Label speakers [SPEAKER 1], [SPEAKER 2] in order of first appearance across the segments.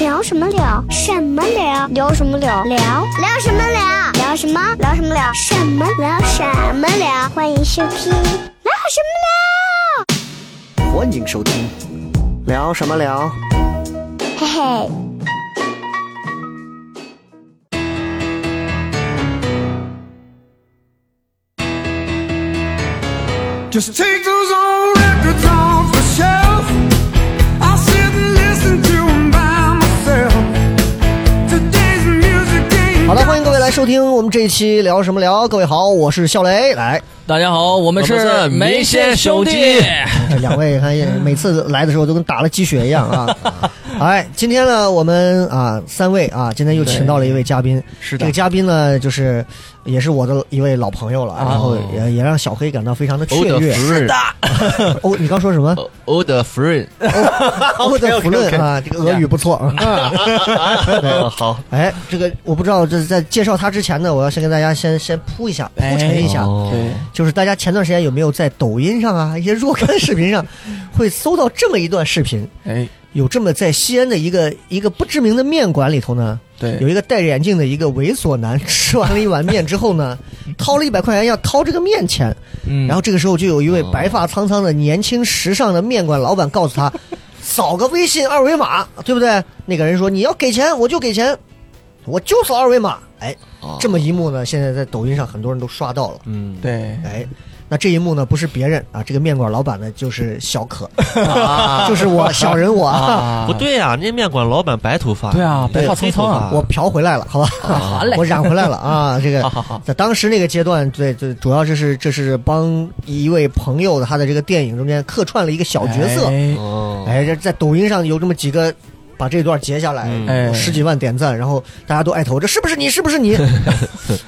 [SPEAKER 1] 聊什么聊？什么聊？聊什么聊？聊聊什么聊？聊什么？聊什么聊？什么聊？什么聊？欢迎收听聊什么
[SPEAKER 2] 欢迎收听。聊什么聊？
[SPEAKER 1] 聊？嘿嘿，
[SPEAKER 3] Just take those old records off the shelf. I'll sit and listen to 'em by myself. Today's music ain't
[SPEAKER 2] 好的，欢迎各位来收听我们这一期聊什么聊。各位好，我是笑雷。 来，
[SPEAKER 4] 大家好，我们
[SPEAKER 5] 我们
[SPEAKER 4] 是
[SPEAKER 5] 是
[SPEAKER 4] 梅县兄弟
[SPEAKER 5] 梅县兄
[SPEAKER 2] 这两位看也每次来的时候都跟打了鸡血一样 啊。哎，今天呢，我们啊三位啊，今天又请到了一位嘉宾。
[SPEAKER 5] 是
[SPEAKER 2] 这个嘉宾呢，就是也是我的一位老朋友了，然后也也让小黑感到非常的雀
[SPEAKER 5] old
[SPEAKER 2] 跃。
[SPEAKER 5] friend，
[SPEAKER 2] 哦，你刚说什么？
[SPEAKER 5] old friend，
[SPEAKER 2] 欧的福论啊，这个俄语不错啊。对
[SPEAKER 5] 好，
[SPEAKER 2] 哎，这个我不知道，这是在介绍他之前呢，我要先跟大家先先铺一下，铺
[SPEAKER 4] 哎
[SPEAKER 2] 陈一下，哦就是大家前段时间有没有在抖音上啊，一些若干视频上，会搜到这么一段视频，
[SPEAKER 4] 哎，
[SPEAKER 2] 有这么在西安的一个一个不知名的面馆里头呢，有
[SPEAKER 4] 对，
[SPEAKER 2] 一个戴着眼镜的一个猥琐男，吃完了一碗面之后呢，掏了一百块钱要掏这个面钱，
[SPEAKER 4] 嗯
[SPEAKER 2] 然后这个时候就有一位白发苍苍的年轻时尚的面馆老板告 诉他，扫个微信二维码，对不对？那个人说你要给钱我就给钱，我就扫二维码。哎，
[SPEAKER 4] 哦
[SPEAKER 2] 这么一幕呢，现在在抖音上很多人都刷到了。
[SPEAKER 5] 嗯，
[SPEAKER 4] 对，
[SPEAKER 2] 哎，那这一幕呢，不是别人啊，这个面馆老板呢就是小可，
[SPEAKER 5] 啊
[SPEAKER 2] 就是我小人我，啊
[SPEAKER 5] 不对呀，那面馆老板白头发，
[SPEAKER 4] 对
[SPEAKER 2] 哎
[SPEAKER 4] 啊，白发苍苍啊，
[SPEAKER 2] 我嫖回来了，好吧？
[SPEAKER 4] 好嘞
[SPEAKER 2] 我染回来了啊！这个
[SPEAKER 4] 哎好好好
[SPEAKER 2] 在当时那个阶段，对对，主要这是这是帮一位朋友的他的这个电影中间客串了一个小角色。
[SPEAKER 4] 哎
[SPEAKER 5] 哦，
[SPEAKER 2] 哎，这在抖音上有这么几个。把这段截下来，
[SPEAKER 4] 哎
[SPEAKER 2] 有十几万点赞，然后大家都爱投，这是不是你？是不是 你？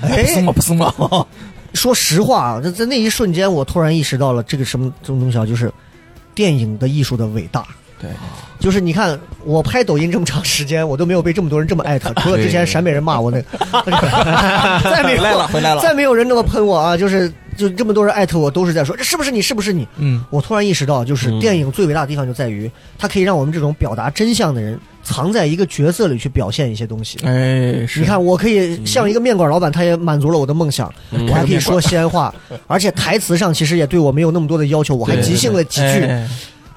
[SPEAKER 2] 哎，
[SPEAKER 4] 不啊是吗？
[SPEAKER 2] 说实话啊，在在那一瞬间，我突然意识到了这个什么这种东西啊，就是电影的艺术的伟大。啊
[SPEAKER 4] 对，
[SPEAKER 2] 就是你看，我拍抖音这么长时间，我都没有被这么多人这么艾特，除了之前陕北人骂我 那个， 再没有
[SPEAKER 4] 来了回来了
[SPEAKER 2] 再没有人那么喷我啊！就是就这么多人艾特我，都是在说这是不是你，是不是你？
[SPEAKER 4] 嗯，
[SPEAKER 2] 我突然意识到，就是电影最伟大的地方就在于，它可以让我们这种表达真相的人，藏在一个角色里去表现一些东西。
[SPEAKER 4] 哎，是
[SPEAKER 2] 你，看，我可以像一个面馆老板，他也满足了我的梦想，我还可以说西安 话，而且台词上其实也对我没有那么多的要求，我还即兴了几句。
[SPEAKER 4] 哎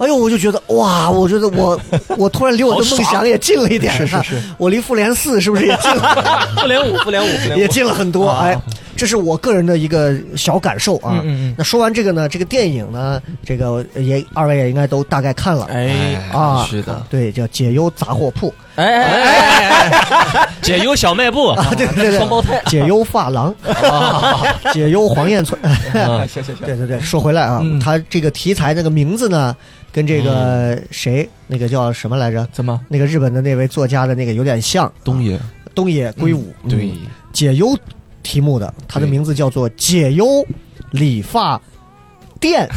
[SPEAKER 2] 哎呦，我就觉得哇，我觉得我我突然离我的梦想也近了一 点，是是是，我离复联四是不是也近了？
[SPEAKER 4] 复联五，复联五，复
[SPEAKER 2] 也近了很多，哎，这是我个人的一个小感受啊
[SPEAKER 4] 嗯嗯嗯。
[SPEAKER 2] 那说完这个呢，这个电影呢，这个也二位也应该都大概看了
[SPEAKER 4] 哎
[SPEAKER 2] 啊，
[SPEAKER 5] 是的，
[SPEAKER 2] 对，叫解忧杂货铺，
[SPEAKER 4] 哎哎哎，
[SPEAKER 5] 解忧小卖部，
[SPEAKER 2] 啊， 对对对，双胞胎，解忧发廊，解忧黄燕村，
[SPEAKER 4] 哎行行行，
[SPEAKER 2] 对对对，说回来啊，
[SPEAKER 4] 嗯
[SPEAKER 2] 他这个题材那个名字呢，跟这个谁那个叫什么来着？
[SPEAKER 4] 怎么？
[SPEAKER 2] 那个日本的那位作家的那个有点像
[SPEAKER 5] 东野，
[SPEAKER 2] 东野圭吾，
[SPEAKER 4] 嗯
[SPEAKER 5] 对，
[SPEAKER 2] 解忧题目的，他的
[SPEAKER 5] 对
[SPEAKER 2] 名字叫做解忧理发店。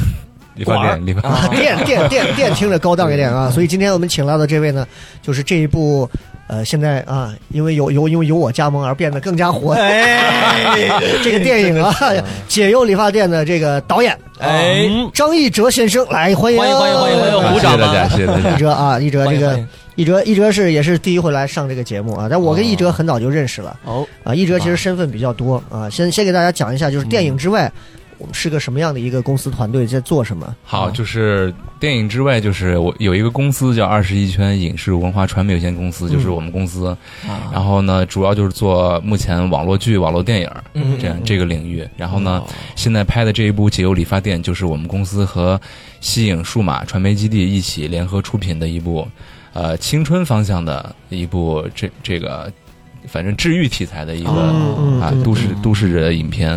[SPEAKER 6] 理发店，理发
[SPEAKER 2] 啊， 店店店店听着高档一点啊，所以今天我们请到的这位呢，就是这一部，呃，现在啊，因为有有因为有我加盟而变得更加火， 这个电影啊，《解忧理发店》的这个导演，
[SPEAKER 4] 哎
[SPEAKER 2] 嗯张译哲先生，来欢迎
[SPEAKER 4] 欢迎欢迎欢迎欢迎
[SPEAKER 5] 鼓掌吧
[SPEAKER 6] 感谢大家， 谢谢大
[SPEAKER 2] 一
[SPEAKER 6] 家。
[SPEAKER 2] 哲啊，一哲
[SPEAKER 4] 欢
[SPEAKER 2] 这
[SPEAKER 4] 迎欢
[SPEAKER 2] 个
[SPEAKER 4] 迎
[SPEAKER 2] 一哲一哲是也是第一回来上这个节目啊，但我跟一哲很早就认识了
[SPEAKER 4] 哦
[SPEAKER 2] 啊，一哲其实身份比较多啊，先先给大家讲一下，就是电影之外，我们是个什么样的一个公司团队在做什么？
[SPEAKER 6] 好，就是电影之外，就是我有一个公司叫二十一圈影视文化传媒有限公司，就是我们公司。
[SPEAKER 4] 啊，
[SPEAKER 6] 然后呢，主要就是做目前网络剧、网络电影
[SPEAKER 4] 嗯
[SPEAKER 6] 这样
[SPEAKER 4] 嗯
[SPEAKER 6] 这个领域。然后
[SPEAKER 2] 哦
[SPEAKER 6] 呢，现在拍的这一部《解忧理发店》，就是我们公司和西影数码传媒基地一起联合出品的一部，呃，青春方向的一部这这个，反正治愈题材的一个、
[SPEAKER 2] 嗯嗯
[SPEAKER 6] 啊
[SPEAKER 2] 对
[SPEAKER 6] 都市都市的影片，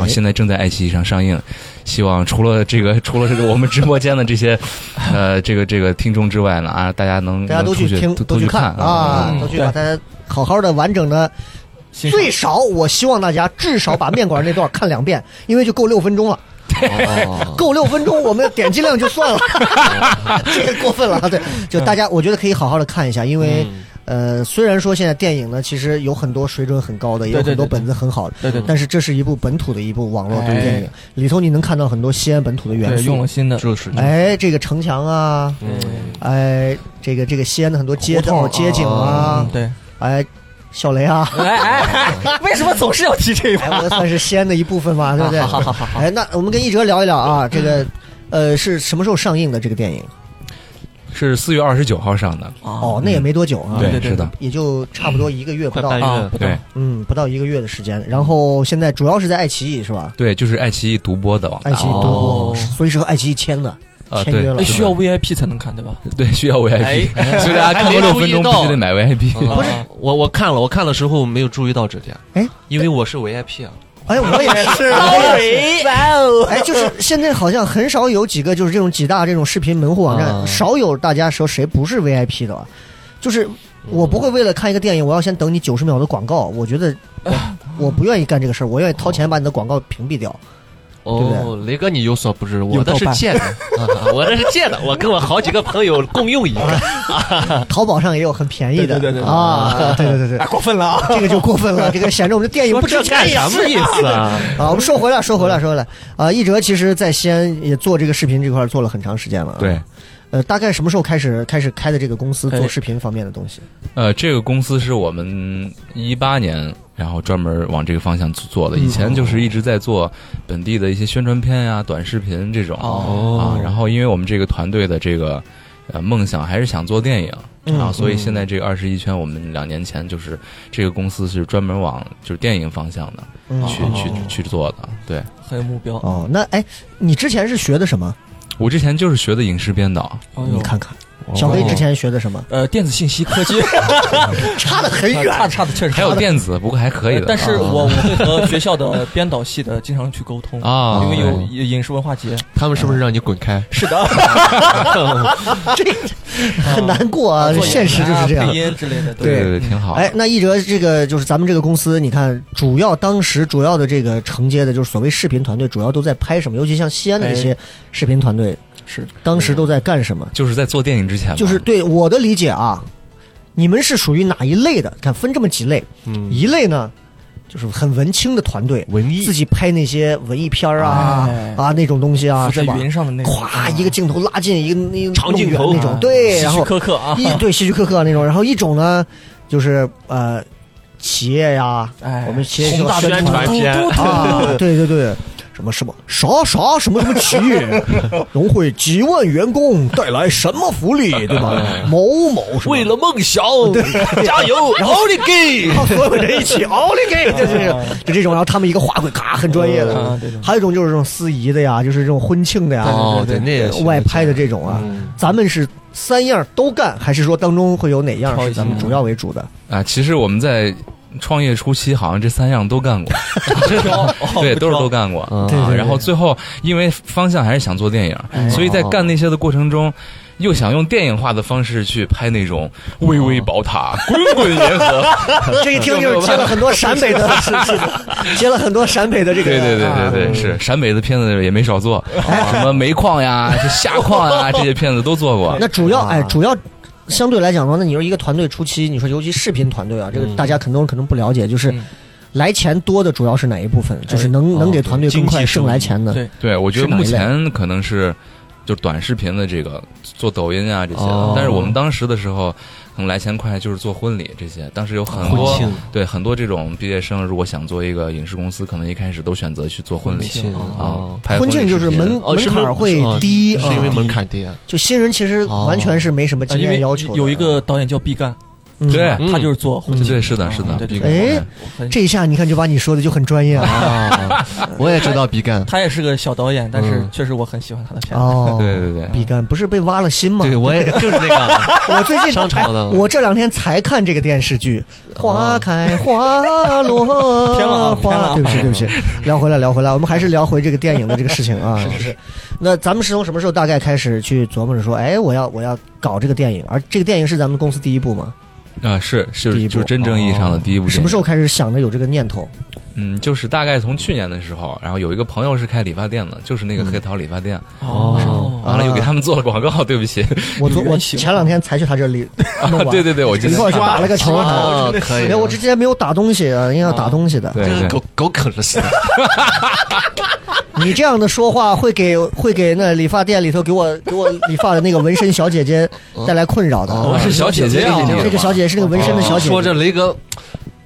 [SPEAKER 2] 哎
[SPEAKER 6] 后现在正在爱奇艺上上映。希望除了这个， 除了这个我们直播间的这些，呃，这个这个听众之外呢，啊，大家能
[SPEAKER 2] 大家都
[SPEAKER 6] 能出
[SPEAKER 2] 去听，
[SPEAKER 6] 都
[SPEAKER 2] 都去
[SPEAKER 6] 去
[SPEAKER 2] 看啊
[SPEAKER 6] 嗯，
[SPEAKER 2] 都去
[SPEAKER 4] 对
[SPEAKER 2] 把它好好的、完整的。
[SPEAKER 4] 欣赏
[SPEAKER 2] 最少，我希望大家至少把面馆那段看两遍， 因为就够六分钟了。
[SPEAKER 4] 哦
[SPEAKER 2] 够六分钟，我们的点击
[SPEAKER 4] 嗯
[SPEAKER 2] 量就算了，这个过分了啊！对，就大家，我觉得可以好好的看一下，因为呃，虽然说现在电影呢，其实有很多水准很高的，也有
[SPEAKER 4] 对对
[SPEAKER 2] 很多
[SPEAKER 4] 对对
[SPEAKER 2] 本子很好的，
[SPEAKER 4] 对对对
[SPEAKER 2] 但是这是一部本土的一部网络动电影，里头你能看到很多西安本土的元
[SPEAKER 4] 对，用
[SPEAKER 2] 素
[SPEAKER 4] 了。新的，
[SPEAKER 5] 就是
[SPEAKER 2] 哎，这个城墙啊，哎，这个这个西安的很多街道
[SPEAKER 4] 嗯胡同
[SPEAKER 2] 街景
[SPEAKER 4] 嗯
[SPEAKER 2] 啊，
[SPEAKER 4] 对，
[SPEAKER 2] 哎，小雷啊，
[SPEAKER 4] 哎哎哎，为什么总是要提这一
[SPEAKER 2] 哎，我算是西安的一部分 嘛，对不对？
[SPEAKER 4] 好好好好嗯
[SPEAKER 2] 哎，那我们跟一哲聊一聊啊，这个呃是什么时候上映的这个电影？
[SPEAKER 6] 是四月二十九号上的，
[SPEAKER 2] 哦，那也没多久啊，
[SPEAKER 4] 对对
[SPEAKER 6] 是的，
[SPEAKER 2] 也就差不多一个月不
[SPEAKER 5] 快
[SPEAKER 2] 到，
[SPEAKER 5] 半
[SPEAKER 4] 啊
[SPEAKER 5] 月，
[SPEAKER 4] 不
[SPEAKER 6] 对
[SPEAKER 2] 嗯，不到一个月的时间。然后现在主要是在爱奇艺是吧？
[SPEAKER 6] 对，就是爱奇艺独播的网
[SPEAKER 2] 爱
[SPEAKER 6] 大，
[SPEAKER 2] 奇艺独播，
[SPEAKER 4] 哦
[SPEAKER 2] 所以是和爱奇艺签的，
[SPEAKER 6] 呃，
[SPEAKER 2] 签约
[SPEAKER 6] 对
[SPEAKER 2] 了
[SPEAKER 4] 哎，需要 VIP 才能看对吧？
[SPEAKER 6] 对需要 VIP，所 以大家看过六分钟必须得买 VIP，
[SPEAKER 5] 不
[SPEAKER 4] 是
[SPEAKER 5] 我我看了，我看的时候没有注意到这点，
[SPEAKER 2] 哎，
[SPEAKER 5] 因为我是 VIP 啊，
[SPEAKER 2] 哎，我也是，我也是。哎，就是现在好像很少有几个就是这种几大这种视频门户网站，
[SPEAKER 4] 嗯
[SPEAKER 5] 啊
[SPEAKER 2] 少有大家说谁不是 VIP 的了，就是我不会为了看一个电影，我要先等你九十秒的广告，我觉得 我我不愿意干这个事儿，我愿意掏钱把你的广告屏蔽掉。
[SPEAKER 5] 哦，雷哥，你有所不知，
[SPEAKER 4] 有
[SPEAKER 5] 我的是
[SPEAKER 4] 盗版
[SPEAKER 5] 借的，啊我的是借的，我跟我好几个朋友共用一个。
[SPEAKER 2] 淘宝上也有很便宜的，
[SPEAKER 4] 啊对对对对对
[SPEAKER 2] 啊，对对对对
[SPEAKER 4] 哎，，过分了啊！
[SPEAKER 2] 这个就过分了，这个显着我们的电影
[SPEAKER 5] 说
[SPEAKER 2] 不值
[SPEAKER 5] 这
[SPEAKER 2] 钱
[SPEAKER 5] 干
[SPEAKER 2] 呀
[SPEAKER 5] 什么意思啊？
[SPEAKER 2] 啊，我们说回来，说回来，说回来啊！一哲其实在西安也做这个视频这块儿做了很长时间了、啊。
[SPEAKER 6] 对，，
[SPEAKER 2] 呃，大概什么时候开始开始哦开的这个公司
[SPEAKER 4] 哎
[SPEAKER 2] 做视频方面的东西？
[SPEAKER 6] 呃，这个公司是我们一八年，然后专门往这个方向去做的。以前就是一直在做本地的一些宣传片呀、短视频这种、
[SPEAKER 4] 哦
[SPEAKER 6] 啊。然后因为我们这个团队的这个呃梦想还是想做电影。
[SPEAKER 2] 嗯
[SPEAKER 6] 啊，所以现在这个二十一圈，我们两年前就是这个公司是专门往就是电影方向的
[SPEAKER 2] 嗯，
[SPEAKER 6] 去、去去做的。对
[SPEAKER 4] 很有目标。
[SPEAKER 2] 哦，那哎，你之前是学的什么？
[SPEAKER 6] 我之前就是学的影视编导，
[SPEAKER 4] 哦
[SPEAKER 2] 你
[SPEAKER 4] 呦，
[SPEAKER 2] 看看，小黑之前学的什 么？
[SPEAKER 4] 呃，电子信息科技
[SPEAKER 2] 差得很远。
[SPEAKER 4] 差差的确实
[SPEAKER 6] 还 有电子，不过还可以啊的。
[SPEAKER 4] 哎但是我我会和学校的编导系的经常去沟通
[SPEAKER 6] 啊
[SPEAKER 4] 因为有有影视文化 节。
[SPEAKER 5] 他们是不是让你滚开？
[SPEAKER 4] 是 的，
[SPEAKER 2] 这很难过啊，
[SPEAKER 4] 做演员啊
[SPEAKER 2] 现实就是这样
[SPEAKER 4] 配。音之类的，
[SPEAKER 6] 对
[SPEAKER 2] 对
[SPEAKER 6] 对对，挺好。
[SPEAKER 2] 哎，那一哲这个就是咱们这个公司，你看主要当时主要的这个承接的就是所谓视频团队，主要都在拍什么？尤其像西安的这些视频团队，
[SPEAKER 4] 是
[SPEAKER 2] 当时都在干什么？
[SPEAKER 6] 就是在做电影之前嘛，
[SPEAKER 2] 就是对我的理解啊，你们是属于哪一类的？看分这么几类，
[SPEAKER 5] 嗯，
[SPEAKER 2] 一类呢就是很文青的团队，
[SPEAKER 5] 文艺
[SPEAKER 2] 自己拍那些文艺片儿啊、
[SPEAKER 4] 哎
[SPEAKER 2] 啊那种东西啊，
[SPEAKER 4] 浮在
[SPEAKER 2] 是吧？
[SPEAKER 4] 云上的那种，嗯
[SPEAKER 2] 咵，一个镜头拉近，一个那
[SPEAKER 5] 长
[SPEAKER 2] 弄
[SPEAKER 5] 镜
[SPEAKER 2] 远
[SPEAKER 5] 头啊
[SPEAKER 2] 那种，对，
[SPEAKER 4] 希
[SPEAKER 2] 然
[SPEAKER 4] 区
[SPEAKER 2] 后
[SPEAKER 4] 柯克啊，
[SPEAKER 2] 一 对希区柯克那种，然后一种呢就是呃企业呀，
[SPEAKER 4] 哎
[SPEAKER 2] 我们企业需
[SPEAKER 5] 宏
[SPEAKER 2] 要
[SPEAKER 5] 大宣传片
[SPEAKER 4] 嘟 嘟嘟
[SPEAKER 2] 啊， 对对对，什么什么啥啥什么什么企业，融汇几万员工带来什么福利，对吧？某某是吧
[SPEAKER 5] 为 了梦想，加油，奥利给！
[SPEAKER 2] 然后所有人一起奥利给，就是这种就这种，然后他们一个滑轨，咔，很专业的
[SPEAKER 4] 啊对对。
[SPEAKER 2] 还有一种就是这种司仪的呀，就是这种婚庆的呀，
[SPEAKER 5] 哦对那也
[SPEAKER 2] 呃
[SPEAKER 5] 是
[SPEAKER 2] 外拍的这种啊。咱们是三样都干，还是说当中会有哪样
[SPEAKER 4] 挑一
[SPEAKER 2] 是
[SPEAKER 4] 下
[SPEAKER 2] 咱们主要为主的？
[SPEAKER 6] 啊，其实我们在创业初期好像这三样都干过，对，都是都干过。啊
[SPEAKER 2] 对对对
[SPEAKER 6] 然后最后因为方向还是想做电影，所以在干那些的过程中。又想用电影化的方式去拍那种巍巍宝塔、滚滚银河，
[SPEAKER 2] 这一听就是接了很多陕北的，是是的，接了很多陕北的这个。
[SPEAKER 6] 对对对
[SPEAKER 2] 啊
[SPEAKER 6] 对对，是陕北的片子也没少做， 什么煤矿呀、这虾矿呀这些片子都做过。
[SPEAKER 2] 那主要
[SPEAKER 5] 啊
[SPEAKER 2] 哎，主要相对来讲的话，那你说一个团队初期，你说尤其视频团队啊，这个
[SPEAKER 5] 嗯
[SPEAKER 2] 大家很多人可能不了解，就是
[SPEAKER 4] 嗯
[SPEAKER 2] 来钱多的主要是哪一部分？
[SPEAKER 5] 哎
[SPEAKER 2] 就是
[SPEAKER 5] 哦
[SPEAKER 2] 能能给团队更快挣来钱的。
[SPEAKER 4] 对，
[SPEAKER 6] 对，我觉得
[SPEAKER 2] 是哪
[SPEAKER 6] 目
[SPEAKER 2] 一类
[SPEAKER 6] 前可能是就短视频的这个做抖音啊这些的，
[SPEAKER 5] 哦
[SPEAKER 6] 但是我们当时的时候，可能来钱快就是做婚礼这些，当时有很多
[SPEAKER 5] 婚庆
[SPEAKER 6] 对很多这种毕业生，如果想做一个影视公司，可能一开始都选择去做婚礼
[SPEAKER 4] 婚庆
[SPEAKER 6] 啊
[SPEAKER 5] 哦，
[SPEAKER 6] 拍
[SPEAKER 2] 婚庆
[SPEAKER 6] 礼视
[SPEAKER 2] 就是
[SPEAKER 6] 频
[SPEAKER 2] 门
[SPEAKER 5] 哦
[SPEAKER 2] 门
[SPEAKER 5] 是
[SPEAKER 2] 槛
[SPEAKER 5] 门
[SPEAKER 2] 会低，
[SPEAKER 5] 是因为
[SPEAKER 2] 啊
[SPEAKER 5] 门哦啊槛低啊。
[SPEAKER 2] 就新人其实完全是没什么
[SPEAKER 4] 呃
[SPEAKER 2] 经
[SPEAKER 4] 因为
[SPEAKER 2] 验要求的。
[SPEAKER 4] 有一个导演叫毕赣，
[SPEAKER 2] 嗯
[SPEAKER 6] 对
[SPEAKER 5] 嗯
[SPEAKER 4] 他就是做婚庆
[SPEAKER 6] 对是的是的
[SPEAKER 4] 啊对对
[SPEAKER 6] 毕赣
[SPEAKER 4] 对
[SPEAKER 2] 哎，这一下你看就把你说的就很专业了。
[SPEAKER 5] 啊，我也知道毕 赣，
[SPEAKER 4] 他也是个小导演，但是
[SPEAKER 5] 嗯
[SPEAKER 4] 确实我很喜欢他的片子。》。
[SPEAKER 2] 哦，
[SPEAKER 6] 对对对
[SPEAKER 2] 比干不是被挖了心吗？
[SPEAKER 5] 对我也 就是那个
[SPEAKER 2] 我最近
[SPEAKER 5] 商场的
[SPEAKER 2] 哎我这两天才看这个电视剧哦《花开花落
[SPEAKER 4] 偏了啊偏
[SPEAKER 2] 花，
[SPEAKER 4] 了啊
[SPEAKER 2] 对不起，对不 起，聊回来，聊回来，我们还是聊回这个电影的这个事情啊。 是是是。那咱们是从什么时候大概开始去琢磨着说，哎，我要我要搞这个电影？而这个电影是咱们公司第一部吗？
[SPEAKER 6] 啊
[SPEAKER 2] 第
[SPEAKER 6] 是
[SPEAKER 2] 一哦
[SPEAKER 6] 是
[SPEAKER 2] 部
[SPEAKER 6] 就是真正意义上的第一部电影。
[SPEAKER 2] 什么时候开始想着有这个念头？
[SPEAKER 6] 嗯，就是大概从去年的时候，然后有一个朋友是开理发店的，就是那个黑桃理发店，
[SPEAKER 4] 嗯哦，
[SPEAKER 6] 完了又给他们做了广告， 对 不起，
[SPEAKER 2] 我昨我
[SPEAKER 4] 原型
[SPEAKER 2] 前两天才去他这 里弄完，
[SPEAKER 6] 对对对，我今
[SPEAKER 2] 一
[SPEAKER 6] 天
[SPEAKER 2] 块儿去打了个球。
[SPEAKER 5] 啊， 可以
[SPEAKER 2] 哎，，我这之前没有打东西，啊，应该要打东西的。
[SPEAKER 6] 对
[SPEAKER 5] 这是
[SPEAKER 6] 对
[SPEAKER 5] 狗狗啃了似的。
[SPEAKER 2] 你这样的说话会给会给那理发店里头给我 给我理发的那个纹身小姐姐带来困扰的。
[SPEAKER 5] 哦
[SPEAKER 6] 我是小姐姐啊，
[SPEAKER 5] 这
[SPEAKER 2] 这个小姐姐是那个纹身的小姐
[SPEAKER 5] 哦说
[SPEAKER 2] 姐
[SPEAKER 5] 着，雷哥，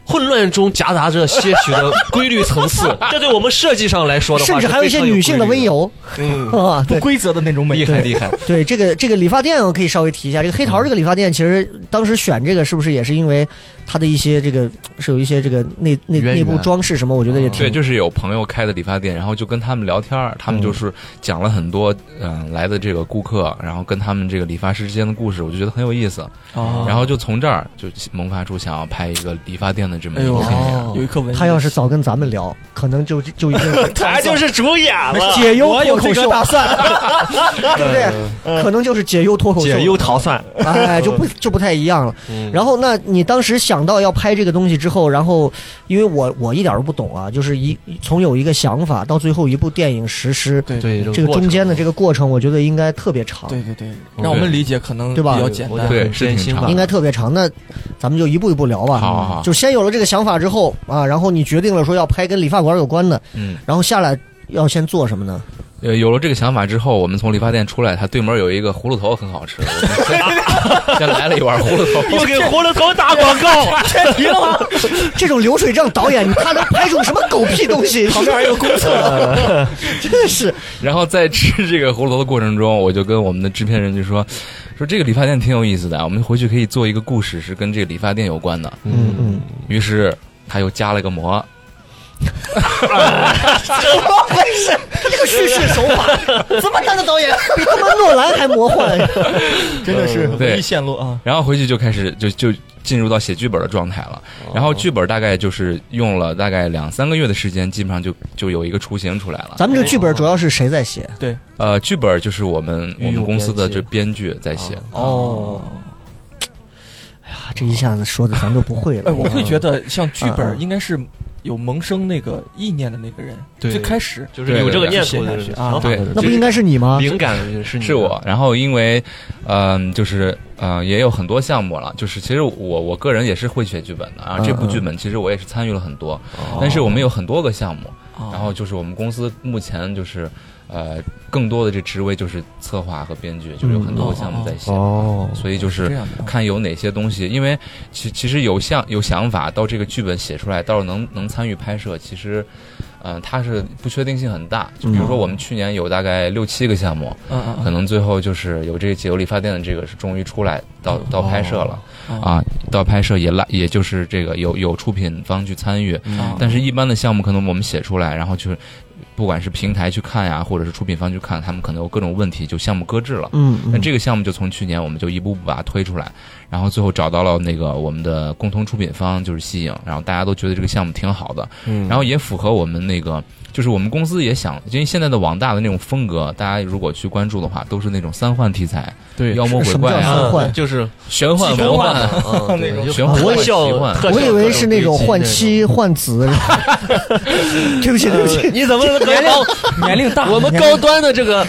[SPEAKER 5] 混乱中夹杂着些许的规律层次，这对我们设计上来说的话，
[SPEAKER 2] 甚至还有一些女性的温柔。
[SPEAKER 5] 嗯，
[SPEAKER 2] 啊，
[SPEAKER 4] 不
[SPEAKER 2] 对
[SPEAKER 4] 规则的啊那种美，
[SPEAKER 5] 厉害厉害，
[SPEAKER 2] 对，这个这个理发店我可以稍微提一下，这个黑桃这个理发店，其实当时选这个是不是也是因为它的一些这个是有一些这个内内
[SPEAKER 5] 渊源
[SPEAKER 2] 内部装饰什么，我觉得也挺
[SPEAKER 6] 对，就是有朋友开的理发店，然后就跟他们聊天儿，
[SPEAKER 4] 嗯
[SPEAKER 6] 他们就是讲了很多嗯、来的这个顾客，然后跟他们这个理发师之间的故事，我就觉得很有意思，
[SPEAKER 4] 哦
[SPEAKER 6] 然后就从这儿就萌发出想要拍一个理发店的这么
[SPEAKER 4] 哎
[SPEAKER 6] 一个
[SPEAKER 4] 呦
[SPEAKER 6] 概念。，
[SPEAKER 4] 有一颗纹身，
[SPEAKER 2] 他要是早跟咱们聊，可能就就已经
[SPEAKER 5] 哦 他就是主演了，
[SPEAKER 2] 解忧
[SPEAKER 4] 我
[SPEAKER 2] 脱
[SPEAKER 4] 有
[SPEAKER 2] 口
[SPEAKER 4] 这个
[SPEAKER 2] 秀，
[SPEAKER 4] 打算，
[SPEAKER 2] 对不对？可能就是解忧脱口秀，
[SPEAKER 5] 嗯 解忧逃算，
[SPEAKER 2] 哎，就不就不太一样了。嗯
[SPEAKER 5] 嗯
[SPEAKER 2] 然后，那你当时想到要拍这个东西之后，然后因为我我一点都不懂啊，就是一从有一个想法到最后一部电影实施，
[SPEAKER 4] 对
[SPEAKER 5] 对
[SPEAKER 2] 这个中间
[SPEAKER 5] 嗯
[SPEAKER 2] 的这个过程，我觉得应该特别长，
[SPEAKER 4] 对对对，让我们理解可能
[SPEAKER 2] 对吧
[SPEAKER 4] 比较简单，
[SPEAKER 6] 对是挺
[SPEAKER 5] 艰辛
[SPEAKER 6] 长
[SPEAKER 5] 吧
[SPEAKER 6] 的
[SPEAKER 2] 应该特别长。那咱们就一步一步聊吧。
[SPEAKER 6] 好好好
[SPEAKER 2] 就先有了这个想法之后啊，然后你决定了说要拍跟理发馆有关的，
[SPEAKER 6] 嗯，
[SPEAKER 2] 然后下来要先做什么 呢？
[SPEAKER 6] 呃，有了这个想法之后，我们从理发店出来，他对门有一个葫芦头很好吃，我们先 先来了一碗葫芦头。
[SPEAKER 5] 又给葫芦头打广告，
[SPEAKER 2] 这种流水账导演，你他能拍出什么狗屁东西？旁边还有公厕， 真是。
[SPEAKER 6] 然后在吃这个葫芦头的过程中，我就跟我们的制片人就说，说这个理发店挺有意思的，我们回去可以做一个故事，是跟这个理发店有关的。
[SPEAKER 2] 嗯嗯，
[SPEAKER 6] 于是他又加了个膜，
[SPEAKER 2] 怎么回事？ 他这个叙事手法，怎么当的导演比他妈诺兰还魔幻？真的是，
[SPEAKER 6] 对
[SPEAKER 4] 唯一线路啊，
[SPEAKER 6] 然后回去就开始就就进入到写剧本的状态了。然后剧本大概就是用了大概两三个月的时间，基本上就就有一个雏形出来了。
[SPEAKER 2] 咱们这个剧本主要是谁在写？
[SPEAKER 4] 对，
[SPEAKER 6] 呃，剧本就是我们我
[SPEAKER 5] 御
[SPEAKER 6] 们
[SPEAKER 5] 用
[SPEAKER 6] 公司的
[SPEAKER 5] 编辑
[SPEAKER 6] 这编剧在写。
[SPEAKER 2] 哦，哎呀，这一下子说的咱都不会
[SPEAKER 4] 哎，
[SPEAKER 2] 了。
[SPEAKER 4] 我会觉得像剧
[SPEAKER 2] 嗯嗯
[SPEAKER 4] 本应该是有萌生那个意念的那个人，
[SPEAKER 5] 对
[SPEAKER 4] 最开始
[SPEAKER 5] 就
[SPEAKER 6] 对
[SPEAKER 5] 是有这个
[SPEAKER 6] 对
[SPEAKER 5] 念头的啊
[SPEAKER 4] 对
[SPEAKER 5] 想法
[SPEAKER 6] 对
[SPEAKER 5] 的
[SPEAKER 2] 那不应该是你吗？
[SPEAKER 5] 灵感是你的
[SPEAKER 6] 是我，然后因为，嗯、就是，嗯、也有很多项目了，就是其实我我个人也是会写剧本的啊，这部
[SPEAKER 2] 嗯嗯
[SPEAKER 6] 剧本其实我也是参与了很多，
[SPEAKER 4] 哦
[SPEAKER 6] 但是我们有很多个项目，然后就是我们公司目前就是，呃，更多的这职位就是策划和编剧，就是有很多个项目在写，
[SPEAKER 5] 哦
[SPEAKER 6] 所以就是
[SPEAKER 4] 这样的
[SPEAKER 6] 看有哪些东西，因为其其实有想有想法到这个剧本写出来，到能能参与拍摄，其实，嗯、它是不确定性很大。就比如说我们去年有大概六七个项目，
[SPEAKER 4] 嗯嗯
[SPEAKER 6] 可能最后就是有这个解忧理发店的这个是终于出来到到拍摄了、
[SPEAKER 4] 嗯
[SPEAKER 6] 啊，到拍摄也拉也就是这个有有出品方去参与，
[SPEAKER 4] 嗯
[SPEAKER 6] 但是一般的项目可能我们写出来，然后就是不管是平台去看呀，或者是出品方去看，他们可能有各种问题，就项目搁置了。
[SPEAKER 2] 嗯，
[SPEAKER 6] 那
[SPEAKER 2] 嗯
[SPEAKER 6] 这个项目就从去年我们就一步步把它推出来，然后最后找到了那个我们的共同出品方就是西影，然后大家都觉得这个项目挺好的，
[SPEAKER 2] 嗯
[SPEAKER 6] 然后也符合我们那个就是我们公司也想，因为现在的网大的那种风格，大家如果去关注的话，都是那种三幻题材，
[SPEAKER 5] 对
[SPEAKER 6] 妖魔鬼怪
[SPEAKER 2] 什么叫
[SPEAKER 6] 啊，
[SPEAKER 2] 三幻
[SPEAKER 5] 就是
[SPEAKER 6] 玄幻啊魔幻。
[SPEAKER 5] 嗯
[SPEAKER 4] 那
[SPEAKER 5] 对
[SPEAKER 4] 种
[SPEAKER 5] 就
[SPEAKER 6] 玄幻
[SPEAKER 5] 特
[SPEAKER 6] 奇
[SPEAKER 5] 效
[SPEAKER 6] 幻
[SPEAKER 5] 特效
[SPEAKER 2] 我以为是那种换
[SPEAKER 5] 各
[SPEAKER 2] 妻换子。对不起，对不
[SPEAKER 5] 种危机那种。
[SPEAKER 2] 起，
[SPEAKER 5] 你怎么能给我
[SPEAKER 4] 年龄大，
[SPEAKER 5] 我们高端的这个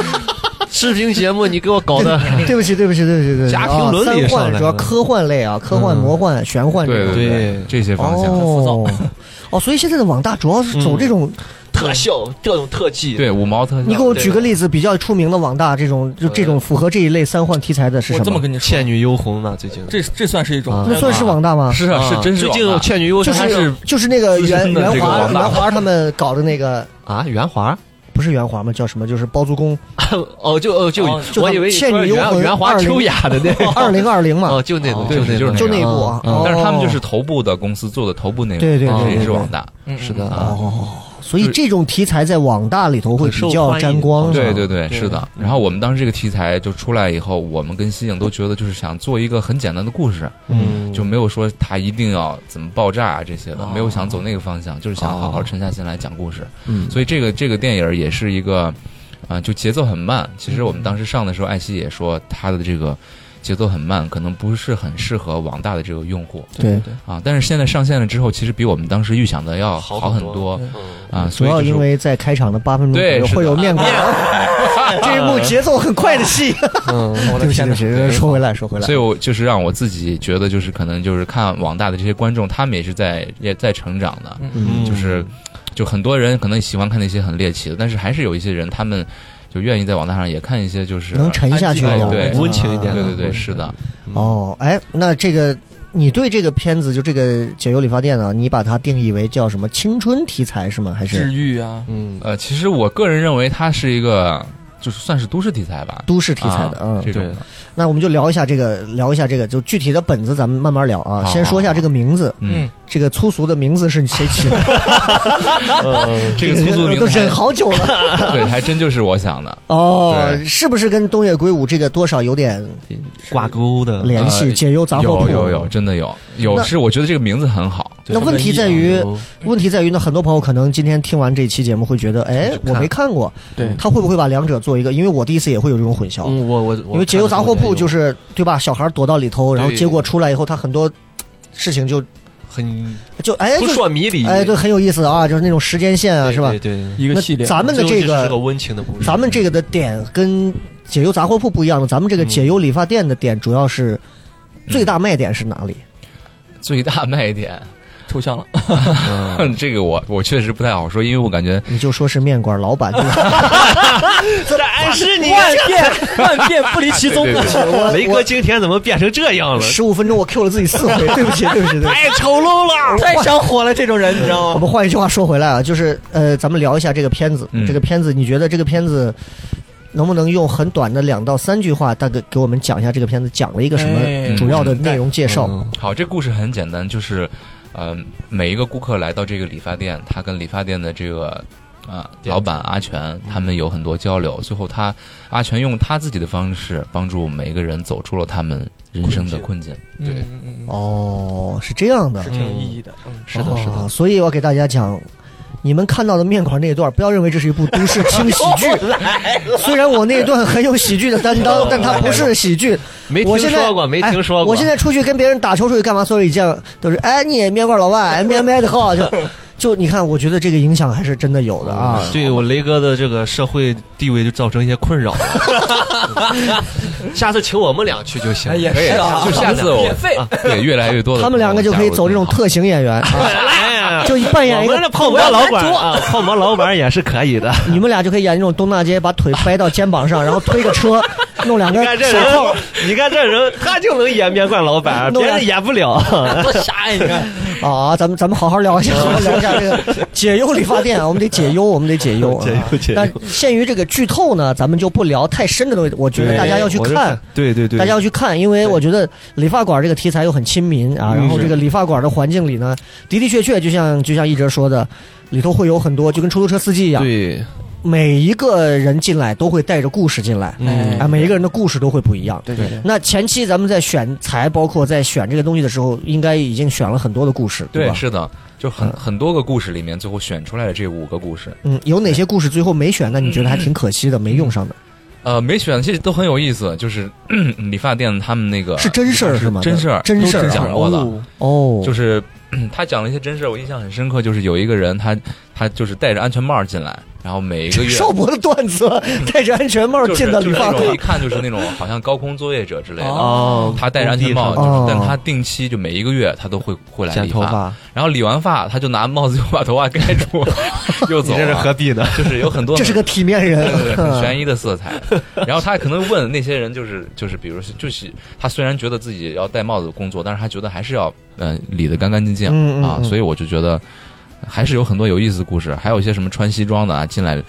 [SPEAKER 5] 视频节目，你给
[SPEAKER 7] 呃
[SPEAKER 5] 我搞的，
[SPEAKER 2] 对不起，对不起，对不起，对不起。
[SPEAKER 5] 家庭
[SPEAKER 2] 啊
[SPEAKER 5] 伦理
[SPEAKER 2] 三
[SPEAKER 5] 上
[SPEAKER 2] 幻
[SPEAKER 5] 来
[SPEAKER 2] 主要
[SPEAKER 5] 了
[SPEAKER 2] 科幻类啊，科幻、魔幻、玄幻这
[SPEAKER 6] 对
[SPEAKER 2] 种。
[SPEAKER 5] 对
[SPEAKER 6] 这些方向。
[SPEAKER 2] 哦，哦，所以现在的网大主要是走这种，
[SPEAKER 5] 特效各种特技，
[SPEAKER 6] 嗯对五毛特效，
[SPEAKER 2] 你给我举个例子，比较出名的网大这种，就这种符合这一类三幻题材的是什
[SPEAKER 4] 我这么跟你
[SPEAKER 5] 《
[SPEAKER 4] 说，
[SPEAKER 5] 倩女幽魂》嘛，最近
[SPEAKER 4] 这这算是一种
[SPEAKER 5] 啊
[SPEAKER 2] 那算是网大吗？
[SPEAKER 6] 是啊，是真是
[SPEAKER 5] 最近
[SPEAKER 6] 网
[SPEAKER 5] 《
[SPEAKER 6] 大
[SPEAKER 5] 倩女幽
[SPEAKER 2] 就
[SPEAKER 5] 魂》还
[SPEAKER 2] 是就是那个
[SPEAKER 6] 资
[SPEAKER 2] 袁
[SPEAKER 6] 深的
[SPEAKER 2] 袁
[SPEAKER 6] 这个
[SPEAKER 2] 华
[SPEAKER 6] 网大
[SPEAKER 2] 袁华他们搞的那个，
[SPEAKER 5] 啊，袁华
[SPEAKER 2] 不是袁华吗？叫什么？就是包租 公
[SPEAKER 5] 哦，就哦就
[SPEAKER 4] 哦
[SPEAKER 2] 就
[SPEAKER 5] 我以为你说
[SPEAKER 2] 倩女幽魂
[SPEAKER 5] 袁袁华
[SPEAKER 2] 20
[SPEAKER 5] 秋雅的那个，
[SPEAKER 2] 二零二零嘛
[SPEAKER 5] 哦，，就那种，
[SPEAKER 6] 对
[SPEAKER 5] 那
[SPEAKER 6] 就是
[SPEAKER 5] 种，
[SPEAKER 6] 嗯
[SPEAKER 2] 就那一部
[SPEAKER 5] 啊
[SPEAKER 2] 啊。哦
[SPEAKER 6] 但是他们就是头部的公司做的头部内容，
[SPEAKER 2] 对对
[SPEAKER 5] 对
[SPEAKER 6] 这也
[SPEAKER 5] 对
[SPEAKER 6] 是
[SPEAKER 2] 对
[SPEAKER 6] 网大，
[SPEAKER 4] 嗯
[SPEAKER 5] 是的，啊，
[SPEAKER 2] 哦，所以这种题材在网大里头会比较沾光。
[SPEAKER 5] 很受
[SPEAKER 6] 对
[SPEAKER 5] 欢迎
[SPEAKER 6] 对对，
[SPEAKER 5] 对
[SPEAKER 6] 是的。然后我们当时这个题材就出来以后，我们跟西影都觉得就是想做一个很简单的故事，
[SPEAKER 5] 嗯
[SPEAKER 6] 就没有说它一定要怎么爆炸啊这些的，
[SPEAKER 4] 哦
[SPEAKER 6] 没有想走那个方向，就是想好好沉下心来讲故事。
[SPEAKER 2] 嗯
[SPEAKER 6] 所以这个这个电影也呃是一个，啊、就节奏很慢。其实我们当时上的时候，艾希也说他的这个节奏很慢，可能不是很适合网大的这个用户
[SPEAKER 4] 对
[SPEAKER 7] 对
[SPEAKER 4] 对，
[SPEAKER 6] 啊。但是现在上线了之后，其实比我们当时预想的要
[SPEAKER 5] 好
[SPEAKER 6] 好很
[SPEAKER 5] 多
[SPEAKER 6] 多
[SPEAKER 5] 嗯，
[SPEAKER 6] 啊，
[SPEAKER 2] 主
[SPEAKER 6] 所以
[SPEAKER 2] 要
[SPEAKER 6] 就是
[SPEAKER 2] 因为在开场的八分钟左
[SPEAKER 6] 对
[SPEAKER 2] 右
[SPEAKER 6] 是的啊
[SPEAKER 2] 会有面馆， 这一幕节奏很快的 戏。
[SPEAKER 4] 嗯，
[SPEAKER 2] 对
[SPEAKER 4] 我的
[SPEAKER 2] 不起，对
[SPEAKER 4] 天哪
[SPEAKER 2] 不！起， 说回来，说回来
[SPEAKER 6] 所以，。我就是让我自己觉得，就是可能就是看网大的这些观众，他们也是在也在成长的，
[SPEAKER 2] 嗯
[SPEAKER 6] 就是就很多人可能喜欢看那些很猎奇的，但是还是有一些人他们就愿意在网大上也看一些就是
[SPEAKER 2] 能沉下去一点，嗯
[SPEAKER 6] 哎对
[SPEAKER 5] 温情一点
[SPEAKER 6] 对对对，是的，
[SPEAKER 2] 哦，哎，那这个你对这个片子就这个《解忧理发店》呢，你把它定义为叫什么青春题材是吗？还
[SPEAKER 4] 治
[SPEAKER 2] 是
[SPEAKER 4] 愈啊，
[SPEAKER 7] 嗯，
[SPEAKER 6] 呃，其实我个人认为它是一个就是算是都市题材吧，
[SPEAKER 2] 都市题材的？
[SPEAKER 6] 啊
[SPEAKER 2] 嗯，
[SPEAKER 6] 这种的，
[SPEAKER 2] 那我们就聊一下这个，聊一下这个，就具体的本子咱们慢慢聊啊。
[SPEAKER 6] 好
[SPEAKER 2] 先说一下这个名字，
[SPEAKER 6] 嗯，
[SPEAKER 2] 这个粗俗的名字是谁起的？
[SPEAKER 6] 这个 粗俗的名
[SPEAKER 2] 都
[SPEAKER 6] 字还
[SPEAKER 2] 忍好久 了
[SPEAKER 6] 对，还真就是我想的，
[SPEAKER 2] 哦，
[SPEAKER 6] 对
[SPEAKER 2] 是不是跟东野圭吾这个多少有点
[SPEAKER 7] 挂钩的
[SPEAKER 2] 联系？
[SPEAKER 6] 呃
[SPEAKER 2] 解忧杂货铺
[SPEAKER 6] 有有有，真的有有
[SPEAKER 2] 那
[SPEAKER 6] 是我觉得这个名字很好，
[SPEAKER 2] 那问题在于，问题在于呢，很多朋友可能今天听完这期节目会觉得，哎，我没看过，
[SPEAKER 4] 对
[SPEAKER 2] 他会不会把两者做一个？因为我第一次也会有这种混淆，
[SPEAKER 7] 嗯，我我我
[SPEAKER 2] 因为解忧杂货铺就是是对吧？小孩躲到里头，然后
[SPEAKER 7] 对
[SPEAKER 2] 结果出来以后，他很多事情就
[SPEAKER 7] 很
[SPEAKER 2] 就哎
[SPEAKER 5] 扑
[SPEAKER 2] 就
[SPEAKER 5] 朔迷离。哎
[SPEAKER 2] 哎，对，很有意思啊，就是那种时间线啊，是吧
[SPEAKER 7] 对？对，
[SPEAKER 4] 一个系列。
[SPEAKER 2] 咱们的这
[SPEAKER 5] 最后就是个
[SPEAKER 2] 个，
[SPEAKER 5] 温情的故事。
[SPEAKER 2] 咱们这个的点跟解忧杂货铺不一样的，咱们这个
[SPEAKER 7] 嗯
[SPEAKER 2] 解忧理发店的点主要是最大卖点是哪里？
[SPEAKER 6] 最大卖点，
[SPEAKER 4] 抽象了，
[SPEAKER 6] 这个我我确实不太好说，因为我感觉
[SPEAKER 2] 你就说是面馆老板，对吧
[SPEAKER 5] 暗示你啊
[SPEAKER 4] 万变万变不离其宗。啊
[SPEAKER 6] 对对对
[SPEAKER 5] 雷哥今天怎么变成这样了？
[SPEAKER 2] 十五分钟我 Q 了自己四回，对不起，对不起，对不起。
[SPEAKER 5] 太丑陋了！
[SPEAKER 4] 太上火了，这种人你知道
[SPEAKER 2] 我
[SPEAKER 4] 吗？
[SPEAKER 2] 们换一句话说回来啊，就是呃，咱们聊一下这个片子。
[SPEAKER 6] 嗯
[SPEAKER 2] 这个片子，你觉得这个片子能不能用很短的两到三句话，大概给我们讲一下这个片子讲了一个什
[SPEAKER 4] 哎
[SPEAKER 2] 么主要的内容介绍？
[SPEAKER 7] 嗯
[SPEAKER 6] 好，这故事很简单，就是，呃，每一个顾客来到这个理发店，他跟理发店的这个啊、
[SPEAKER 5] 店
[SPEAKER 6] 老板阿全他们有很多交流，最后他阿全用他自己的方式帮助每一个人走出了他们人生的困境。
[SPEAKER 4] 对
[SPEAKER 6] 对，
[SPEAKER 4] 嗯嗯
[SPEAKER 2] 哦，是这样的
[SPEAKER 4] 是，挺有意义的。嗯
[SPEAKER 6] 是的，是的
[SPEAKER 2] 哦。所以我给大家讲。你们看到的面馆那一段，不要认为这是一部都市轻喜 剧。虽然我那一段很有喜剧的担当，但它不是喜剧。
[SPEAKER 5] 没
[SPEAKER 2] 我
[SPEAKER 5] 听
[SPEAKER 2] 现在
[SPEAKER 5] 说过，没听说过。
[SPEAKER 2] 哎我现在出去跟别人打球出去干嘛，所有一见都是哎，你也面馆老外，哎面卖的 好，就就你看，我觉得这个影响还是真的有的
[SPEAKER 5] 嗯
[SPEAKER 2] 啊。
[SPEAKER 7] 对我雷哥的这个社会地位就造成一些困扰了。
[SPEAKER 5] 下次请我们俩去就
[SPEAKER 2] 哎
[SPEAKER 5] 行。
[SPEAKER 4] 也
[SPEAKER 7] 哎
[SPEAKER 6] 可以
[SPEAKER 4] 是啊，
[SPEAKER 6] 就下次我
[SPEAKER 4] 免费。
[SPEAKER 6] 对，越来越多的
[SPEAKER 2] 他们两个就可以走这种
[SPEAKER 6] 朋友
[SPEAKER 2] 特型演员，啊
[SPEAKER 5] 哎
[SPEAKER 2] 就扮演一
[SPEAKER 5] 我
[SPEAKER 2] 个
[SPEAKER 5] 们的泡馍老板啊，泡馍老板也是可以的。
[SPEAKER 2] 你们俩就可以演那种东大街，把腿掰到肩膀上，然后推个车，弄两
[SPEAKER 5] 你
[SPEAKER 2] 个
[SPEAKER 5] 看这
[SPEAKER 2] 手
[SPEAKER 5] 人
[SPEAKER 2] 铐。，
[SPEAKER 5] 你看这人，他就能演面馆老板，
[SPEAKER 2] 弄
[SPEAKER 5] 别
[SPEAKER 2] 俩
[SPEAKER 5] 人演不了。
[SPEAKER 4] 多瞎呀！你看，
[SPEAKER 2] 啊，咱们咱们好好聊一下，好好聊一下这个解忧理发店啊，我们得解忧，我们得解忧啊。
[SPEAKER 5] 解忧解忧
[SPEAKER 2] 但限于这个剧透呢，咱们就不聊太深的东西。我觉得大家要去
[SPEAKER 5] 哎
[SPEAKER 7] 我就
[SPEAKER 2] 看，，
[SPEAKER 7] 对对对，
[SPEAKER 2] 大家要去看，因为我觉得理发馆这个题材又很亲民
[SPEAKER 6] 嗯
[SPEAKER 2] 啊，然后
[SPEAKER 7] 是
[SPEAKER 2] 这个理发馆的环境里呢，的的确确就像就像一哲说的，里头会有很多就跟出租车司机一样，
[SPEAKER 7] 对，
[SPEAKER 2] 每一个人进来都会带着故事进来，
[SPEAKER 7] 嗯
[SPEAKER 2] 啊，每一个人的故事都会不一样。
[SPEAKER 4] 对对对，
[SPEAKER 2] 那前期咱们在选材，包括在选这个东西的时候，应该已经选了很多的故事，对
[SPEAKER 6] 对，
[SPEAKER 2] 吧？
[SPEAKER 6] 是的，就很很多个故事里面，最后选出来的这五个故事，
[SPEAKER 2] 嗯，有哪些故事最后没选？那你觉得还挺可惜的，没用上的，
[SPEAKER 6] 呃，没选，其实都很有意思。就是嗯理发店他们那个
[SPEAKER 2] 是真事儿是吗？
[SPEAKER 6] 真事儿，
[SPEAKER 2] 真事
[SPEAKER 6] 都
[SPEAKER 2] 儿
[SPEAKER 6] 是
[SPEAKER 2] 啊
[SPEAKER 6] 讲过的。
[SPEAKER 2] 哦，
[SPEAKER 6] 就是是嗯他讲了一些真事，我印象很深刻。就是有一个人他，他就是戴着安全帽进来，然后每 一个月嗯
[SPEAKER 2] 邵博的段子，戴着安全帽
[SPEAKER 6] 就是
[SPEAKER 2] 进到理发
[SPEAKER 6] 就是那种
[SPEAKER 2] 馆
[SPEAKER 6] 一。看就是那种好像高空作业者之类的。
[SPEAKER 7] 哦
[SPEAKER 6] 他戴着安全帽，就
[SPEAKER 2] 工地上
[SPEAKER 6] 是，但他定期就每一个月他都会会来
[SPEAKER 7] 剪
[SPEAKER 6] 理
[SPEAKER 7] 头
[SPEAKER 6] 啊发，
[SPEAKER 7] 发，
[SPEAKER 6] 然后理完发他就拿帽子又把头发盖住，又走
[SPEAKER 7] 你这是何
[SPEAKER 6] 了，
[SPEAKER 7] 必呢？
[SPEAKER 6] 就是有很多
[SPEAKER 2] 这是个体面人
[SPEAKER 6] 对对对，很悬
[SPEAKER 2] 嗯
[SPEAKER 6] 疑的 色彩。然后他可能问那些人，就是就是，比如就是他虽然觉得自己要戴帽子工作，但是他觉得还是要嗯、呃理得干干净净
[SPEAKER 2] 嗯嗯
[SPEAKER 6] 啊，
[SPEAKER 2] 嗯
[SPEAKER 6] 所以我就觉得还是有很多有意思的故事，还有一些什么穿西装的啊进来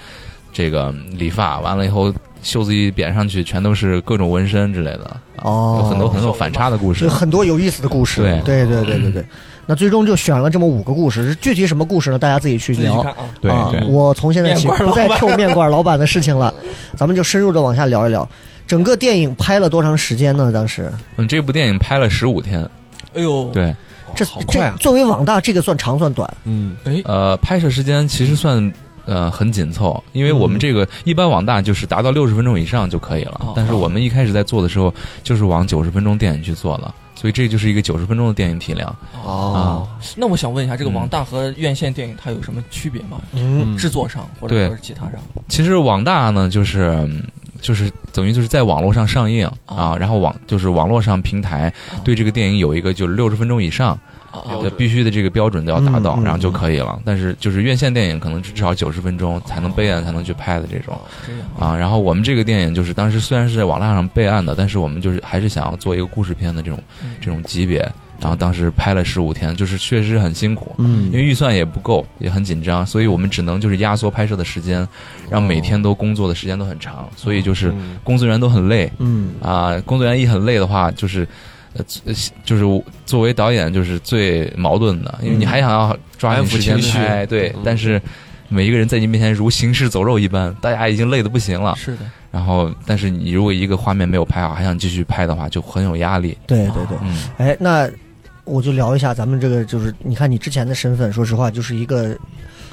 [SPEAKER 6] 这个理发完了以后。袖子一扁上去，全都是各种纹身之类的，啊
[SPEAKER 2] 哦
[SPEAKER 6] 有很多很有反差的故事
[SPEAKER 2] 有。很多有意思的故事。
[SPEAKER 6] 对
[SPEAKER 2] 对对对对对那最终就选了这么五个故事，是具体什么故事呢？大家自己去
[SPEAKER 4] 自己
[SPEAKER 2] 聊
[SPEAKER 4] 看。啊。
[SPEAKER 6] 对
[SPEAKER 2] 啊
[SPEAKER 6] 对，
[SPEAKER 2] 我从现在起
[SPEAKER 4] 面馆
[SPEAKER 2] 不
[SPEAKER 4] 老
[SPEAKER 2] 再
[SPEAKER 4] 板
[SPEAKER 2] Q 面馆老板的事情了，咱们就深入的往下聊一聊。整个电影拍了多长时间呢？当时
[SPEAKER 6] 嗯，这部电影拍了十五天，
[SPEAKER 4] 哎呦，
[SPEAKER 6] 对，
[SPEAKER 2] 这
[SPEAKER 4] 好
[SPEAKER 2] 这！作为网大，这个算长算短？
[SPEAKER 7] 嗯，
[SPEAKER 4] 哎，
[SPEAKER 6] 呃，拍摄时间其实算呃很紧凑，因为我
[SPEAKER 2] 嗯
[SPEAKER 6] 们这个一般网大就是达到六十分钟以上就可以了
[SPEAKER 4] 哦，
[SPEAKER 6] 但是我们一开始在做的时候就是往九十分钟电影去做了，所以这就是一个九十分钟的电影体量
[SPEAKER 2] 哦
[SPEAKER 6] 啊。
[SPEAKER 4] 那我想问一下，这个
[SPEAKER 6] 嗯
[SPEAKER 4] 网大和院线电影它有什么区别吗？
[SPEAKER 2] 嗯，
[SPEAKER 4] 制作上或者
[SPEAKER 6] 对
[SPEAKER 4] 说是其他上？
[SPEAKER 6] 其实网大呢，就是嗯就是等于就是在网络上上映啊
[SPEAKER 2] 哦
[SPEAKER 4] 啊，
[SPEAKER 6] 然后网就是网络上平台
[SPEAKER 4] 啊
[SPEAKER 6] 对这个电影有一个就是六十分钟以上
[SPEAKER 4] 啊
[SPEAKER 6] 的必须的这个标准都要达到
[SPEAKER 2] 哦嗯，嗯
[SPEAKER 6] 然后就可以了。但是就是院线电影可能至少九十分钟才
[SPEAKER 2] 哦
[SPEAKER 6] 能备案才能去拍的这种。
[SPEAKER 4] 这样
[SPEAKER 6] 啊，然后我们这个电影就是当时虽然是在网络上备案的，但是我们就是还是想要做一个故事片的这种
[SPEAKER 4] 嗯
[SPEAKER 6] 这种级别，然后当时拍了十五天，就是确实很辛苦，嗯，因为预算也不够，也很紧张，所以我们只能就是压缩拍摄的时间，让每天都工作的时间都很长，所以就是工作人员都很累，
[SPEAKER 2] 嗯
[SPEAKER 6] 啊，工作人员一很累的话，就是，呃，呃就是我作为导演就是最矛盾的，因为你还想要抓紧时
[SPEAKER 7] 嗯
[SPEAKER 6] 间
[SPEAKER 7] 安抚情绪嗯
[SPEAKER 6] 拍，对，但是每一个人在你面前如行尸走肉一般，大家已经累得不行了。
[SPEAKER 4] 是的，
[SPEAKER 6] 然后，但是你如果一个画面没有拍好，还想继续拍的话，就很有压力。
[SPEAKER 2] 对对对，
[SPEAKER 6] 嗯，
[SPEAKER 2] 哎，那我就聊一下咱们这个，就是你看你之前的身份，说实话就是一个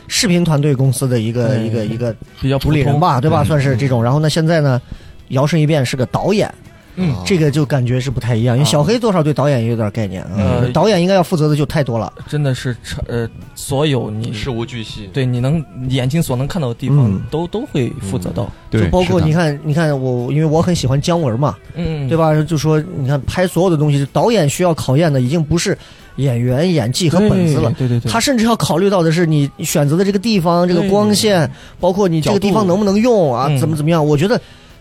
[SPEAKER 2] 视频团队公司的一个
[SPEAKER 4] 嗯
[SPEAKER 2] 一个一个
[SPEAKER 4] 比较
[SPEAKER 2] 主理人吧，对吧？算是这种。然后呢，现在呢，摇身一变是个导演，
[SPEAKER 4] 嗯
[SPEAKER 2] 这个就感觉是不太一样，
[SPEAKER 4] 啊
[SPEAKER 2] 因为小黑多少对导演也有点概念，
[SPEAKER 4] 嗯
[SPEAKER 2] 嗯导演应该要负责的就太多了。
[SPEAKER 4] 普通，真的是超呃，所有你
[SPEAKER 7] 事无巨细，
[SPEAKER 4] 对你能眼睛所能看到的地方
[SPEAKER 2] 嗯
[SPEAKER 4] 都都会负责到，
[SPEAKER 6] 对
[SPEAKER 2] 就包括
[SPEAKER 6] 是的
[SPEAKER 2] 你看，你看我，因为我很喜欢姜文嘛，
[SPEAKER 4] 嗯，
[SPEAKER 2] 对？吧？就说你看拍所有的东西，导演需要考验的已经不是演员演技和本子了，
[SPEAKER 4] 对对对，
[SPEAKER 2] 他甚至要考虑到的是你选择的这个地方、这个
[SPEAKER 4] 对
[SPEAKER 2] 光线，包括你这个地
[SPEAKER 4] 角
[SPEAKER 2] 方
[SPEAKER 4] 度
[SPEAKER 2] 能不能用啊，
[SPEAKER 4] 嗯
[SPEAKER 2] 怎么怎么样？我觉得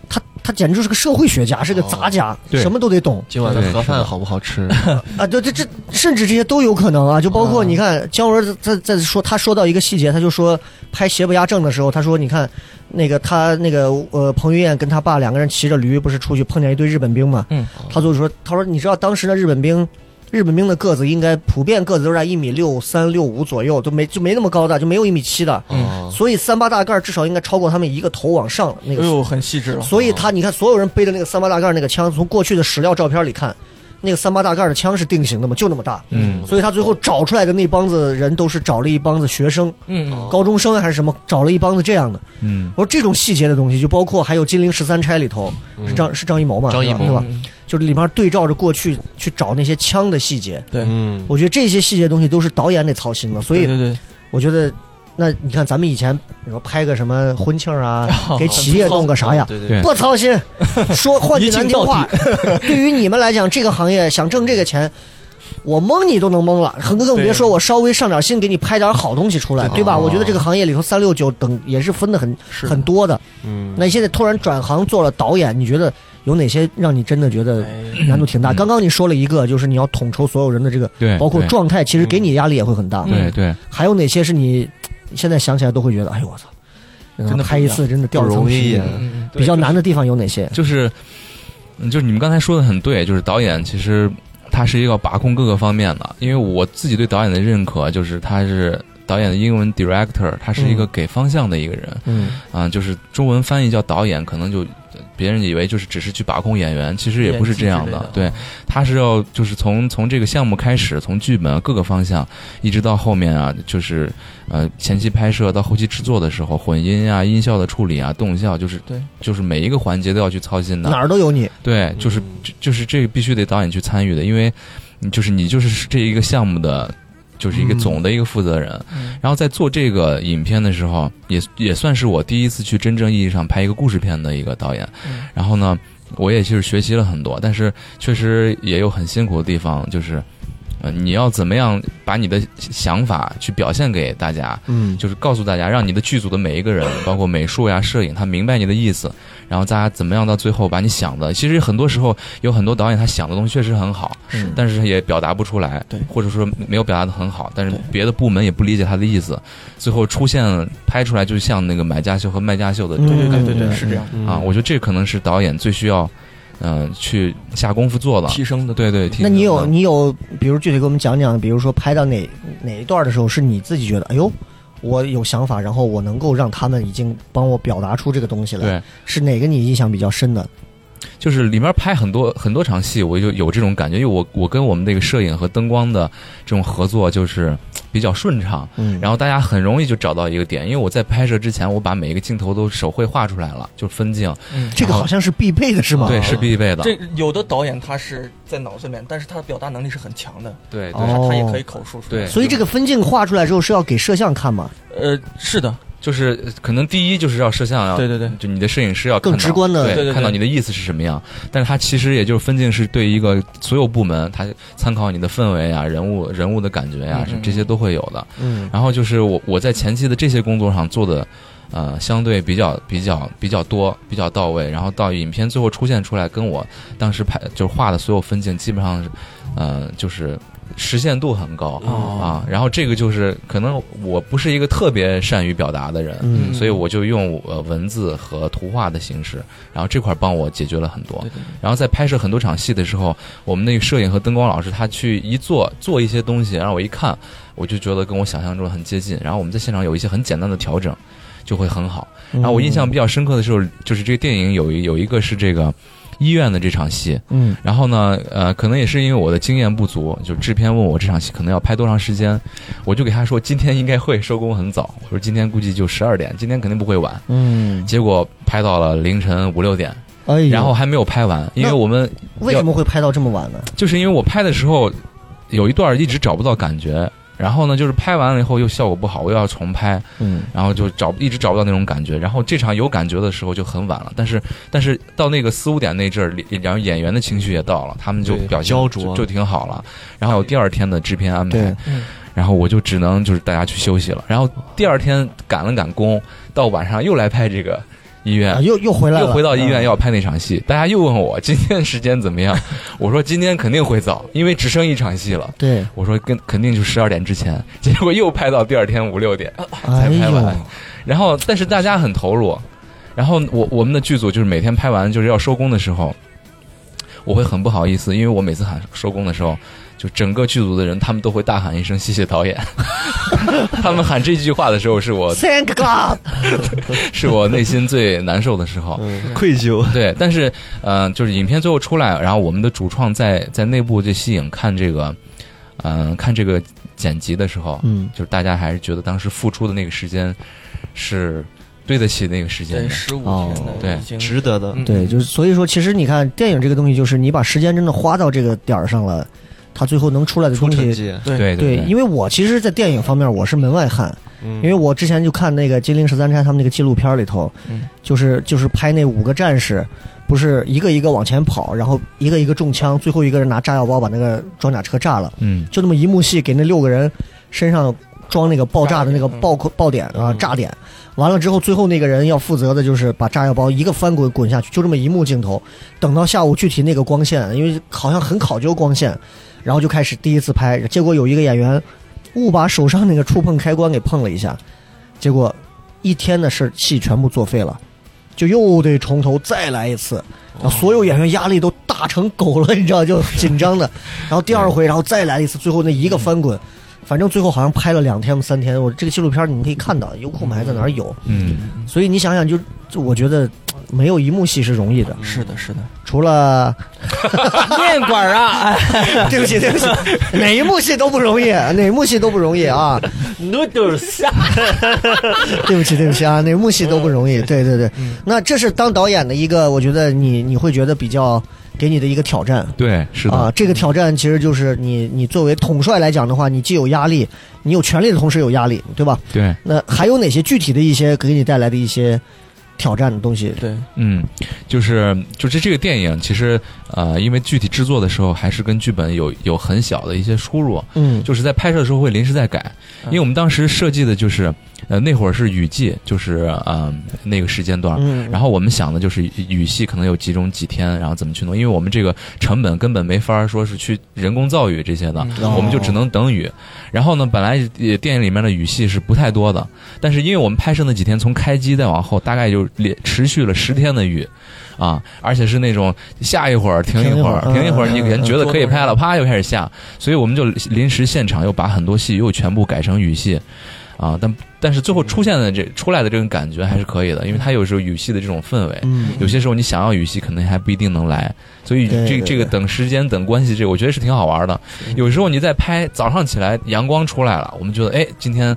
[SPEAKER 2] 他他简直就是个社会学家，是
[SPEAKER 4] 哦
[SPEAKER 2] 个杂家，
[SPEAKER 6] 对
[SPEAKER 2] 什么都得懂
[SPEAKER 7] 今晚
[SPEAKER 6] 对
[SPEAKER 7] 的盒
[SPEAKER 6] 是的
[SPEAKER 7] 饭好不好吃？
[SPEAKER 2] 啊。对，这这甚至这些都有可能啊。就包括你看姜文在在在说，他说到一个细节，他就说拍《邪不压正》的时候，他说你看那个他那个呃彭于晏跟他爸两个人骑着驴不是出去碰见一堆日本兵嘛，
[SPEAKER 4] 嗯，
[SPEAKER 2] 他就说他说你知道当时的日本兵。日本兵的个子应该普遍个子都在一米六三六五左右，都没就没那么高的，就没有一米七的。
[SPEAKER 7] 哦，
[SPEAKER 2] 所以三八大盖儿至少应该超过他们一个头往上那
[SPEAKER 4] 哎
[SPEAKER 2] 个。
[SPEAKER 4] 呦，很细致了，
[SPEAKER 2] 所以他你看，所有人背的那个三八大盖儿那个枪，从过去的史料照片里看，那个三八大盖儿的枪是定型的嘛，就那么大。
[SPEAKER 6] 嗯，
[SPEAKER 2] 所以他最后找出来的那帮子人都是找了一帮子学生，
[SPEAKER 4] 嗯，嗯
[SPEAKER 2] 高中生还是什么，找了一帮子这样的。
[SPEAKER 6] 嗯，
[SPEAKER 2] 我说这种细节的东西，就包括还有《金陵十三钗》里头是张是张艺谋嘛，
[SPEAKER 7] 张艺谋
[SPEAKER 2] 对吧？对吧
[SPEAKER 4] 嗯
[SPEAKER 2] 就是里面对照着过去去找那些枪的细节，
[SPEAKER 4] 对，
[SPEAKER 7] 嗯，
[SPEAKER 2] 我觉得这些细节东西都是导演得操心的，所以
[SPEAKER 4] 对对对，
[SPEAKER 2] 我觉得，那你看咱们以前，比如拍个什么婚庆啊，给企业弄个啥呀，
[SPEAKER 7] 对
[SPEAKER 6] 对
[SPEAKER 2] 不操心。说换句难听话， 对于你们来讲，这个行业想挣这个钱，我蒙你都能蒙了，更更别说我稍微上点心给你拍点好东西出来，对吧？我觉得这个行业里头三六九等也是分的很
[SPEAKER 4] 是
[SPEAKER 2] 很多的。
[SPEAKER 7] 嗯，
[SPEAKER 2] 那你现在突然转行做了导演，你觉得有哪些让你真的觉得
[SPEAKER 4] 哎
[SPEAKER 2] 难度挺大？刚刚你说了一个，就是你要统筹所有人的这个，
[SPEAKER 6] 对，
[SPEAKER 2] 包括
[SPEAKER 6] 对嗯
[SPEAKER 2] 状态，其实给你压力也会很大。
[SPEAKER 6] 对对，
[SPEAKER 2] 还有哪些是你现在想起来都会觉得，哎呦我操，真
[SPEAKER 4] 的不
[SPEAKER 2] 拍
[SPEAKER 4] 一
[SPEAKER 2] 一
[SPEAKER 4] 样
[SPEAKER 2] 次真的掉
[SPEAKER 7] 不
[SPEAKER 2] 了层
[SPEAKER 7] 容易
[SPEAKER 2] 皮
[SPEAKER 7] 呀。
[SPEAKER 4] 嗯
[SPEAKER 2] 比较难的地方有哪些？
[SPEAKER 6] 就是，嗯就是你们刚才说的很对，就是导演其实他是一个把控各个方面的，因为我自己对导演的认可就是他是导演的英文 director，他是一个给方向的一个人，
[SPEAKER 2] 嗯
[SPEAKER 6] 啊、就是中文翻译叫导演，可能就别人以为就是只是去把控演员，其实也不是这样的，
[SPEAKER 4] 演技之类
[SPEAKER 6] 对
[SPEAKER 4] 的，
[SPEAKER 6] 他是要就是从从这个项目开始，从剧本各个方向，一直到后面啊，就是呃前期拍摄到后期制作的时候，混音啊、音效的处理啊、动效，就是
[SPEAKER 4] 对，
[SPEAKER 6] 就是每一个环节都要去操心的
[SPEAKER 2] 哪，儿都有你。
[SPEAKER 6] 对，
[SPEAKER 4] 嗯
[SPEAKER 6] 就是就就是这个必须得导演去参与的，因为你就是你就是这一个项目的，就是一个总的一个负责人。
[SPEAKER 4] 嗯
[SPEAKER 6] 然后在做这个影片的时候，也也算是我第一次去真正意义上拍一个故事片的一个导演。
[SPEAKER 4] 嗯
[SPEAKER 6] 然后呢，我也就是学习了很多，但是确实也有很辛苦的地方，就是。呃，你要怎么样把你的想法去表现给大家？
[SPEAKER 2] 嗯，
[SPEAKER 6] 就是告诉大家，让你的剧组的每一个人，包括美术呀、摄影，他明白你的意思，然后大家怎么样到最后把你想的，其实很多时候有很多导演他想的东西确实很好，
[SPEAKER 2] 是
[SPEAKER 6] 但是也表达不出来，
[SPEAKER 4] 对
[SPEAKER 6] 或者说没有表达的很好，但是
[SPEAKER 4] 对
[SPEAKER 6] 别的部门也不理解他的意思，最后出现拍出来就像那个买家秀和卖家秀的这
[SPEAKER 2] 嗯
[SPEAKER 4] 对
[SPEAKER 6] 种
[SPEAKER 4] 对
[SPEAKER 6] 感
[SPEAKER 4] 对
[SPEAKER 6] 觉
[SPEAKER 4] 对对，是这样，
[SPEAKER 7] 嗯
[SPEAKER 6] 啊，我觉得这可能是导演最需要，嗯、去下功夫做的，
[SPEAKER 4] 提升的，
[SPEAKER 6] 嗯对对，提
[SPEAKER 2] 那你有
[SPEAKER 6] 嗯
[SPEAKER 2] 你有，比如具体给我们讲讲，比如说拍到哪哪一段的时候，是你自己觉得，哎呦，我有想法，然后我能够让他们已经帮我表达出这个东西来，
[SPEAKER 6] 对。
[SPEAKER 2] 是哪个你印象比较深的？
[SPEAKER 6] 就是里面拍很多很多场戏，我就有这种感觉，因为我我跟我们那个摄影和灯光的这种合作就是嘖比较顺畅，
[SPEAKER 2] 嗯
[SPEAKER 6] 然后大家很容易就找到一个点，因为我在拍摄之前，我把每一个镜头都手绘画出来了，就分镜，
[SPEAKER 4] 嗯，
[SPEAKER 2] 这个好像是必备的是吗？
[SPEAKER 6] 对，是必备的，
[SPEAKER 4] 这有的导演他是在脑子里面，但是他的表达能力是很强的，
[SPEAKER 6] 对对，
[SPEAKER 2] 哦
[SPEAKER 4] 他他也可以口述出来。
[SPEAKER 6] 对
[SPEAKER 2] 所以这个分镜画出来之后是要给摄像看嘛，
[SPEAKER 4] 呃，是的，
[SPEAKER 6] 就是呃可能第一就是要摄像要啊
[SPEAKER 4] 对对对
[SPEAKER 6] 就你的摄影师要
[SPEAKER 2] 更
[SPEAKER 6] 看到
[SPEAKER 2] 直观的
[SPEAKER 6] 对
[SPEAKER 4] 对对对
[SPEAKER 6] 看到你的意思是什么样。但是它其实也就是分镜是对一个所有部门，它参考你的氛围啊、人物人物的感觉呀、
[SPEAKER 4] 嗯嗯
[SPEAKER 6] 这些都会有的。
[SPEAKER 2] 嗯，
[SPEAKER 6] 然后就是我我在前期的这些工作上做的，呃，相对比较比较比较多，比较到位。然后到影片最后出现出来，跟我当时拍就是画的所有分镜，基本上，呃，就是实现度很高、啊。然后这个就是可能我不是一个特别善于表达的人，
[SPEAKER 2] 嗯
[SPEAKER 6] 所以我就用呃文字和图画的形式，然后这块儿帮我解决了很多。
[SPEAKER 4] 对对
[SPEAKER 6] 然后在拍摄很多场戏的时候，我们那个摄影和灯光老师他去一做做一些东西，让我一看，我就觉得跟我想象中很接近。然后我们在现场有一些很简单的调整，就会很好。
[SPEAKER 2] 嗯
[SPEAKER 6] 然后我印象比较深刻的时候，就是这个电影有一有一个是这个医院的这场戏，
[SPEAKER 2] 嗯，
[SPEAKER 6] 然后呢，呃，可能也是因为我的经验不足，就制片问我这场戏可能要拍多长时间，我就给他说今天应该会收工很早，我说今天估计就十二点，今天肯定不会晚。
[SPEAKER 2] 嗯，
[SPEAKER 6] 结果拍到了凌晨五六点，
[SPEAKER 2] 哎呦，
[SPEAKER 6] 然后还没有拍完，因为
[SPEAKER 2] 那
[SPEAKER 6] 我们
[SPEAKER 2] 为什么会拍到这么晚呢？
[SPEAKER 6] 就是因为我拍的时候有一段一直找不到感觉，然后呢，就是拍完了以后又效果不好，我又要重拍，
[SPEAKER 2] 嗯，
[SPEAKER 6] 然后就找一直找不到那种感觉。然后这场有感觉的时候就很晚了，但是但是到那个四五点那阵儿，里然后演员的情绪也到了，他们就
[SPEAKER 7] 对
[SPEAKER 6] 表现
[SPEAKER 7] 焦
[SPEAKER 6] 就
[SPEAKER 7] 灼
[SPEAKER 6] 就挺好了。然后还有第二天的制片安排
[SPEAKER 2] 对，
[SPEAKER 4] 嗯
[SPEAKER 6] 然后我就只能就是大家去休息了。然后第二天赶了赶工，到晚上又来拍这个医院
[SPEAKER 2] 啊，，又又回来了，
[SPEAKER 6] 又回到医院
[SPEAKER 2] 嗯
[SPEAKER 6] 要拍那场戏，大家又问我今天时间怎么样，我说今天肯定会早，因为只剩一场戏了。
[SPEAKER 2] 对，
[SPEAKER 6] 我说跟肯定就十二点之前，结果又拍到第二天五六点，
[SPEAKER 2] 哎
[SPEAKER 6] 拍完
[SPEAKER 2] 呦，
[SPEAKER 6] 然后但是大家很投入，然后我我们的剧组就是每天拍完就是要收工的时候，我会很不好意思，因为我每次喊收工的时候，就整个剧组的人他们都会大喊一声谢谢导演，他们喊这句话的时候是我
[SPEAKER 2] Thank God，
[SPEAKER 6] 是我内心最难受的时候，
[SPEAKER 7] 愧疚。
[SPEAKER 6] 对，但是呃，就是影片最后出来，然后我们的主创在在内部这吸影看这个，嗯、看这个剪辑的时候，
[SPEAKER 2] 嗯，
[SPEAKER 6] 就是大家还是觉得当时付出的那个时间是对得起那个时
[SPEAKER 4] 嗯
[SPEAKER 6] 间
[SPEAKER 4] 对，
[SPEAKER 6] 的。
[SPEAKER 4] 十五
[SPEAKER 2] 哦
[SPEAKER 4] 天的
[SPEAKER 6] 对
[SPEAKER 4] 已经
[SPEAKER 7] 值得的，
[SPEAKER 4] 嗯
[SPEAKER 2] 对，就是所以说，其实你看电影这个东西，就是你把时间真的花到这个点儿上了，它最后能出来的
[SPEAKER 7] 出
[SPEAKER 2] 东
[SPEAKER 7] 成
[SPEAKER 2] 西。
[SPEAKER 7] 绩，啊
[SPEAKER 4] 对
[SPEAKER 6] 对
[SPEAKER 2] 对，因为我其实，在电影方面我是门外汉，
[SPEAKER 7] 嗯
[SPEAKER 2] 因为我之前就看那个《金陵十三钗》他们那个纪录片里头，
[SPEAKER 4] 嗯
[SPEAKER 2] 就是就是拍那五个战士，不是一个一个往前跑，然后一个一个中枪，最后一个人拿炸药包把那个装甲车炸了，
[SPEAKER 6] 嗯，
[SPEAKER 2] 就那么一幕戏，给那六个人身上装那个爆炸的那个
[SPEAKER 4] 炸点嗯
[SPEAKER 2] 爆口爆点啊炸点，完了之后，最后那个人要负责的就是把炸药包一个翻滚滚下去，就这么一幕镜头。等到下午具体那个光线，因为好像很考究光线，然后就开始第一次拍，结果有一个演员误把手上那个触碰开关给碰了一下，结果一天的事儿戏全部作废了。就又得从头再来一次，然后所有演员压力都大成狗了，你知道，就紧张的。然后第二回，然后再来一次，最后那一个翻滚，反正最后好像拍了两天三天。我这个纪录片你可以看到，优酷嘛还在哪儿有。
[SPEAKER 6] 嗯，
[SPEAKER 2] 所以你想想就，就我觉得没有一幕戏是容易的，
[SPEAKER 4] 是的，是的，
[SPEAKER 2] 除了
[SPEAKER 4] 面馆啊，
[SPEAKER 2] 对不起对不起，哪一幕戏都不容易，哪一幕戏都不容易啊！
[SPEAKER 5] noodles
[SPEAKER 2] 对不起对不起啊，哪一幕戏都不容易。对对对，那这是当导演的一个，我觉得你你会觉得比较给你的一个挑战。
[SPEAKER 6] 对，是的，
[SPEAKER 2] 啊，这个挑战其实就是你，你作为统帅来讲的话，你既有压力，你有权利的同时有压力，对吧？
[SPEAKER 6] 对，
[SPEAKER 2] 那还有哪些具体的一些给你带来的一些挑战的东西？
[SPEAKER 4] 对，
[SPEAKER 6] 嗯，就是就是这个电影，其实呃，因为具体制作的时候还是跟剧本有有很小的一些出入，
[SPEAKER 2] 嗯，
[SPEAKER 6] 就是在拍摄的时候会临时再改，因为我们当时设计的就是，呃，那会儿是雨季，就是嗯、那个时间段儿，
[SPEAKER 2] 嗯，
[SPEAKER 6] 然后我们想的就是呃雨系可能有几种几天，然后怎么去弄，因为我们这个成本根本没法儿说是去人工造雨这些的，
[SPEAKER 4] 嗯
[SPEAKER 6] 我们就只能等雨。然后呢，本来也电影里面的雨系是不太多的，但是因为我们拍摄那几天，从开机再往后，大概就连持续了十天的雨。啊，而且是那种下一会儿停一会儿，
[SPEAKER 2] 停
[SPEAKER 6] 停
[SPEAKER 2] 一
[SPEAKER 6] 一
[SPEAKER 2] 会
[SPEAKER 6] 会
[SPEAKER 2] 儿
[SPEAKER 6] 儿，你
[SPEAKER 2] 嗯
[SPEAKER 6] 人
[SPEAKER 2] 嗯
[SPEAKER 6] 觉得
[SPEAKER 4] 嗯
[SPEAKER 6] 可以拍了，啪又开始下，所以我们就临时现场又把很多戏又全部改成雨戏，啊，但但是最后出现的这出来的这种感觉还是可以的，因为它有时候语系的这种氛围，
[SPEAKER 2] 嗯
[SPEAKER 6] 有些时候你想要语系可能还不一定能来，所以
[SPEAKER 2] 对
[SPEAKER 6] 这
[SPEAKER 2] 对
[SPEAKER 6] 这个
[SPEAKER 2] 对
[SPEAKER 6] 等时间等关系这个我觉得是挺好玩的。有时候你在拍早上起来阳光出来了，我们觉得哎今天。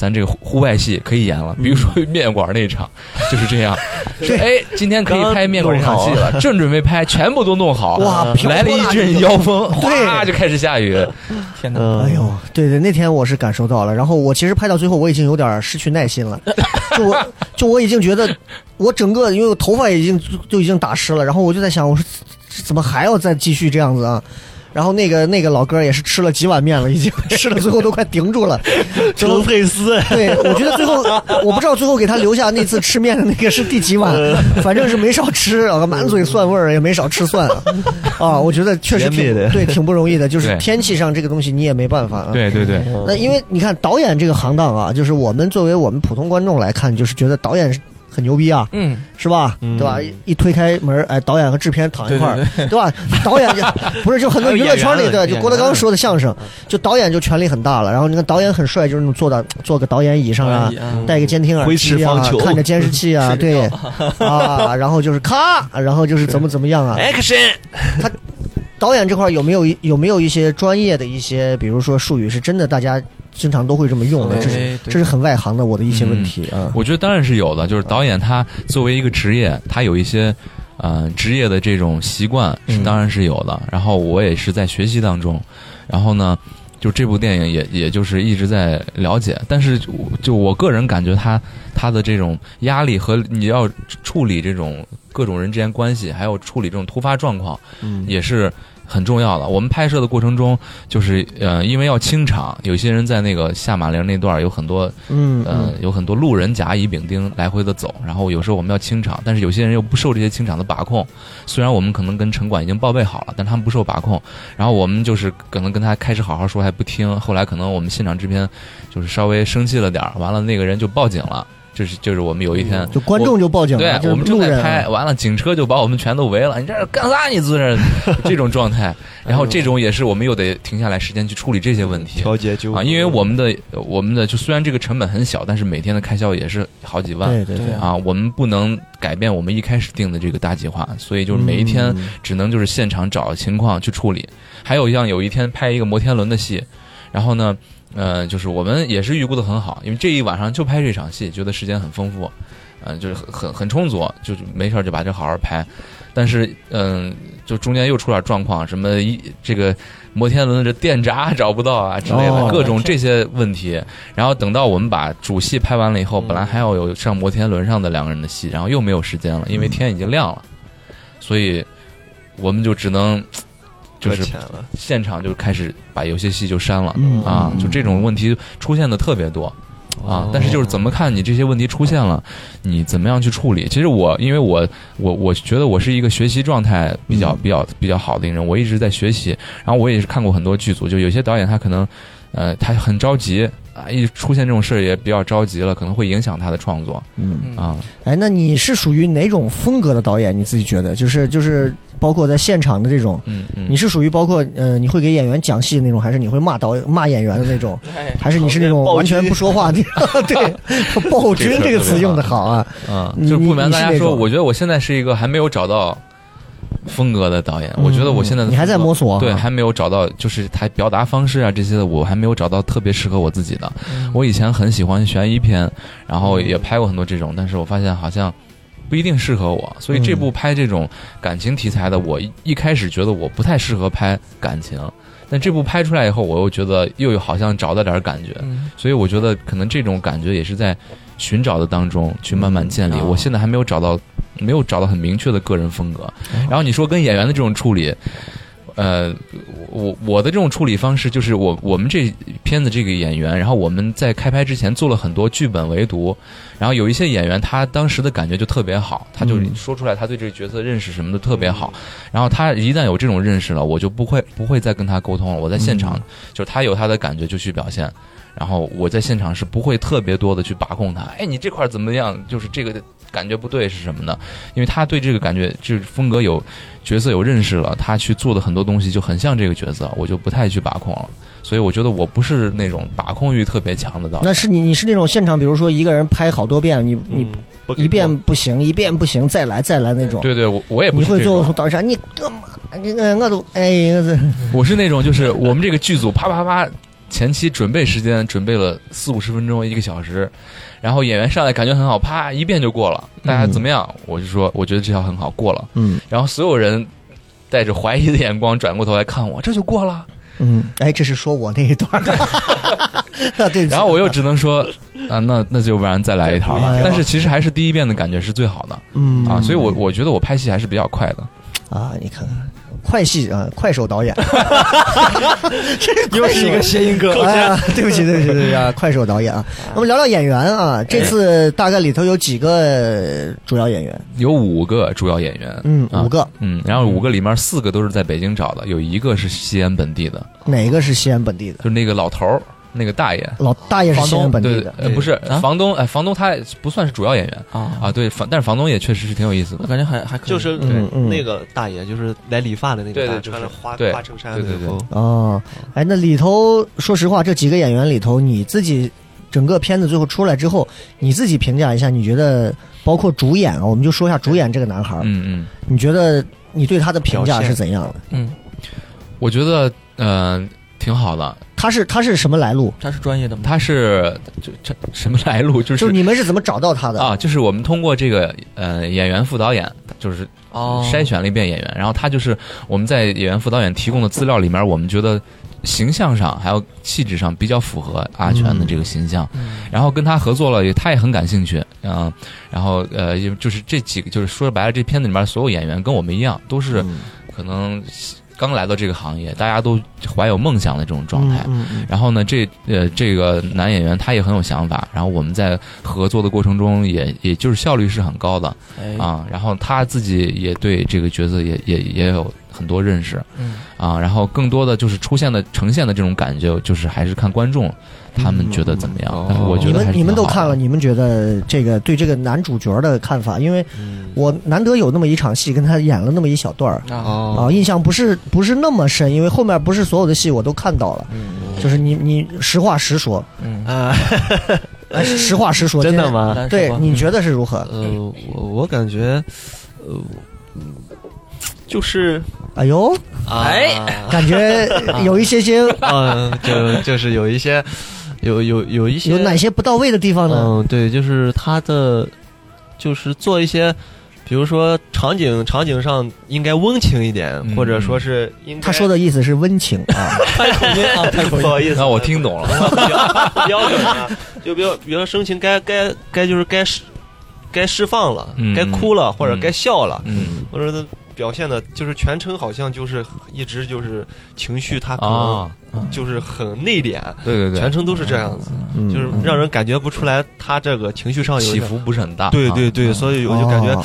[SPEAKER 6] 咱这个户户外戏可以演了，
[SPEAKER 2] 嗯
[SPEAKER 6] 比如说面馆那一场就是这样，说哎，今天可以拍面馆这场戏了，正准备拍，全部都弄好，
[SPEAKER 2] 哇瓢
[SPEAKER 6] 来了
[SPEAKER 2] 泼
[SPEAKER 6] 一
[SPEAKER 2] 大雨
[SPEAKER 6] 阵妖风，哗
[SPEAKER 2] 对
[SPEAKER 6] 就开始下雨，
[SPEAKER 4] 天哪！
[SPEAKER 7] 嗯
[SPEAKER 2] 哎呦，对对，那天我是感受到了。然后我其实拍到最后，我已经有点失去耐心了，就我就我已经觉得我整个因为我头发已经就已经打湿了，然后我就在想，我说这怎么还要再继续这样子啊？然后那个那个老哥也是吃了几碗面了，已经吃了最后都快顶住了。最后
[SPEAKER 5] 德佩斯，
[SPEAKER 2] 对，我觉得最后我不知道最后给他留下那次吃面的那个是第几碗，
[SPEAKER 6] 呃
[SPEAKER 2] 反正是没少吃啊，满嘴蒜味儿也没少吃蒜 啊。啊，我觉得确实挺
[SPEAKER 7] 甜美的
[SPEAKER 2] 对，挺不容易的，就是
[SPEAKER 6] 对
[SPEAKER 2] 天气上这个东西你也没办法啊。
[SPEAKER 6] 对对对，
[SPEAKER 2] 那因为你看导演这个行当啊，就是我们作为我们普通观众来看，就是觉得导演很牛逼啊，
[SPEAKER 4] 嗯，
[SPEAKER 2] 是吧？对吧？一一推开门，哎，导演和制片躺一块儿，对吧？导演就不是就很多娱乐圈里
[SPEAKER 7] 还有演
[SPEAKER 2] 的，
[SPEAKER 7] 员
[SPEAKER 2] 就郭德纲说的相声，就导演就权力很大了。然后你看导演很帅，就是那种坐到坐个导演椅上啊
[SPEAKER 4] 导演椅啊，
[SPEAKER 2] 戴个监听耳
[SPEAKER 7] 挥斥
[SPEAKER 2] 机啊
[SPEAKER 7] 方，遒
[SPEAKER 2] 看着监视器啊，对 啊，然后就是咔，然后就是怎么怎么样啊，
[SPEAKER 7] 哎
[SPEAKER 5] action，
[SPEAKER 2] 导演这块儿有没有有没有一些专业的一些，比如说术语是真的大家经常都会这么用的？
[SPEAKER 4] 对
[SPEAKER 2] 这是
[SPEAKER 4] 对
[SPEAKER 2] 这是很外行的我的一些问题啊。
[SPEAKER 6] 我觉得当然是有的，就是导演他作为一个职业，他有一些呃职业的这种习惯是
[SPEAKER 4] 嗯
[SPEAKER 6] 当然是有的。然后我也是在学习当中，然后呢，就这部电影也也就是一直在了解，但是就就我个人感觉他他的这种压力和你要处理这种各种人之间关系，还有处理这种突发状况，也是很重要的。我们拍摄的过程中，就是呃，因为要清场，有些人在那个下马陵那段儿有很多
[SPEAKER 2] 嗯
[SPEAKER 6] 呃，有很多路人甲乙丙丁来回的走，然后有时候我们要清场，但是有些人又不受这些清场的把控。虽然我们可能跟城管已经报备好了，但他们不受把控。然后我们就是可能跟他开始好好说，还不听。后来可能我们现场制片就是稍微生气了点儿，完了那个人就报警了。就是就是我们有一天，
[SPEAKER 2] 嗯就观众就报警
[SPEAKER 6] 对
[SPEAKER 2] 了，就
[SPEAKER 6] 我
[SPEAKER 2] 是
[SPEAKER 6] 们正
[SPEAKER 2] 路
[SPEAKER 6] 在
[SPEAKER 2] 人
[SPEAKER 6] 拍，
[SPEAKER 2] 啊。
[SPEAKER 6] 完了警车就把我们全都围了，你这儿干啥？你坐这儿这种状 态，
[SPEAKER 2] 哎
[SPEAKER 6] 然后这种也是我们又得停下来时间去处理这些问题。
[SPEAKER 7] 调节纠
[SPEAKER 6] 啊，
[SPEAKER 7] 纷
[SPEAKER 6] 因为我们的我们的就虽然这个成本很小，但是每天的开销也是好几万
[SPEAKER 2] 对对对
[SPEAKER 4] 对，
[SPEAKER 6] 啊，我们不能改变我们一开始定的这个大计划，所以就是每一天
[SPEAKER 2] 嗯
[SPEAKER 6] 只能就是现场找情况去处理。还有像有一天拍一个摩天轮的戏，然后呢，呃，就是我们也是预估的很好，因为这一晚上就拍这场戏，觉得时间很丰富，嗯、就是很很很充足，就是没事儿就把这好好拍。但是，嗯，就中间又出点状况，什么一这个摩天轮的这电闸找不到啊之类的、
[SPEAKER 2] 哦
[SPEAKER 6] 各种这些问题。然后等到我们把主戏拍完了以后，本来还要有上摩天轮上的两个人的戏，然后又没有时间了，
[SPEAKER 2] 嗯
[SPEAKER 6] 因为天已经亮了，所以我们就只能就
[SPEAKER 7] 搁
[SPEAKER 6] 是
[SPEAKER 7] 浅了，
[SPEAKER 6] 现场就开始把有些戏就删了、
[SPEAKER 2] 嗯
[SPEAKER 6] 啊，
[SPEAKER 2] 嗯
[SPEAKER 6] 就这种问题出现的特别多啊。但是就是怎么看你这些问题出现了，你怎么样去处理？其实我因为我我我觉得我是一个学习状态比
[SPEAKER 2] 嗯
[SPEAKER 6] 较比较比较好的一个人，我一直在学习。然后我也是看过很多剧组，就有些导演他可能呃他很着急啊，一出现这种事儿也比较着急了，可能会影响他的创作
[SPEAKER 2] 嗯，
[SPEAKER 6] 啊。
[SPEAKER 2] 哎，那你是属于哪种风格的导演？你自己觉得，就是就是包括在现场的这种，
[SPEAKER 6] 嗯嗯
[SPEAKER 2] 你，是属于包括呃，你会给演员讲戏的那种，还是你会骂导演骂演员的那种？
[SPEAKER 4] 哎
[SPEAKER 2] 还是你是那种
[SPEAKER 7] 暴君
[SPEAKER 2] 完全不说话的？ 对，暴君这个词用的好啊！
[SPEAKER 7] 哦
[SPEAKER 6] 啊，
[SPEAKER 2] 你
[SPEAKER 6] 就是不瞒
[SPEAKER 2] 你
[SPEAKER 6] 大
[SPEAKER 2] 是
[SPEAKER 6] 家
[SPEAKER 2] 那
[SPEAKER 6] 说，
[SPEAKER 2] 种
[SPEAKER 6] 我觉得我现在是一个还没有找到风格的导演。
[SPEAKER 2] 嗯
[SPEAKER 6] 我觉得我现在的
[SPEAKER 2] 你还在
[SPEAKER 6] 风格
[SPEAKER 2] 摸索啊
[SPEAKER 6] 对，还没有找到，就是他表达方式啊这些的，我还没有找到特别适合我自己的。我以前很喜欢悬疑片，然后也拍过很多这种，但是我发现好像。不一定适合我，所以这部拍这种感情题材的，我一一开始觉得我不太适合拍感情，但这部拍出来以后，我又觉得又有好像找到点儿感觉，
[SPEAKER 4] 嗯
[SPEAKER 6] 所以我觉得可能这种感觉也是在寻找的当中去慢慢建立。
[SPEAKER 4] 嗯哦
[SPEAKER 6] 我现在还没有找到，没有找到很明确的个人风
[SPEAKER 4] 哦
[SPEAKER 6] 格。然后你说跟演员的这种处理，呃，我我的这种处理方式就是我我们这片子这个演员，然后我们在开拍之前做了很多剧本围读，然后有一些演员他当时的感觉就特别好，他就
[SPEAKER 4] 嗯
[SPEAKER 6] 说出来他对这个角色认识什么的特别好，然后他一旦有这种认识了，我就不会不会再跟他沟通了，我在现场、就是他有他的感觉就去表现。然后我在现场是不会特别多的去把控他，哎，你这块儿怎么样？就是这个感觉不对是什么呢？因为他对这个感觉就是风格有角色有认识了，他去做的很多东西就很像这个角色，我就不太去把控了。所以我觉得我不是那种把控欲特别强的导演。
[SPEAKER 2] 那是你你是那种现场，比如说一个人拍好多遍，你你
[SPEAKER 7] 嗯不
[SPEAKER 2] 一遍不行，一遍不行，再来再来那种。
[SPEAKER 6] 嗯对对，我我也不
[SPEAKER 2] 你
[SPEAKER 6] 是
[SPEAKER 2] 会
[SPEAKER 6] 这
[SPEAKER 2] 最后
[SPEAKER 6] 种
[SPEAKER 2] 说，导演啥？你干嘛？你呃我都哎，我这
[SPEAKER 6] 我是那种就是我们这个剧组啪啪啪，前期准备时间准备了四五十分钟一个小时，然后演员上来感觉很好，啪一遍就过了。大家怎么样？我就说我觉得这条很好过了。
[SPEAKER 2] 嗯
[SPEAKER 6] 然后所有人带着怀疑的眼光转过头来看我，这就过 了。
[SPEAKER 2] 嗯，哎，这是说我那一段 儿。啊对不起
[SPEAKER 6] 然后我又只能说，啊，那那就不然再来一套吧
[SPEAKER 2] 哎。呦
[SPEAKER 6] 但是其实还是第一遍的感觉是最好的
[SPEAKER 2] 嗯
[SPEAKER 6] 啊，所以我我觉得我拍戏还是比较快的。
[SPEAKER 2] 啊，你看看快戏啊，快手 导演，这是
[SPEAKER 4] 又是一个谐音梗。
[SPEAKER 2] 哎呀，对不起，对不起，对不起 啊！快手导演啊，我们聊聊演员
[SPEAKER 6] 哎
[SPEAKER 2] 啊。这次大概里头有几个主要演员？
[SPEAKER 6] 有五个主要演员，
[SPEAKER 2] 嗯，
[SPEAKER 6] 啊
[SPEAKER 2] 五个，
[SPEAKER 6] 嗯，然后五个里面四个都是在北京找的，有一个是西安本地的，
[SPEAKER 2] 哪个是西安本地的？
[SPEAKER 6] 就是那个老头儿，那个大爷。
[SPEAKER 2] 老大爷是西安本地
[SPEAKER 6] 对，
[SPEAKER 2] 的，
[SPEAKER 6] 呃不是
[SPEAKER 4] 啊
[SPEAKER 6] 房东，哎，房东他不算是主要演员
[SPEAKER 4] 啊
[SPEAKER 6] 啊，对，房但是房东也确实是挺有意思
[SPEAKER 4] 我
[SPEAKER 6] 的，
[SPEAKER 4] 感觉还还可以，
[SPEAKER 7] 就是
[SPEAKER 2] 嗯嗯
[SPEAKER 7] 那个大爷，就是来理发的那
[SPEAKER 6] 对
[SPEAKER 7] 个
[SPEAKER 6] 对
[SPEAKER 7] 大爷，穿着花
[SPEAKER 6] 对
[SPEAKER 7] 花衬衫
[SPEAKER 6] 对
[SPEAKER 7] 的
[SPEAKER 6] 对
[SPEAKER 7] 那
[SPEAKER 6] 对
[SPEAKER 7] 个风，
[SPEAKER 2] 哦，哎，那里头说实话，这几个演员里头，你自己整个片子最后出来之后，你自己评价一下，你觉得包括主演啊，我们就说一下主演这个男孩儿，
[SPEAKER 6] 嗯嗯，
[SPEAKER 2] 你觉得你对他的评价
[SPEAKER 7] 表现
[SPEAKER 2] 是怎样的？
[SPEAKER 4] 嗯，
[SPEAKER 6] 我觉得嗯挺好的，
[SPEAKER 2] 他是他是什么来路？
[SPEAKER 4] 他是专业的嘛，
[SPEAKER 6] 他是就这什么来路，
[SPEAKER 2] 就
[SPEAKER 6] 就
[SPEAKER 2] 是
[SPEAKER 6] 是
[SPEAKER 2] 你们是怎么找到他的？
[SPEAKER 6] 啊，就是我们通过这个呃演员副导演，就是
[SPEAKER 4] 哦
[SPEAKER 6] 嗯
[SPEAKER 2] 哦
[SPEAKER 6] 筛选了一遍演员，然后他就是我们在演员副导演提供的资料里面，我们觉得形象上还有气质上比较符合阿全
[SPEAKER 2] 嗯
[SPEAKER 6] 的这个形象，然后跟他合作了，也他也很感兴趣，嗯、然后呃，也就是这几个，就是说白了，这片子里面所有演员跟我们一样，都是
[SPEAKER 2] 嗯
[SPEAKER 6] 可能刚来到这个行业，大家都怀有梦想的这种状态，
[SPEAKER 2] 嗯嗯
[SPEAKER 6] 然后呢，这呃这个男演员他也很有想法，然后我们在合作的过程中也也就是效率是很高的
[SPEAKER 4] 哎，
[SPEAKER 6] 啊，然后他自己也对这个角色也也也有很多认识
[SPEAKER 4] 嗯
[SPEAKER 6] 啊，然后更多的就是出现的呈现的这种感觉，就是还是看观众他们觉得怎么样，
[SPEAKER 7] 嗯嗯嗯
[SPEAKER 6] 但是我觉
[SPEAKER 2] 你
[SPEAKER 6] 得还
[SPEAKER 2] 们
[SPEAKER 6] 是
[SPEAKER 2] 你们都
[SPEAKER 6] 挺好
[SPEAKER 2] 看
[SPEAKER 6] 的
[SPEAKER 2] 了，你们觉得这个对这个男主角的看法？因为我难得有那么一场戏跟他演了那么一小段儿
[SPEAKER 4] 啊，
[SPEAKER 2] 啊，
[SPEAKER 7] 哦，
[SPEAKER 2] 印象不是不是那么深，因为后面不是所有的戏我都看到了。就是你你实话实说，
[SPEAKER 4] 嗯
[SPEAKER 7] 啊，
[SPEAKER 2] 哎实话实说，
[SPEAKER 7] 真的
[SPEAKER 2] 今天？
[SPEAKER 7] 吗？
[SPEAKER 4] 但是
[SPEAKER 2] 对
[SPEAKER 4] 吧，
[SPEAKER 2] 你觉得是如何？
[SPEAKER 7] 呃，我我感觉，呃，嗯就是
[SPEAKER 2] 哎呦，
[SPEAKER 7] 哎，
[SPEAKER 2] 感觉有一些些
[SPEAKER 7] 嗯，就就是有一些，有有有一些
[SPEAKER 2] 有哪些不到位的地方呢？
[SPEAKER 7] 嗯，对，就是他的，就是做一些，比如说场景场景上应该温情一点，
[SPEAKER 6] 嗯
[SPEAKER 7] 或者说是应该
[SPEAKER 2] 他说的意思是温情啊，
[SPEAKER 7] 太口音啊， 太口音，不好意思，
[SPEAKER 6] 那我听懂了，
[SPEAKER 7] 标准啊，就比如比如说生情该该该就是该释该释放了，
[SPEAKER 6] 嗯
[SPEAKER 7] 该哭了或者
[SPEAKER 6] 嗯
[SPEAKER 7] 该笑了，
[SPEAKER 6] 嗯
[SPEAKER 7] 或者他表现的就是全程好像就是一直就是情绪他可
[SPEAKER 6] 啊
[SPEAKER 7] 能，就是很内敛，
[SPEAKER 6] 对对对，
[SPEAKER 7] 全程都是这样子，
[SPEAKER 2] 嗯
[SPEAKER 7] 就是让人感觉不出来他这个情绪上有
[SPEAKER 6] 起
[SPEAKER 7] 点
[SPEAKER 6] 伏不是很大，
[SPEAKER 7] 对对
[SPEAKER 6] 啊
[SPEAKER 7] 对，
[SPEAKER 6] 嗯
[SPEAKER 7] 所以我就感觉
[SPEAKER 2] 哦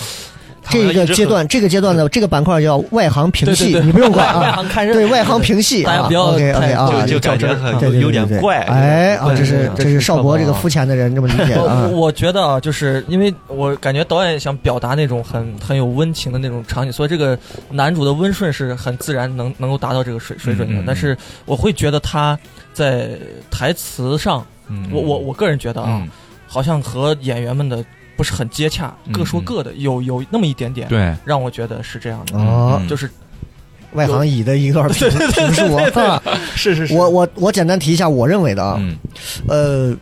[SPEAKER 2] 这个阶段，这个阶段的这个板块叫外行评戏，
[SPEAKER 4] 对对对
[SPEAKER 2] 你不用管
[SPEAKER 4] 外
[SPEAKER 2] 啊。
[SPEAKER 4] 行看热闹
[SPEAKER 2] 对外行评戏
[SPEAKER 4] 大
[SPEAKER 2] 啊
[SPEAKER 4] 家不要
[SPEAKER 2] ，OK OK
[SPEAKER 4] 太
[SPEAKER 2] 啊，
[SPEAKER 7] 就就
[SPEAKER 2] 较
[SPEAKER 7] 感觉
[SPEAKER 2] 真儿
[SPEAKER 7] 很
[SPEAKER 2] 对对对
[SPEAKER 7] 有点
[SPEAKER 2] 对对
[SPEAKER 7] 怪
[SPEAKER 2] 哎啊，
[SPEAKER 7] 对
[SPEAKER 2] 这是这
[SPEAKER 7] 这
[SPEAKER 2] 是
[SPEAKER 7] 是
[SPEAKER 2] 邵博这个肤浅的人这么理解
[SPEAKER 4] 我
[SPEAKER 2] 啊
[SPEAKER 4] 我。我觉得啊，就是因为我感觉导演想表达那种很很有温情的那种场景，所以这个男主的温顺是很自然能能够达到这个水水准的。
[SPEAKER 6] 嗯嗯
[SPEAKER 4] 但是我会觉得他在台词上，
[SPEAKER 6] 嗯
[SPEAKER 4] 我我我个人觉得啊，
[SPEAKER 6] 嗯
[SPEAKER 4] 好像和演员们的不是很接洽，
[SPEAKER 6] 嗯
[SPEAKER 4] 各说各的，有有那么一点点，
[SPEAKER 6] 对
[SPEAKER 4] 让我觉得是这样的，
[SPEAKER 2] 哦，
[SPEAKER 6] 嗯
[SPEAKER 4] 就是
[SPEAKER 2] 外行乙的一个评评述啊，
[SPEAKER 7] 是是是，
[SPEAKER 2] 我我我简单提一下我认为的啊，
[SPEAKER 6] 嗯
[SPEAKER 2] 呃，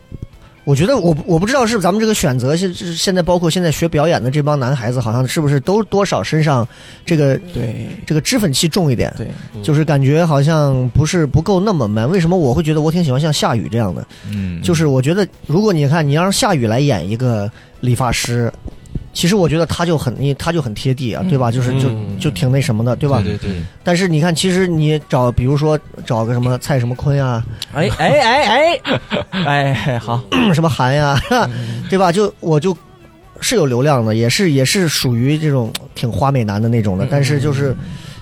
[SPEAKER 2] 我觉得我我不知道是咱们这个选择现是现在包括现在学表演的这帮男孩子，好像是不是都多少身上这个
[SPEAKER 4] 对
[SPEAKER 2] 这个脂粉气重一点，
[SPEAKER 4] 对，
[SPEAKER 2] 就是感觉好像不是不够那么 man。为什么我会觉得我挺喜欢像夏雨这样的？
[SPEAKER 6] 嗯
[SPEAKER 2] 就是我觉得，如果你看你让夏雨来演一个理发师，其实我觉得他就很，你他就很贴地啊，对吧？就是就
[SPEAKER 7] 嗯
[SPEAKER 2] 就挺那什么的，对吧？
[SPEAKER 7] 对对对，
[SPEAKER 2] 但是你看，其实你找，比如说找个什么蔡什么坤啊，
[SPEAKER 4] 哎哎哎 哎哎，好，
[SPEAKER 2] 什么韩呀、 对吧？就我就。是有流量的，也是也是属于这种挺花美男的那种的，但是就是，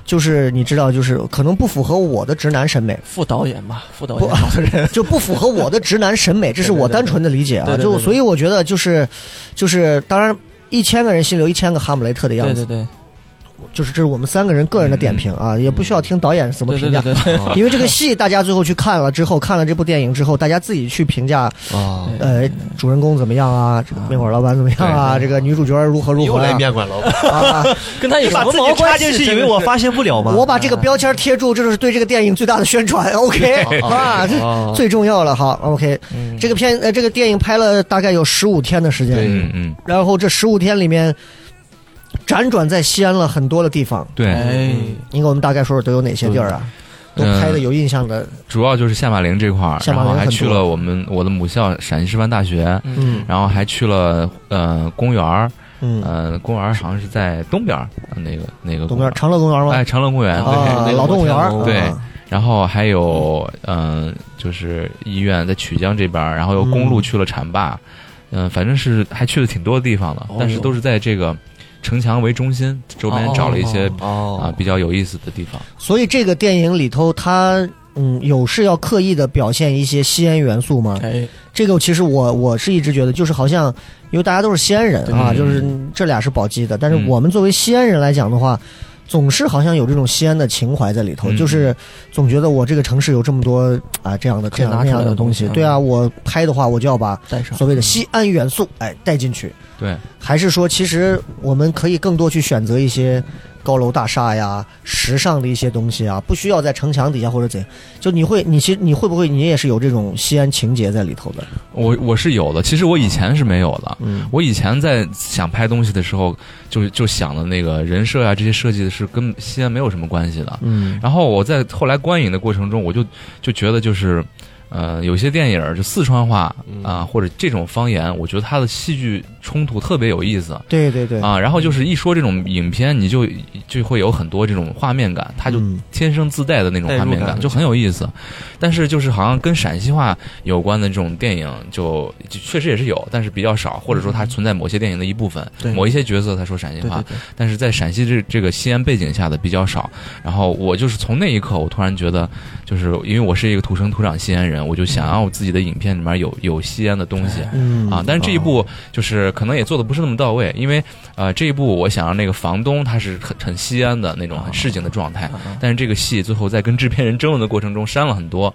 [SPEAKER 2] 就是你知道，就是可能不符合我的直男审美，
[SPEAKER 4] 副导演吧，副导
[SPEAKER 2] 不啊
[SPEAKER 4] 演好的人，
[SPEAKER 2] 就不符合我的直男审美，这是我单纯的理解啊。
[SPEAKER 4] 对对对
[SPEAKER 2] 就
[SPEAKER 4] 对对
[SPEAKER 2] 所以我觉得就是，就是当然一千个人心里有一千个哈姆雷特的样
[SPEAKER 4] 对
[SPEAKER 2] 子，
[SPEAKER 4] 对对，
[SPEAKER 2] 就是这是我们三个人个人的点评啊，也不需要听导演怎么
[SPEAKER 4] 对
[SPEAKER 2] 评
[SPEAKER 4] 对
[SPEAKER 2] 价，
[SPEAKER 4] 对对对，
[SPEAKER 6] 哦
[SPEAKER 2] 因为这个戏大家最后去看了之后，看了这部电影之后，大家自己去评 价，
[SPEAKER 7] 啊，
[SPEAKER 2] 呃，主人公怎么样啊，这个面馆老板怎么样啊，这个女主角如何如
[SPEAKER 5] 又
[SPEAKER 2] 何
[SPEAKER 5] 来
[SPEAKER 2] 啊，
[SPEAKER 5] 面馆老板，
[SPEAKER 2] 啊
[SPEAKER 4] 跟他有什么毛关系？这个是
[SPEAKER 7] 现不了
[SPEAKER 2] 我把这个标签贴住，这就是对这个电影最大的宣传。OK 啊，
[SPEAKER 6] 哦
[SPEAKER 2] 这最重要了哈。OK，
[SPEAKER 4] 哦嗯
[SPEAKER 2] 这个片呃，这个电影拍了大概有十五天的时间，
[SPEAKER 6] 嗯嗯，
[SPEAKER 2] 然后这十五天里面，辗转在西安了很多的地方。嗯
[SPEAKER 6] 对，
[SPEAKER 4] 哎，
[SPEAKER 2] 你给我们大概说说都有哪些地儿啊？都
[SPEAKER 6] 嗯
[SPEAKER 2] 拍的有印象的，
[SPEAKER 6] 主要就是下马陵这块儿，
[SPEAKER 2] 下
[SPEAKER 6] 然
[SPEAKER 2] 马
[SPEAKER 6] 后
[SPEAKER 2] 陵
[SPEAKER 6] 还
[SPEAKER 2] 很
[SPEAKER 6] 去
[SPEAKER 2] 多
[SPEAKER 6] 了我们我的母校陕西师范大学，
[SPEAKER 2] 嗯
[SPEAKER 6] 然后还去了呃公园儿，
[SPEAKER 2] 嗯，
[SPEAKER 6] 呃公园儿好像是在东边儿，那个那个
[SPEAKER 2] 东边长乐公园吗？
[SPEAKER 6] 哎长乐公园，对
[SPEAKER 2] 啊，
[SPEAKER 6] 那个
[SPEAKER 2] 老动物园，
[SPEAKER 6] 对
[SPEAKER 2] 啊
[SPEAKER 6] 然后还有嗯、就是医院在曲江这边儿，然后又公路去了浐灞，嗯、反正是还去了挺多地方的，但是都是在这个城墙为中心周边找了一些啊、
[SPEAKER 7] 哦，
[SPEAKER 6] 比较有意思的地方。
[SPEAKER 2] 所以这个电影里头，它嗯有是要刻意的表现一些西安元素吗？
[SPEAKER 4] 哎，
[SPEAKER 2] 这个其实我我是一直觉得，就是好像因为大家都是西安人啊，
[SPEAKER 6] 对
[SPEAKER 2] 就是这俩是宝鸡的，但是
[SPEAKER 6] 嗯
[SPEAKER 2] 我们作为西安人来讲的话，总是好像有这种西安的情怀在里头，
[SPEAKER 6] 嗯
[SPEAKER 2] 就是总觉得我这个城市有这么多啊这样的这样
[SPEAKER 4] 拿
[SPEAKER 2] 那
[SPEAKER 4] 出来
[SPEAKER 2] 样的
[SPEAKER 4] 的
[SPEAKER 2] 东
[SPEAKER 4] 东
[SPEAKER 6] 嗯
[SPEAKER 2] 西，
[SPEAKER 4] 西
[SPEAKER 2] 对啊，我拍的话我就要把
[SPEAKER 4] 带上
[SPEAKER 2] 所谓的西安元素哎带进去，
[SPEAKER 6] 对，
[SPEAKER 2] 还是说其实我们可以更多去选择一些。高楼大厦呀，时尚的一些东西啊，不需要在城墙底下或者怎样，就你会，你其实你会不会，你也是有这种西安情节在里头的？
[SPEAKER 6] 我我是有的，其实我以前是没有的。
[SPEAKER 2] 嗯，
[SPEAKER 6] 我以前在想拍东西的时候，就就想的那个人设啊，这些设计的是跟西安没有什么关系的。
[SPEAKER 2] 嗯
[SPEAKER 6] 然后我在后来观影的过程中，我就就觉得就是，呃，有些电影儿就四川话啊、或者这种方言，我觉得它的戏剧冲突特别有意思，
[SPEAKER 2] 对对对，
[SPEAKER 6] 啊。然后就是一说这种影片，你就就会有很多这种画面感，它就
[SPEAKER 2] 嗯
[SPEAKER 6] 天生自带的那种画
[SPEAKER 7] 代
[SPEAKER 6] 面
[SPEAKER 7] 入
[SPEAKER 6] 感，
[SPEAKER 7] 感
[SPEAKER 6] 就很有意思。但是就是好像跟陕西话有关的这种电影就，就确实也是有，但是比较少，或者说它存在某些电影的一部分，
[SPEAKER 4] 对
[SPEAKER 6] 某一些角色他说陕西
[SPEAKER 4] 对
[SPEAKER 6] 话，
[SPEAKER 4] 对对，
[SPEAKER 6] 但是在陕西这这个西安背景下的比较少。然后我就是从那一刻，我突然觉得，就是因为我是一个土生土长西安人，我就想让我自己的影片里面有有西安的东西。
[SPEAKER 2] 嗯
[SPEAKER 6] 啊，但是这一
[SPEAKER 4] 哦
[SPEAKER 6] 步就是可能也做的不是那么到位，因为呃这一步我想让那个房东他是很很西安的那种很市井的状态，
[SPEAKER 4] 哦
[SPEAKER 6] 但是这个戏最后在跟制片人争论的过程中删了很多，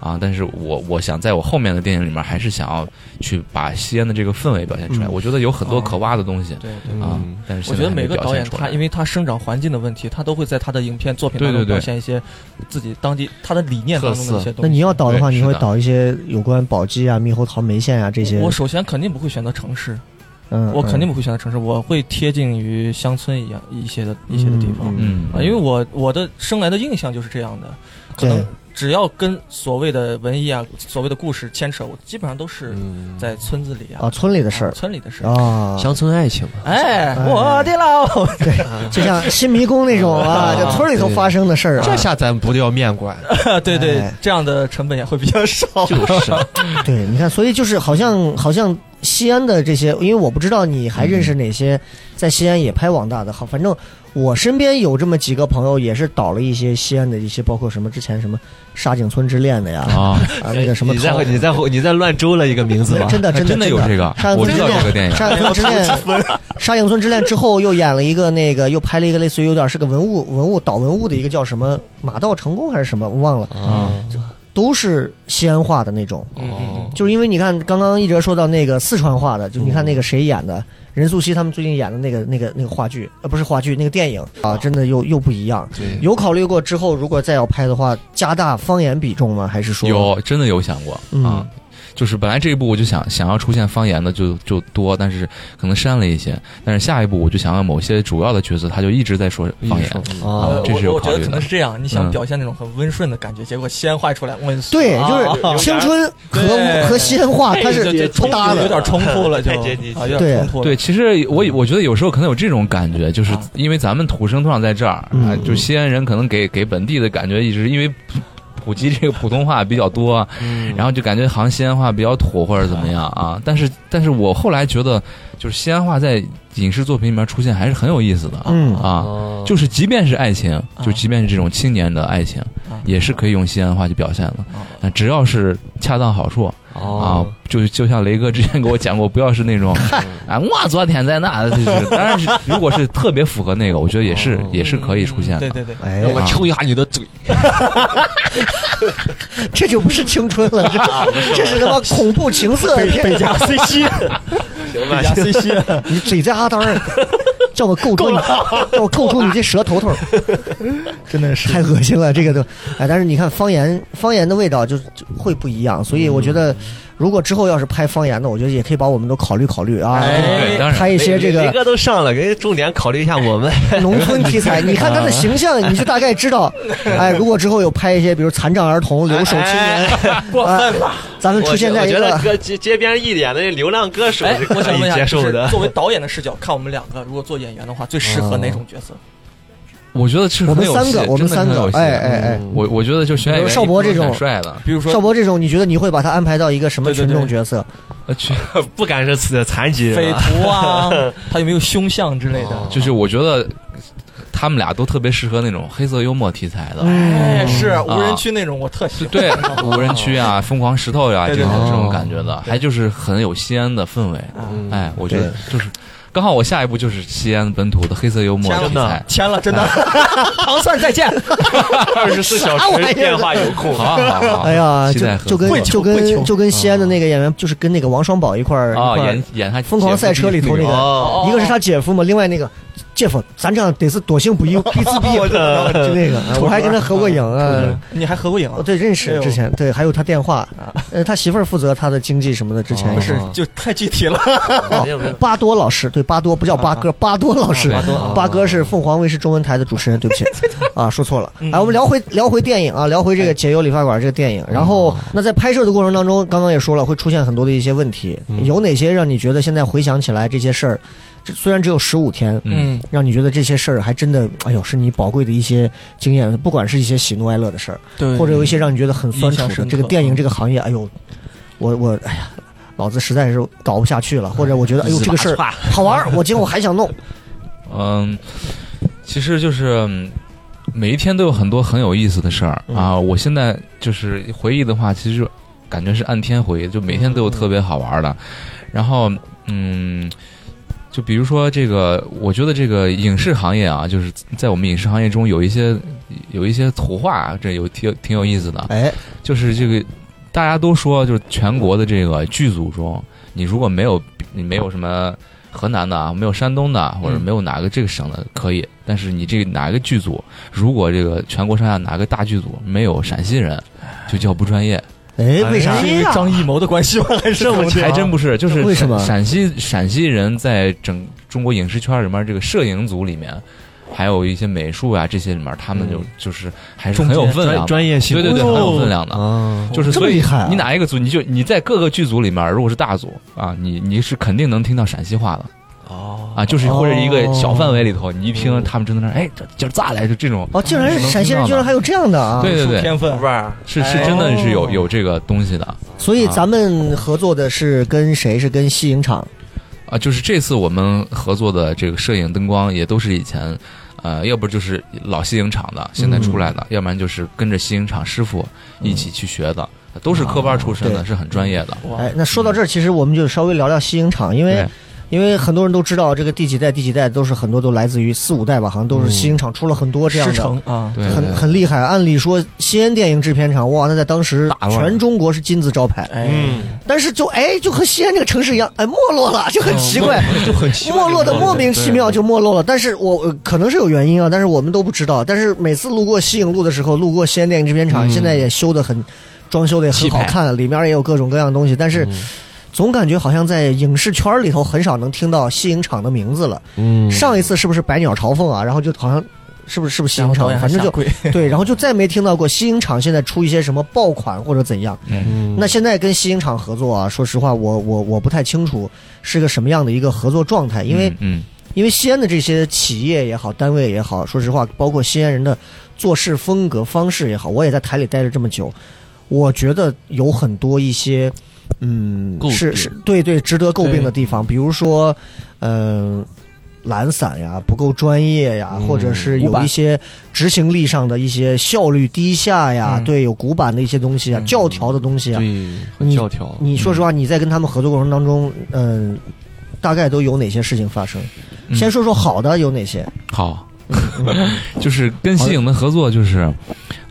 [SPEAKER 4] 哦
[SPEAKER 6] 啊，但是我我想在我后面的电影里面还是想要去把西安的这个氛围表现出来，
[SPEAKER 2] 嗯
[SPEAKER 6] 我觉得有很多可挖的东西，
[SPEAKER 4] 哦对对。
[SPEAKER 6] 啊
[SPEAKER 7] 嗯，
[SPEAKER 6] 但是
[SPEAKER 4] 我觉得每个导演他，
[SPEAKER 6] 他
[SPEAKER 4] 因为他生长环境的问题，他都会在他的影片作品当
[SPEAKER 6] 对
[SPEAKER 4] 中
[SPEAKER 6] 对对
[SPEAKER 4] 表现一些自己当地他的理念当中的一些东
[SPEAKER 2] 那
[SPEAKER 4] 西。
[SPEAKER 2] 你要导的话，
[SPEAKER 6] 对
[SPEAKER 2] 你会
[SPEAKER 6] 是的
[SPEAKER 2] 导一些有关宝鸡啊、猕猴桃、眉县啊这些。
[SPEAKER 4] 我首先肯定不会选择城市，
[SPEAKER 2] 嗯，
[SPEAKER 4] 我肯定
[SPEAKER 2] 嗯
[SPEAKER 4] 不会选择城市，我会贴近于乡村一样一些的一些的地方
[SPEAKER 2] 嗯
[SPEAKER 6] 嗯，
[SPEAKER 4] 啊，因为 我我的生来的印象就是这样的，可
[SPEAKER 2] 对
[SPEAKER 4] 能只要跟所谓的文艺啊、所谓的故事牵扯，我基本上都是
[SPEAKER 7] 嗯
[SPEAKER 4] 在村子里啊
[SPEAKER 2] 啊，村里的事儿
[SPEAKER 4] 村里的事儿。
[SPEAKER 2] 啊，
[SPEAKER 7] 乡村爱情嘛，
[SPEAKER 4] 哎，我的老
[SPEAKER 2] 就像新迷宫那种啊，
[SPEAKER 7] 啊
[SPEAKER 2] 就村里头发生的事儿啊。
[SPEAKER 7] 这下咱不叫面馆，
[SPEAKER 4] 对对
[SPEAKER 2] 哎，
[SPEAKER 4] 这样的成本也会比较少。
[SPEAKER 7] 就是
[SPEAKER 2] 对，你看，所以就是好像好像西安的这些，因为我不知道你还认识哪些在西安也拍网大的，好，反正我身边有这么几个朋友也是导了一些西安的一些，包括什么之前什么沙井村之恋的呀，
[SPEAKER 6] 啊，
[SPEAKER 2] 啊那个什么
[SPEAKER 7] 你
[SPEAKER 2] 桃
[SPEAKER 7] 在你在你在乱诌了一个名字吧？
[SPEAKER 2] 真的
[SPEAKER 6] 还
[SPEAKER 2] 真的
[SPEAKER 6] 真的有这个
[SPEAKER 2] 沙，影
[SPEAKER 6] 我
[SPEAKER 2] 村之
[SPEAKER 6] 知道
[SPEAKER 2] 恋
[SPEAKER 6] 这个电影，哎
[SPEAKER 2] 沙影村之 恋，沙影村之恋之后又演了一个那个，又拍了一个类似于有点是个文物文物导文物的一个叫什么马到成功还是什么，我忘了，
[SPEAKER 6] 啊，
[SPEAKER 2] 都是西安话的那
[SPEAKER 4] 嗯
[SPEAKER 2] 种。
[SPEAKER 7] 哦，
[SPEAKER 2] 就是因为你看刚刚一哲说到那个四川话的，就你
[SPEAKER 6] 嗯
[SPEAKER 2] 看那个谁演的，任素汐他们最近演的那个那个那个话剧，呃不是话剧，那个电影啊，真的又又不一样。
[SPEAKER 7] 对，
[SPEAKER 2] 有考虑过之后如果再要拍的话，加大方言比重吗？还是说
[SPEAKER 6] 有真的有想过
[SPEAKER 2] 嗯
[SPEAKER 6] 啊。就是本来这一部我就想想要出现方言的就就多，但是可能删了一些。但是下一步我就想要某些主要的角色，他就一直在说方言。
[SPEAKER 7] 啊
[SPEAKER 4] 呃
[SPEAKER 6] 这是有
[SPEAKER 4] 我我觉
[SPEAKER 6] 考
[SPEAKER 4] 得
[SPEAKER 6] 虑
[SPEAKER 4] 可能
[SPEAKER 6] 的
[SPEAKER 4] 是这样，你想
[SPEAKER 6] 嗯
[SPEAKER 4] 表现那种很温顺的感觉，结果西安话一出来，温顺
[SPEAKER 2] 对，
[SPEAKER 4] 啊
[SPEAKER 2] 就是青春
[SPEAKER 4] 对哎
[SPEAKER 2] 和和西安话它
[SPEAKER 4] 就是冲突
[SPEAKER 2] 搭
[SPEAKER 4] 有
[SPEAKER 2] 的。
[SPEAKER 4] 点冲突 了，就
[SPEAKER 7] 太接地气
[SPEAKER 4] 啊，有
[SPEAKER 2] 对
[SPEAKER 4] 点冲突了。
[SPEAKER 6] 对，其实我我觉得有时候可能有这种感觉，就是
[SPEAKER 4] 啊
[SPEAKER 6] 因为咱们土生土长在这儿，
[SPEAKER 2] 嗯
[SPEAKER 6] 啊，就西安人可能给给本地的感觉，一直因为普及这个普通话比较多，然后就感觉好像西安话比较土或者怎么样啊。但是但是我后来觉得，就是西安话在影视作品里面出现还是很有意思的，
[SPEAKER 2] 嗯
[SPEAKER 6] 啊。
[SPEAKER 7] 啊
[SPEAKER 6] 就是即便是爱情，
[SPEAKER 4] 哦啊
[SPEAKER 6] 就即便是这种青年的爱情，
[SPEAKER 4] 啊
[SPEAKER 6] 也是可以用西安话去表现的
[SPEAKER 4] 啊。哦
[SPEAKER 6] 但只要是恰到好处，
[SPEAKER 7] 哦
[SPEAKER 6] 啊，就就像雷哥之前给我讲过，不要是那种 啊，我昨天在那，就是当然是如果是特别符合那个，我觉得也是
[SPEAKER 4] 哦
[SPEAKER 6] 也是可以出现的。
[SPEAKER 4] 对对对，
[SPEAKER 2] 哎
[SPEAKER 5] 让我
[SPEAKER 2] 呀，
[SPEAKER 7] 啊
[SPEAKER 5] 抽一下你的嘴，
[SPEAKER 2] 这就不是青春了，这这是他妈恐怖情色片。
[SPEAKER 7] 加 C 西，行吧，加 C 西，
[SPEAKER 2] 你嘴在哈当儿，叫我够住你，叫我够住你这舌头头，真的是太恶心了，这个都。哎，但是你看方言，方言的味道就就会不一样，所以我觉得，如果之后要是拍方言的，我觉得也可以把我们都考虑考虑啊，
[SPEAKER 6] 对，当然
[SPEAKER 2] 拍一些这
[SPEAKER 7] 雷
[SPEAKER 2] 个
[SPEAKER 7] 哥都上了，给重点考虑一下我们。
[SPEAKER 2] 农村题材。你看他的形象，你就大概知道。哎，如果之后有拍一些，比如残障儿童、留守青
[SPEAKER 7] 哎
[SPEAKER 2] 年，啊
[SPEAKER 4] 过分了。
[SPEAKER 2] 咱们
[SPEAKER 7] 我
[SPEAKER 2] 出现在
[SPEAKER 7] 我
[SPEAKER 2] 一
[SPEAKER 7] 觉得
[SPEAKER 2] 个。
[SPEAKER 7] 歌街街边一点的流浪歌手
[SPEAKER 4] 哎
[SPEAKER 7] 是，
[SPEAKER 4] 我
[SPEAKER 7] 可
[SPEAKER 4] 想问
[SPEAKER 7] 以
[SPEAKER 4] 一下，
[SPEAKER 7] 接
[SPEAKER 4] 就
[SPEAKER 7] 受
[SPEAKER 4] 是
[SPEAKER 7] 的。
[SPEAKER 4] 作为导演的视角，看我们两个如果做演员的话，最适
[SPEAKER 6] 嗯
[SPEAKER 4] 合哪种角色？
[SPEAKER 6] 我觉得是
[SPEAKER 2] 我
[SPEAKER 6] 很
[SPEAKER 2] 们
[SPEAKER 6] 有
[SPEAKER 2] 三
[SPEAKER 6] 戏
[SPEAKER 2] 个，我们
[SPEAKER 6] 真的
[SPEAKER 2] 三
[SPEAKER 6] 很
[SPEAKER 2] 个
[SPEAKER 6] 有，戏
[SPEAKER 2] 哎哎哎，
[SPEAKER 6] 我我觉得就选演
[SPEAKER 2] 比
[SPEAKER 6] 员
[SPEAKER 2] 如邵博这种
[SPEAKER 6] 一定是很帅的，
[SPEAKER 4] 比如说
[SPEAKER 2] 邵博这种，你觉得你会把他安排到一个什么群众角色？
[SPEAKER 6] 呃去
[SPEAKER 7] 不敢是残残疾人
[SPEAKER 4] 匪
[SPEAKER 7] 啊，
[SPEAKER 4] 徒啊， 他有没有凶相之类的？
[SPEAKER 6] 就是我觉得他们俩都特别适合那种黑色幽默题材的，
[SPEAKER 4] 哎，是无人区那种，我特喜欢。
[SPEAKER 6] 嗯啊 对，无人区啊，疯狂石头呀、
[SPEAKER 4] 对
[SPEAKER 6] 这
[SPEAKER 4] 对
[SPEAKER 6] 种
[SPEAKER 4] 对嗯
[SPEAKER 6] 这种感觉的，还就是很有西安的氛围。哎，我觉得就是刚好我下一步就是西安本土的黑色幽默
[SPEAKER 4] 签
[SPEAKER 6] 题
[SPEAKER 4] 了
[SPEAKER 6] 材，。
[SPEAKER 4] 签了，真 的。糖蒜再见，
[SPEAKER 7] 二十四小时电话有空
[SPEAKER 6] 好。好好，好
[SPEAKER 2] 哎呀，
[SPEAKER 6] 啊期待
[SPEAKER 2] 就就跟
[SPEAKER 6] 和
[SPEAKER 2] 就
[SPEAKER 4] 跪求
[SPEAKER 2] 跟就跟西安的那个演员，就是跟那个王双宝一块儿一
[SPEAKER 6] 啊
[SPEAKER 2] 块儿
[SPEAKER 6] 演，演他
[SPEAKER 2] 疯狂赛车里头那个
[SPEAKER 7] 哦，
[SPEAKER 2] 一个是他姐夫嘛，另外那个姐夫，咱这样得是多行不义必自毙， 就那 个，
[SPEAKER 4] 呃
[SPEAKER 2] 我还跟他合过影啊。
[SPEAKER 4] 你还合过影啊
[SPEAKER 2] 哦，？对，认识
[SPEAKER 4] 哎呦
[SPEAKER 2] 之前对，还有他电话，呃，他媳妇儿负责他的经济什么的，之前
[SPEAKER 4] 不是，就太具体了。
[SPEAKER 7] 没有没有
[SPEAKER 2] 哦，巴多老师，对，巴多不叫巴哥，巴多老师
[SPEAKER 6] 巴多，
[SPEAKER 2] 啊巴哥是凤凰卫视中文台的主持 人，对不起，啊，说错了。哎，我们聊回聊回电影啊，聊回这个《解忧理发馆》这个电影。然后，那在拍摄的过程当中，刚刚也说了，会出现很多的一些问题，有哪些让你觉得现在回想起来这些事儿，这虽然只有十五天，
[SPEAKER 4] 嗯，
[SPEAKER 2] 让你觉得这些事儿还真的，哎呦，是你宝贵的一些经验，不管是一些喜怒哀乐的事儿，
[SPEAKER 4] 对
[SPEAKER 2] 或者有一些让你觉得很酸楚
[SPEAKER 4] 嗯印象
[SPEAKER 2] 的
[SPEAKER 4] 深刻
[SPEAKER 2] 这个电影这个行业，哎呦，我我哎呀，老子实在是搞不下去了，或者我觉得哎呦这个事儿好玩儿，我今后还想 弄。
[SPEAKER 6] 嗯，其实就是嗯每一天都有很多很有意思的事儿啊。我现在就是回忆的话，其实感觉是按天回忆，就每天都有特别好玩的。然后，嗯，就比如说这个，我觉得这个影视行业啊，就是在我们影视行业中有一些有一些图画，啊这有挺挺有意思的。啊
[SPEAKER 2] 哎，
[SPEAKER 6] 就是这个，大家都说，就是全国的这个剧组中，你如果没有你没有什么河南的啊，没有山东的啊，或者没有哪个这个省的可以，但是你这个哪个剧组，如果这个全国上下哪个大剧组没有陕西人，就叫不专业。
[SPEAKER 2] 哎，为啥？
[SPEAKER 4] 是因为张艺谋的关系吗？还是怎么的
[SPEAKER 6] 还真不是，就是
[SPEAKER 2] 啊为什么
[SPEAKER 6] 陕西陕西人在整中国影视圈里面这个摄影组里面，还有一些美术啊这些里面，他们就
[SPEAKER 2] 嗯
[SPEAKER 6] 就是还是很有分量的，
[SPEAKER 7] 业
[SPEAKER 6] 对对对，
[SPEAKER 4] 哦
[SPEAKER 6] 很有分量的。
[SPEAKER 7] 啊，
[SPEAKER 6] 就是
[SPEAKER 2] 这么
[SPEAKER 6] 所以
[SPEAKER 2] 厉害啊
[SPEAKER 6] 你哪一个组，你就你在各个剧组里面，如果是大组啊，你你是肯定能听到陕西话的。哦啊，就是或者一个小范围里头，你一听他们正在那儿，哎，这今儿咋来着？这种
[SPEAKER 2] 哦，竟然
[SPEAKER 4] 哎
[SPEAKER 2] 是陕西人，居然还有这样的啊！
[SPEAKER 6] 对，对对，
[SPEAKER 4] 天分
[SPEAKER 7] 不是
[SPEAKER 6] 是是真的是
[SPEAKER 2] 哦
[SPEAKER 6] 有有这个东西的
[SPEAKER 2] 所以咱们合作的是跟谁？是跟西影厂。
[SPEAKER 6] 啊。就是这次我们合作的这个摄影灯光也都是以前，呃，要不就是老西影厂的现在出来的，
[SPEAKER 2] 嗯
[SPEAKER 6] 要不然就是跟着西影厂师傅一起去学的，都是科班出身
[SPEAKER 2] 哦
[SPEAKER 6] 的，
[SPEAKER 2] 对
[SPEAKER 6] 是很专业的。
[SPEAKER 2] 哎，那说到这儿，其实我们就稍微聊聊西影厂，因为
[SPEAKER 6] 对。
[SPEAKER 2] 因为很多人都知道，这个第几代、第几代都是很多都来自于四五代吧，好像都是西影厂出了很多这样
[SPEAKER 4] 嗯师
[SPEAKER 2] 的。
[SPEAKER 4] 承啊，
[SPEAKER 6] 对，
[SPEAKER 2] 很
[SPEAKER 6] 对
[SPEAKER 2] 很厉害。按理说，西安电影制片厂，哇，那在当时
[SPEAKER 6] 大腕儿
[SPEAKER 2] 全中国是金字招牌。
[SPEAKER 4] 哎，
[SPEAKER 6] 嗯
[SPEAKER 2] 但是就哎，就和西安这个城市一样，哎，没落了， 就很奇怪，
[SPEAKER 4] 嗯
[SPEAKER 2] 就很没落的莫名其妙就没落了。但是我、呃可能是有原因啊，但是我们都不知道。但是每次路过西影路的时候，路过西安电影制片厂，现在也修的很，装修的也很好看，里面也有各种各样的东西，但是。总感觉好像在影视圈里头很少能听到西影厂的名字了。
[SPEAKER 7] 嗯
[SPEAKER 2] 上一次是不是百鸟朝凤啊？然后就好像是不是是不是西
[SPEAKER 4] 然
[SPEAKER 2] 影
[SPEAKER 4] 后
[SPEAKER 2] 厂
[SPEAKER 4] 导演？还
[SPEAKER 2] 反正
[SPEAKER 4] 下
[SPEAKER 2] 就
[SPEAKER 4] 跪，
[SPEAKER 2] 对，然后就再没听到过西影厂现在出一些什么爆款或者怎样。
[SPEAKER 7] 嗯
[SPEAKER 2] 那现在跟西影厂合作啊，说实话，我我我不太清楚是个什么样的一个合作状态，因为、
[SPEAKER 6] 嗯。嗯
[SPEAKER 2] 因为西安的这些企业也好，单位也好，说实话，包括西安人的做事风格方式也好，我也在台里待了这么久，我觉得有很多一些，嗯，
[SPEAKER 5] 诟病
[SPEAKER 2] 是是，对对，值得诟病的地方，比如说，嗯、懒散呀、不够专业呀，
[SPEAKER 5] 嗯
[SPEAKER 2] 或者是有一些执行力上的一些效率低下呀，
[SPEAKER 4] 嗯
[SPEAKER 2] 对，有古板的一些东
[SPEAKER 5] 嗯
[SPEAKER 2] 西啊，教条的东西啊。
[SPEAKER 7] 对，很
[SPEAKER 2] 你
[SPEAKER 7] 教条。
[SPEAKER 2] 你说实话，你在跟他们合作过程当中，嗯、大概都有哪些事情发生？
[SPEAKER 6] 嗯
[SPEAKER 2] 先说说好的有哪些？
[SPEAKER 6] 好，就是跟西影的合作，就是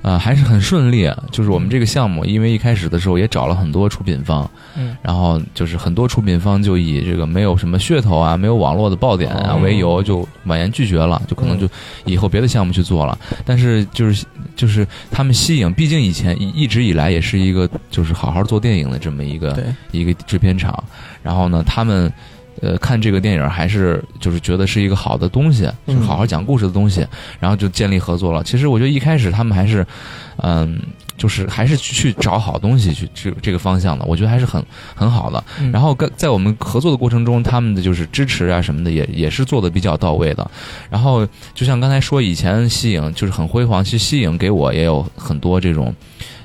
[SPEAKER 6] 呃还是很顺利。就是我们这个项目，因为一开始的时候也找了很多出品方，
[SPEAKER 4] 嗯，
[SPEAKER 6] 然后就是很多出品方就以这个没有什么噱头啊、没有网络的爆点啊
[SPEAKER 7] 哦
[SPEAKER 6] 为由，就婉言拒绝了，就可能就以后别的项目去做了。但是就是就是他们西影，毕竟以前一一直以来也是一个就是好好做电影的这么一个
[SPEAKER 4] 对，
[SPEAKER 6] 一个制片厂，然后呢，他们呃看这个电影还是就是觉得是一个好的东西，就是好好讲故事的东西，然后就建立合作了。其实我觉得一开始他们还是，嗯、就是还是去找好东西去这这个方向的，我觉得还是很很好的。
[SPEAKER 4] 嗯
[SPEAKER 6] 然后跟在我们合作的过程中，他们的就是支持啊什么的也也是做的比较到位的。然后就像刚才说，以前西影就是很辉煌，其实西影给我也有很多这种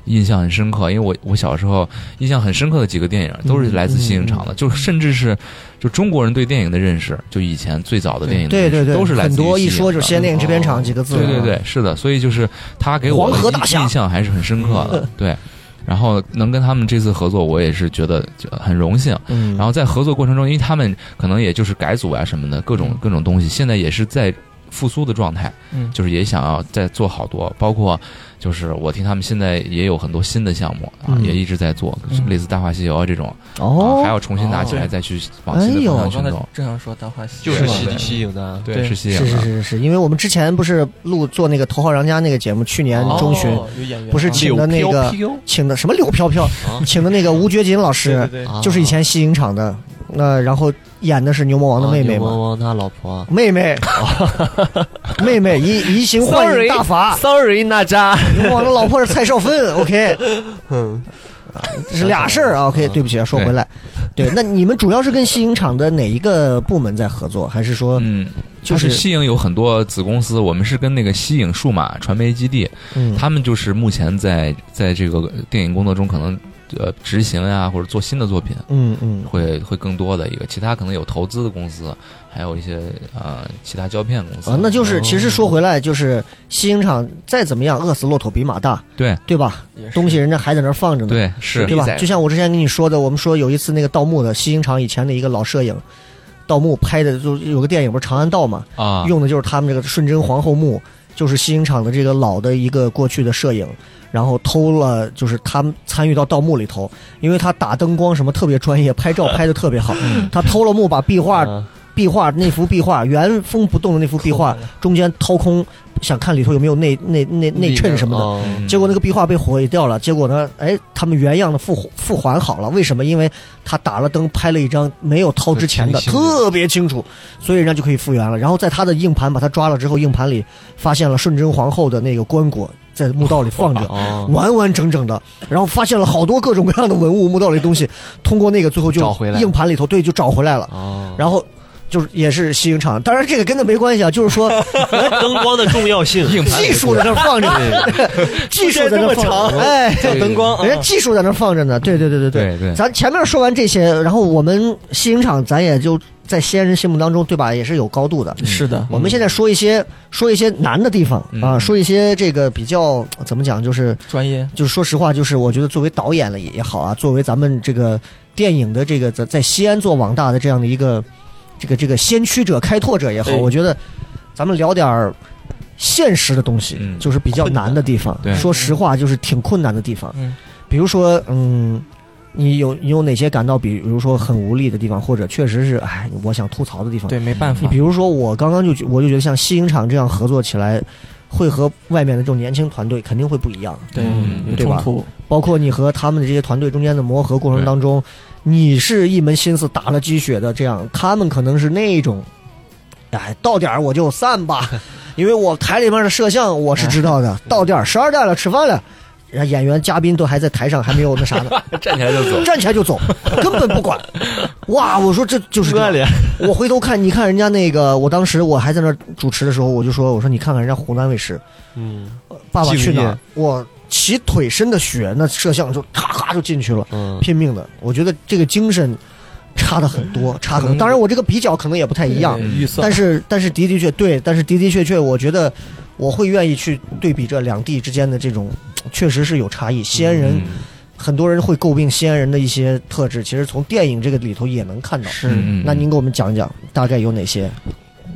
[SPEAKER 6] 印象很深刻，因为我我小时候印象很深刻的几个电
[SPEAKER 2] 嗯
[SPEAKER 6] 影都是来自西影厂的，就甚至是就中国人对电影的认识，就以前最早的电影的
[SPEAKER 2] 对
[SPEAKER 6] 认
[SPEAKER 2] 对
[SPEAKER 6] 识
[SPEAKER 2] 对，
[SPEAKER 6] 都是来自
[SPEAKER 2] 很
[SPEAKER 6] 于
[SPEAKER 2] 多一
[SPEAKER 6] 西影
[SPEAKER 2] 说
[SPEAKER 6] 的
[SPEAKER 2] 就
[SPEAKER 6] 哦
[SPEAKER 2] 是西安电影制片厂几个字。
[SPEAKER 6] 对对对，是的，所以就是他给我
[SPEAKER 2] 黄河
[SPEAKER 6] 的
[SPEAKER 2] 大
[SPEAKER 6] 印
[SPEAKER 2] 侠
[SPEAKER 6] 印象还是很深刻 的，对。然后能跟他们这次合作，我也是觉得就很荣幸。
[SPEAKER 2] 嗯，
[SPEAKER 6] 然后在合作过程中，因为他们可能也就是改组啊什么的，各种各种东西，现在也是在复苏的状态，
[SPEAKER 4] 嗯
[SPEAKER 6] 就是也想要再做好多，包括就是我听他们现在也有很多新的项目啊，
[SPEAKER 2] 嗯
[SPEAKER 6] 也一直在做，
[SPEAKER 4] 嗯
[SPEAKER 6] 类似《大话西游》啊这种，
[SPEAKER 2] 哦
[SPEAKER 6] 啊，还要重新拿起来
[SPEAKER 4] 哦
[SPEAKER 6] 再去往新的
[SPEAKER 2] 哎
[SPEAKER 6] 方
[SPEAKER 2] 呦
[SPEAKER 6] 向
[SPEAKER 4] 我
[SPEAKER 6] 去
[SPEAKER 4] 刚才
[SPEAKER 6] 走，
[SPEAKER 4] 正想说《大话西
[SPEAKER 7] 就
[SPEAKER 4] 游》，
[SPEAKER 7] 是
[SPEAKER 6] 是
[SPEAKER 7] 吸
[SPEAKER 6] 吧
[SPEAKER 7] 吸引的，
[SPEAKER 6] 对，
[SPEAKER 4] 对
[SPEAKER 6] 是啊吸引
[SPEAKER 2] 是是是
[SPEAKER 6] 的，
[SPEAKER 2] 是是，因为我们之前不是录做那个《头号玩家》那个节目，去年中旬、
[SPEAKER 4] 哦有演员
[SPEAKER 2] 不是
[SPEAKER 4] 啊
[SPEAKER 2] 请的那个请的什么柳飘飘，
[SPEAKER 6] 啊
[SPEAKER 2] 请的那个吴觉锦老师，
[SPEAKER 7] 对对对，
[SPEAKER 2] 就是以前西影厂的，那、然后演的是牛魔王的妹妹
[SPEAKER 7] 啊牛
[SPEAKER 2] 嘛，
[SPEAKER 7] 魔王他老婆
[SPEAKER 2] 妹 妹，妹妹移移形换影大 法，
[SPEAKER 7] 啊，sorry 娜扎，
[SPEAKER 2] 牛 魔王的老婆是蔡少 芬，OK，
[SPEAKER 7] 嗯，
[SPEAKER 2] 这是俩事儿
[SPEAKER 6] 嗯
[SPEAKER 2] 啊，OK，对不起啊，说回来，对，那你们主要是跟西影厂的哪一个部门在合作，还是说，
[SPEAKER 6] 嗯，
[SPEAKER 2] 就
[SPEAKER 6] 就是是西影有很多子公司，我们是跟那个西影数码传媒基地，
[SPEAKER 2] 嗯，
[SPEAKER 6] 他们就是目前在在这个电影工作中可能呃执行呀、或者做新的作品，
[SPEAKER 2] 嗯嗯
[SPEAKER 6] 会会更多的一个，其他可能有投资的公司，还有一些呃其他胶片公司
[SPEAKER 2] 啊，那就是
[SPEAKER 6] 哦
[SPEAKER 2] 其实说回来，就是西影厂再怎么样，饿死骆驼比马大，
[SPEAKER 6] 对
[SPEAKER 2] 对吧？东西人家还在那儿放着呢，
[SPEAKER 6] 对是
[SPEAKER 2] 对吧？就像我之前跟你说的，我们说有一次那个盗墓的西影厂以前的一个老摄影，盗墓拍的就有个电影不是《长安盗》嘛，
[SPEAKER 6] 啊，
[SPEAKER 2] 用的就是他们这个顺贞皇后墓，就是西影厂的这个老的一个过去的摄影，然后偷了，就是他们参与到盗墓里头，因为他打灯光什么特别专业，拍照拍的特别好，他偷了墓把壁画
[SPEAKER 7] 嗯
[SPEAKER 2] 壁画那幅壁画原封不动的那幅壁画中间掏空，想看里头有没有内内内内衬什么的。
[SPEAKER 7] 哦
[SPEAKER 6] 嗯
[SPEAKER 2] 结果那个壁画被毁掉了，结果呢，哎，他们原样的复复还好了，为什么？因为他打了灯，拍了一张没有掏之前的，
[SPEAKER 7] 很清晰的
[SPEAKER 2] 特别清楚，所以人家就可以复原了。然后在他的硬盘把他抓了之后，硬盘里发现了顺贞皇后的那个棺椁在墓道里放 着。
[SPEAKER 7] 哦，
[SPEAKER 2] 完完整整的，然后发现了好多各种各样的文物、墓道里的东西，通过那个最后就
[SPEAKER 7] 找回来
[SPEAKER 2] 硬盘里头对就找回来了，
[SPEAKER 7] 哦，
[SPEAKER 2] 然后就是也是西影厂，当然这个跟那没关系啊，就是说
[SPEAKER 7] 灯光的重要性，
[SPEAKER 6] 硬盘
[SPEAKER 2] 技术在那放着， 技术在那
[SPEAKER 4] 不该这么
[SPEAKER 2] 放着，
[SPEAKER 4] 长
[SPEAKER 2] 哎，
[SPEAKER 4] 叫灯光啊
[SPEAKER 2] 人家技术在那放着呢。对对对对
[SPEAKER 6] 哦对对
[SPEAKER 2] 咱前面说完这些，然后我们西影厂咱也就在西安人心目当中，对吧？也是有高度的。
[SPEAKER 4] 是的，
[SPEAKER 2] 我们现在说一些说一些难的地方
[SPEAKER 6] 嗯
[SPEAKER 2] 啊，说一些这个比较怎么讲，就是
[SPEAKER 4] 专业
[SPEAKER 2] 就是说实话，就是我觉得作为导演了也也好啊，作为咱们这个电影的这个在在西安做网大的这样的一个这个这个先驱者、开拓者也好，
[SPEAKER 4] 对
[SPEAKER 2] 我觉得咱们聊点儿现实的东西，
[SPEAKER 6] 嗯
[SPEAKER 2] 就是比较难的地方。
[SPEAKER 6] 对
[SPEAKER 2] 说实话，就是挺困难的地方。
[SPEAKER 4] 嗯
[SPEAKER 2] 比如说，嗯，你有你有哪些感到，比如说很无力的地方，或者确实是哎，我想吐槽的地方？
[SPEAKER 4] 对，没办法
[SPEAKER 2] 你比，如说，我刚刚就觉我就觉得像西影厂这样合作起来，会和外面的这种年轻团队肯定会不一样。
[SPEAKER 4] 对
[SPEAKER 6] 嗯，
[SPEAKER 4] 有
[SPEAKER 2] 对
[SPEAKER 4] 冲
[SPEAKER 2] 吧
[SPEAKER 4] 突，
[SPEAKER 2] 包括你和他们的这些团队中间的磨合过程当中，你是一门心思打了鸡血的这样，他们可能是那种，哎，到点儿我就散吧，因为我台里面的摄像我是知道的，到点儿十二点了吃饭了，人家演员嘉宾都还在台上还没有那啥呢，
[SPEAKER 6] 站起来就走，
[SPEAKER 2] 站起来就走，根本不管。哇，我说这 就是这样
[SPEAKER 7] 热烈，
[SPEAKER 2] 我回头看，你看人家那个，我当时我还在那儿主持的时候，我就说，我说你看看人家湖南卫视，
[SPEAKER 7] 嗯
[SPEAKER 2] 呃爸爸去哪
[SPEAKER 7] 敬
[SPEAKER 2] 儿
[SPEAKER 7] 业？
[SPEAKER 2] 我起腿 深的血，那摄像就咔咔就进去了，
[SPEAKER 7] 嗯，
[SPEAKER 2] 拼命的。我觉得这个精神差的很多，差的
[SPEAKER 4] 可能
[SPEAKER 2] 当然我这个比较可能也不太一样，
[SPEAKER 4] 预测，
[SPEAKER 2] 但是但是的的确对，但是的的确确，我觉得我会愿意去对比这两地之间的这种，确实是有差异。西安人、
[SPEAKER 6] 嗯
[SPEAKER 2] 很多人会诟病西安人的一些特质，其实从电影这个里头也能看到。
[SPEAKER 6] 嗯
[SPEAKER 4] 是
[SPEAKER 2] 那您给我们讲一讲，大概有哪些？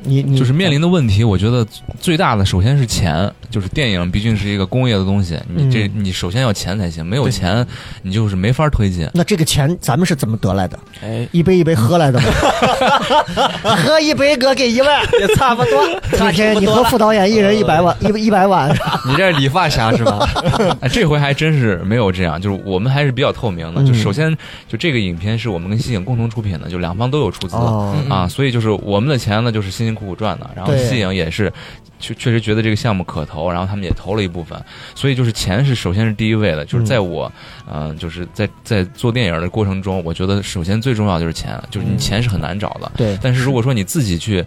[SPEAKER 2] 你你啊
[SPEAKER 6] 就是面临的问题，我觉得最大的首先是钱，就是电影毕竟是一个工业的东西，你这
[SPEAKER 2] 嗯
[SPEAKER 6] 你首先要钱才行，没有钱你就是没法推进。
[SPEAKER 2] 那这个钱咱们是怎么得来的？
[SPEAKER 4] 哎，
[SPEAKER 2] 一杯一杯喝 来的吗？喝一杯哥给一万，
[SPEAKER 4] 也差不 多，
[SPEAKER 2] 每天你和副导演一人一百万，一一百万。
[SPEAKER 5] 你这是理发侠是吧？
[SPEAKER 6] 哎，这回还真是没有这样，就是我们还是比较透明的。
[SPEAKER 2] 嗯
[SPEAKER 6] 就首先就这个影片是我们跟西影共同出品的，就两方都有出资
[SPEAKER 2] 哦
[SPEAKER 6] 啊，所以就是我们的钱呢就是辛辛苦苦赚的，然后
[SPEAKER 2] 对
[SPEAKER 6] 西影也是确确实觉得这个项目可投，然后他们也投了一部分，所以就是钱是首先是第一位的，就是在我嗯、呃就是在在做电影的过程中，我觉得首先最重要就是钱，就是
[SPEAKER 2] 嗯
[SPEAKER 6] 你钱是很难找的，
[SPEAKER 2] 对，
[SPEAKER 6] 但是如果说你自己去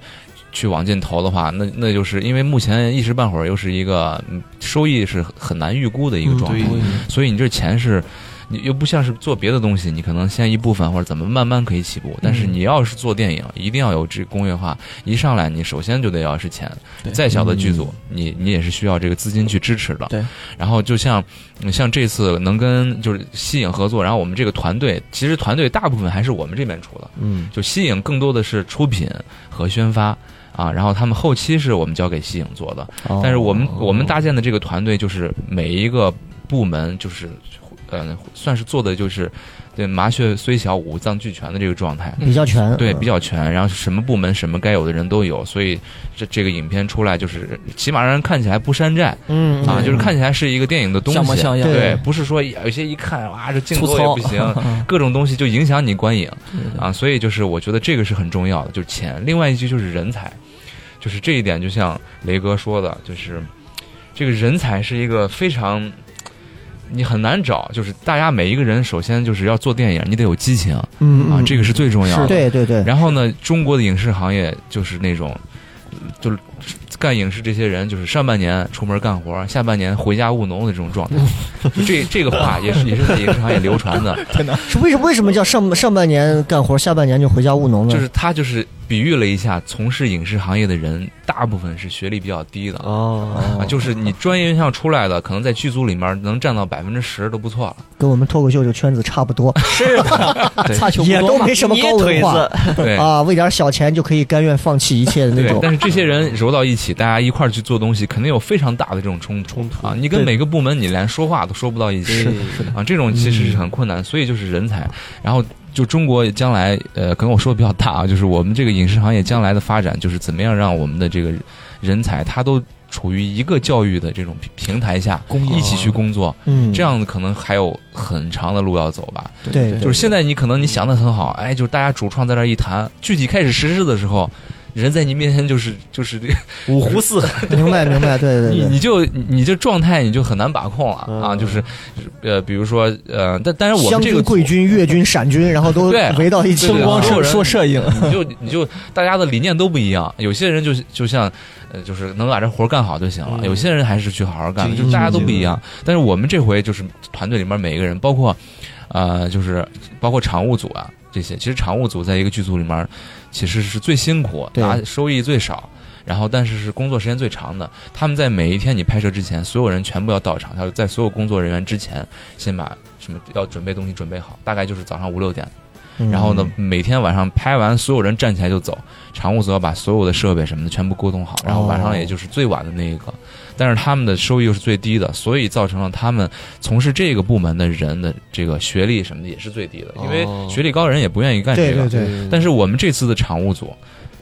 [SPEAKER 6] 去往进投的话，那那就是因为目前一时半会儿又是一个嗯收益是很难预估的一个状
[SPEAKER 2] 嗯
[SPEAKER 6] 态，所以你这钱是。你又不像是做别的东西，你可能先一部分或者怎么慢慢可以起步，但是你要是做电影，一定要有这工业化。一上来你首先就得要是钱，再小的剧组，你你也是需要这个资金去支持的。
[SPEAKER 4] 对，
[SPEAKER 6] 然后就像嗯像这次能跟就是西影合作，然后我们这个团队，其实团队大部分还是我们这边出的，
[SPEAKER 2] 嗯，
[SPEAKER 6] 就西影更多的是出品和宣发啊，然后他们后期是我们交给西影做的，
[SPEAKER 2] 嗯
[SPEAKER 6] 嗯
[SPEAKER 2] 哦
[SPEAKER 4] 哦
[SPEAKER 6] 但是我们我们搭建的这个团队就是每一个部门就是，呃，算是做的就是，对麻雀虽小五脏俱全的这个状
[SPEAKER 4] 嗯
[SPEAKER 6] 态。
[SPEAKER 2] 比较全，
[SPEAKER 6] 对，比较全，然后什么部门什么该有的人都有，所以这这个影片出来就是起码让人看起来不山寨
[SPEAKER 2] 嗯
[SPEAKER 6] 啊，
[SPEAKER 2] 嗯
[SPEAKER 6] 就是看起来是一个电影的东西，
[SPEAKER 4] 像模像样，
[SPEAKER 6] 对，不是说有些一看哇，这镜
[SPEAKER 4] 粗
[SPEAKER 6] 头也
[SPEAKER 4] 糙
[SPEAKER 6] 不 行，各种东西就影响你观影啊，所以就是我觉得这个是很重要的，就是钱。另外一句就是人才，就是这一点，就像雷哥说的，就是这个人才是一个非常你很难找，就是大家每一个人首先就是要做电影，你得有激情啊，
[SPEAKER 2] 嗯嗯，
[SPEAKER 6] 这个是最重要的。
[SPEAKER 2] 对对对，
[SPEAKER 6] 然后呢，中国的影视行业就是那种，就是干影视这些人，就是上半年出门干活，下半年回家务农的这种状 态。就这这个话也是也是在影视行业流传的，
[SPEAKER 2] 是为什么为什么叫上上半年干活，下半年就回家务农呢？
[SPEAKER 6] 就是他就是比喻了一下，从事影视行业的人大部分是学历比较低的。
[SPEAKER 7] 哦
[SPEAKER 6] 啊，就是你专业院校出来的，可能在剧组里面能占到百分之十都不错了。
[SPEAKER 2] 跟我们脱口秀这个圈子差不 多，
[SPEAKER 4] 差球
[SPEAKER 2] 也
[SPEAKER 4] 不
[SPEAKER 2] 都
[SPEAKER 4] 多嘛
[SPEAKER 2] 没什么高文化
[SPEAKER 6] 对，
[SPEAKER 2] 啊，为点小钱就可以甘愿放弃一切的那
[SPEAKER 6] 对，
[SPEAKER 2] 种。
[SPEAKER 6] 但是这些人揉到一起，大家一块儿去做东西，肯定有非常大的这种冲突
[SPEAKER 7] 冲突
[SPEAKER 6] 啊！你跟每个部门你连说话都说不到一起，啊，这种其
[SPEAKER 2] 嗯
[SPEAKER 6] 实是很困难，所以就是人才。然后就中国将来，呃，可能我说的比较大啊，就是我们这个影视行业将来的发展，就是怎么样让我们的这个人才，他都处于一个教育的这种平平台下，一起去工作，
[SPEAKER 2] 嗯，
[SPEAKER 6] 这样可能还有很长的路要走吧。
[SPEAKER 2] 对，对
[SPEAKER 6] 就是现在你可能你想的很好，哎，就是大家主创在这儿一谈，具体开始实施的时候，人在你面前就是就是
[SPEAKER 7] 五湖四海，
[SPEAKER 2] 明白明白，对对
[SPEAKER 6] 你
[SPEAKER 2] 对，
[SPEAKER 6] 你就你你这状态你就很难把控了啊，
[SPEAKER 7] 嗯
[SPEAKER 6] 就是呃，比如说呃，但但是我
[SPEAKER 2] 湘
[SPEAKER 6] 们这个
[SPEAKER 2] 军、
[SPEAKER 6] 组
[SPEAKER 2] 贵军、越军、陕军，然后都
[SPEAKER 6] 对
[SPEAKER 2] 围到一起
[SPEAKER 6] 对对
[SPEAKER 2] 了，
[SPEAKER 6] 光
[SPEAKER 4] 说说摄影，
[SPEAKER 6] 你就你就大家的理念都不一样，有些人就就像呃，就是能把这活儿干好就行了，有些人还是去好好干，就大家都不一样。但是我们这回就是团队里面每一个人，包括呃，就是包括常务组啊这些，其实常务组在一个剧组里面其实是最辛苦，
[SPEAKER 2] 对
[SPEAKER 6] 拿收益最少。然后，但是是工作时间最长的。他们在每一天你拍摄之前，所有人全部要到场，他在所有工作人员之前，先把什么要准备东西准备好，大概就是早上五六点
[SPEAKER 2] 嗯
[SPEAKER 6] 然后呢，每天晚上拍完，所有人站起来就走，常务组要把所有的设备什么的全部沟通好，
[SPEAKER 2] 哦
[SPEAKER 6] 然后晚上也就是最晚的那一个。但是他们的收益又是最低的，所以造成了他们从事这个部门的人的这个学历什么的也是最低的，因为学历高人也不愿意干这
[SPEAKER 2] 哦对
[SPEAKER 6] 个
[SPEAKER 2] 对。对，
[SPEAKER 6] 但是我们这次的常务组，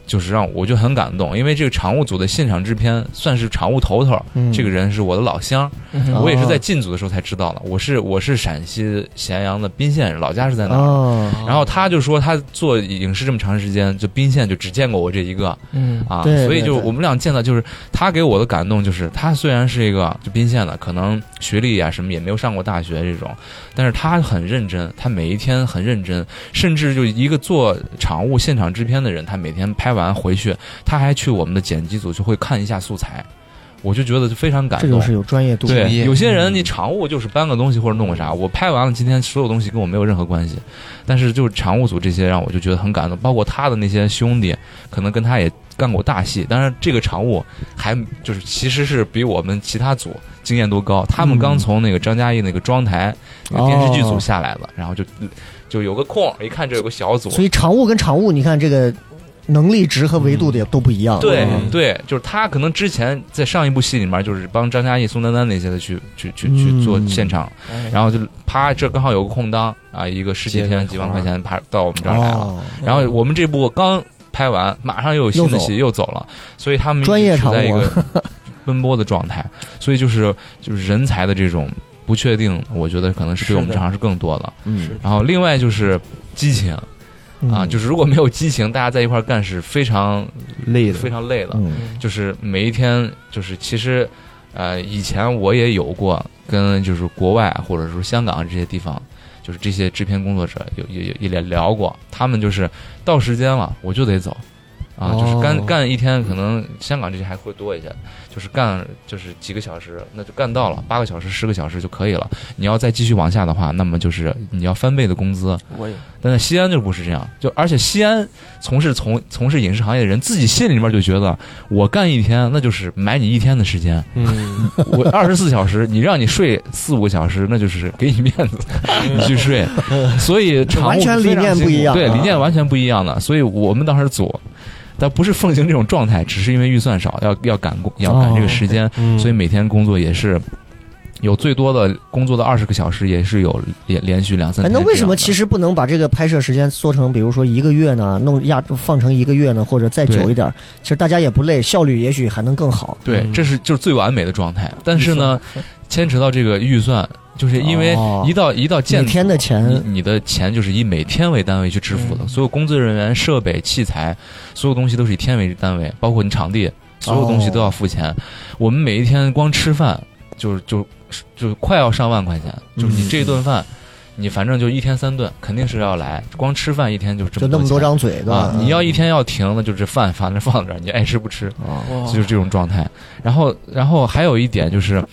[SPEAKER 6] 就是让我就很感动，因为这个常务组的现场制片算是常务头头，
[SPEAKER 2] 嗯
[SPEAKER 6] 这个人是我的老乡，
[SPEAKER 2] 哦
[SPEAKER 6] 我也是在进组的时候才知道的。我是我是陕西咸阳的啊彬县人，老家是在哪儿？
[SPEAKER 2] 哦，
[SPEAKER 6] 然后他就说，他做影视这么长时间，就宾县就只见过我这一个
[SPEAKER 4] 嗯，
[SPEAKER 6] 啊，
[SPEAKER 2] 对
[SPEAKER 6] 所以就
[SPEAKER 2] 对对
[SPEAKER 6] 我们俩见到，就是他给我的感动就是，他虽然是一个就宾县的，可能学历啊什么也没有上过大学这种，但是他很认真，他每一天很认真，甚至就一个做场务、现场制片的人，他每天拍完回去，他还去我们的剪辑组就会看一下素材。我就觉得就非常感
[SPEAKER 2] 啊这
[SPEAKER 6] 动。
[SPEAKER 2] 就是有专业度。
[SPEAKER 6] 对，
[SPEAKER 8] 业
[SPEAKER 6] 有些
[SPEAKER 2] 嗯
[SPEAKER 6] 人你常务就是搬个东西或者弄个啥，我拍完了今天所有东西跟我没有任何关系，但是就是常务组这些让我就觉得很感动，包括他的那些兄弟，可能跟他也干过大戏，但是这个常务还就是其实是比我们其他组经验都高，他们
[SPEAKER 2] 嗯
[SPEAKER 6] 刚从那个张嘉译那个妆台、那个电视剧
[SPEAKER 2] 哦
[SPEAKER 6] 组下来了，然后就就有个空，一看这有个小组，
[SPEAKER 2] 所以常务跟常务，你看这个能力值和维度的也都不一样。
[SPEAKER 6] 对
[SPEAKER 2] 嗯
[SPEAKER 6] 对，就是他可能之前在上一部戏里面，就是帮张嘉译、宋丹丹那些的去去去去做
[SPEAKER 2] 嗯
[SPEAKER 6] 现场，
[SPEAKER 4] 哎
[SPEAKER 6] 然后就啪，这刚好有个空档啊，一个十几
[SPEAKER 4] 接
[SPEAKER 6] 天
[SPEAKER 4] 着
[SPEAKER 6] 几
[SPEAKER 4] 好
[SPEAKER 6] 万
[SPEAKER 4] 玩
[SPEAKER 6] 块钱啪到我们这儿来了。
[SPEAKER 2] 哦，
[SPEAKER 6] 然后我们这部刚拍完，马上又有新的戏又走了，所以他们
[SPEAKER 2] 专业
[SPEAKER 6] 一直处在一
[SPEAKER 2] 场务
[SPEAKER 6] 个奔波的状态，所以就是就是人才的这种不确定，我觉得可能是对我们
[SPEAKER 4] 是的
[SPEAKER 6] 这行是更多的。
[SPEAKER 8] 嗯，
[SPEAKER 6] 然后另外就是激情啊，
[SPEAKER 2] 嗯
[SPEAKER 6] 就是如果没有激情，大家在一块儿干是非常
[SPEAKER 7] 累的
[SPEAKER 6] 非常累的。
[SPEAKER 2] 嗯
[SPEAKER 6] 就是每一天，就是其实，呃，以前我也有过跟就是国外或者说香港这些地方，就是这些制片工作者有有有也聊过，他们就是到时间了我就得走，啊，
[SPEAKER 2] 哦
[SPEAKER 6] 就是干干一天，可能香港这些还会多一些，就是干就是几个小时，那就干到了八个小时、十个小时就可以了。你要再继续往下的话，那么就是你要翻倍的工资。
[SPEAKER 4] 我也
[SPEAKER 6] 但在西安就不是这样，就而且西安从事从从事影视行业的人，自己心里面就觉得，我干一天那就是买你一天的时间，
[SPEAKER 7] 嗯，
[SPEAKER 6] 我二十四小时，你让你睡四五个小小时，那就是给你面子，你去睡。所以常务
[SPEAKER 2] 嗯完全
[SPEAKER 6] 非常
[SPEAKER 2] 理念
[SPEAKER 6] 辛
[SPEAKER 2] 不一
[SPEAKER 6] 苦
[SPEAKER 2] 样
[SPEAKER 6] 对
[SPEAKER 2] 啊
[SPEAKER 6] 理念完全不一样的。所以我们当时组，但不是奉行这种状态，只是因为预算少，要要赶工，要赶
[SPEAKER 2] 哦
[SPEAKER 6] 这个时间，
[SPEAKER 2] 嗯
[SPEAKER 6] 所以每天工作也是。有最多的工作的二十个小时，也是有连连续两三
[SPEAKER 2] 哎，
[SPEAKER 6] 天这样
[SPEAKER 2] 那
[SPEAKER 6] 的。
[SPEAKER 2] 为什么其实不能把这个拍摄时间缩成，比如说一个月呢？弄压放成一个月呢，或者再久一点儿？其实大家也不累，效率也许还能更好。
[SPEAKER 6] 对，这是就是最完美的状态。但是呢，牵扯到这个预算，就是因为
[SPEAKER 2] 哦
[SPEAKER 6] 一到一到
[SPEAKER 2] 每
[SPEAKER 6] 建组，
[SPEAKER 2] 天的
[SPEAKER 6] 你
[SPEAKER 2] 钱，
[SPEAKER 6] 你的钱就是以每天为单位去支付
[SPEAKER 2] 嗯
[SPEAKER 6] 的，所有工作人员、设备、器材，所有东西都是以天为单位，包括你场地，所有东西都
[SPEAKER 2] 哦
[SPEAKER 6] 要付钱。我们每一天光吃饭就是就就快要上万块钱，就是
[SPEAKER 2] 嗯
[SPEAKER 6] 你这顿饭。你反正就一天三顿，肯定是要来。光吃饭一天就这
[SPEAKER 2] 就那么多
[SPEAKER 6] 钱
[SPEAKER 2] 张嗯嘴，对吧
[SPEAKER 6] 啊！？你要一天要停，那就这饭反正放这儿，你爱吃不吃。
[SPEAKER 2] 啊
[SPEAKER 4] 哇
[SPEAKER 6] 就是这种状态。然后，然后还有一点就是，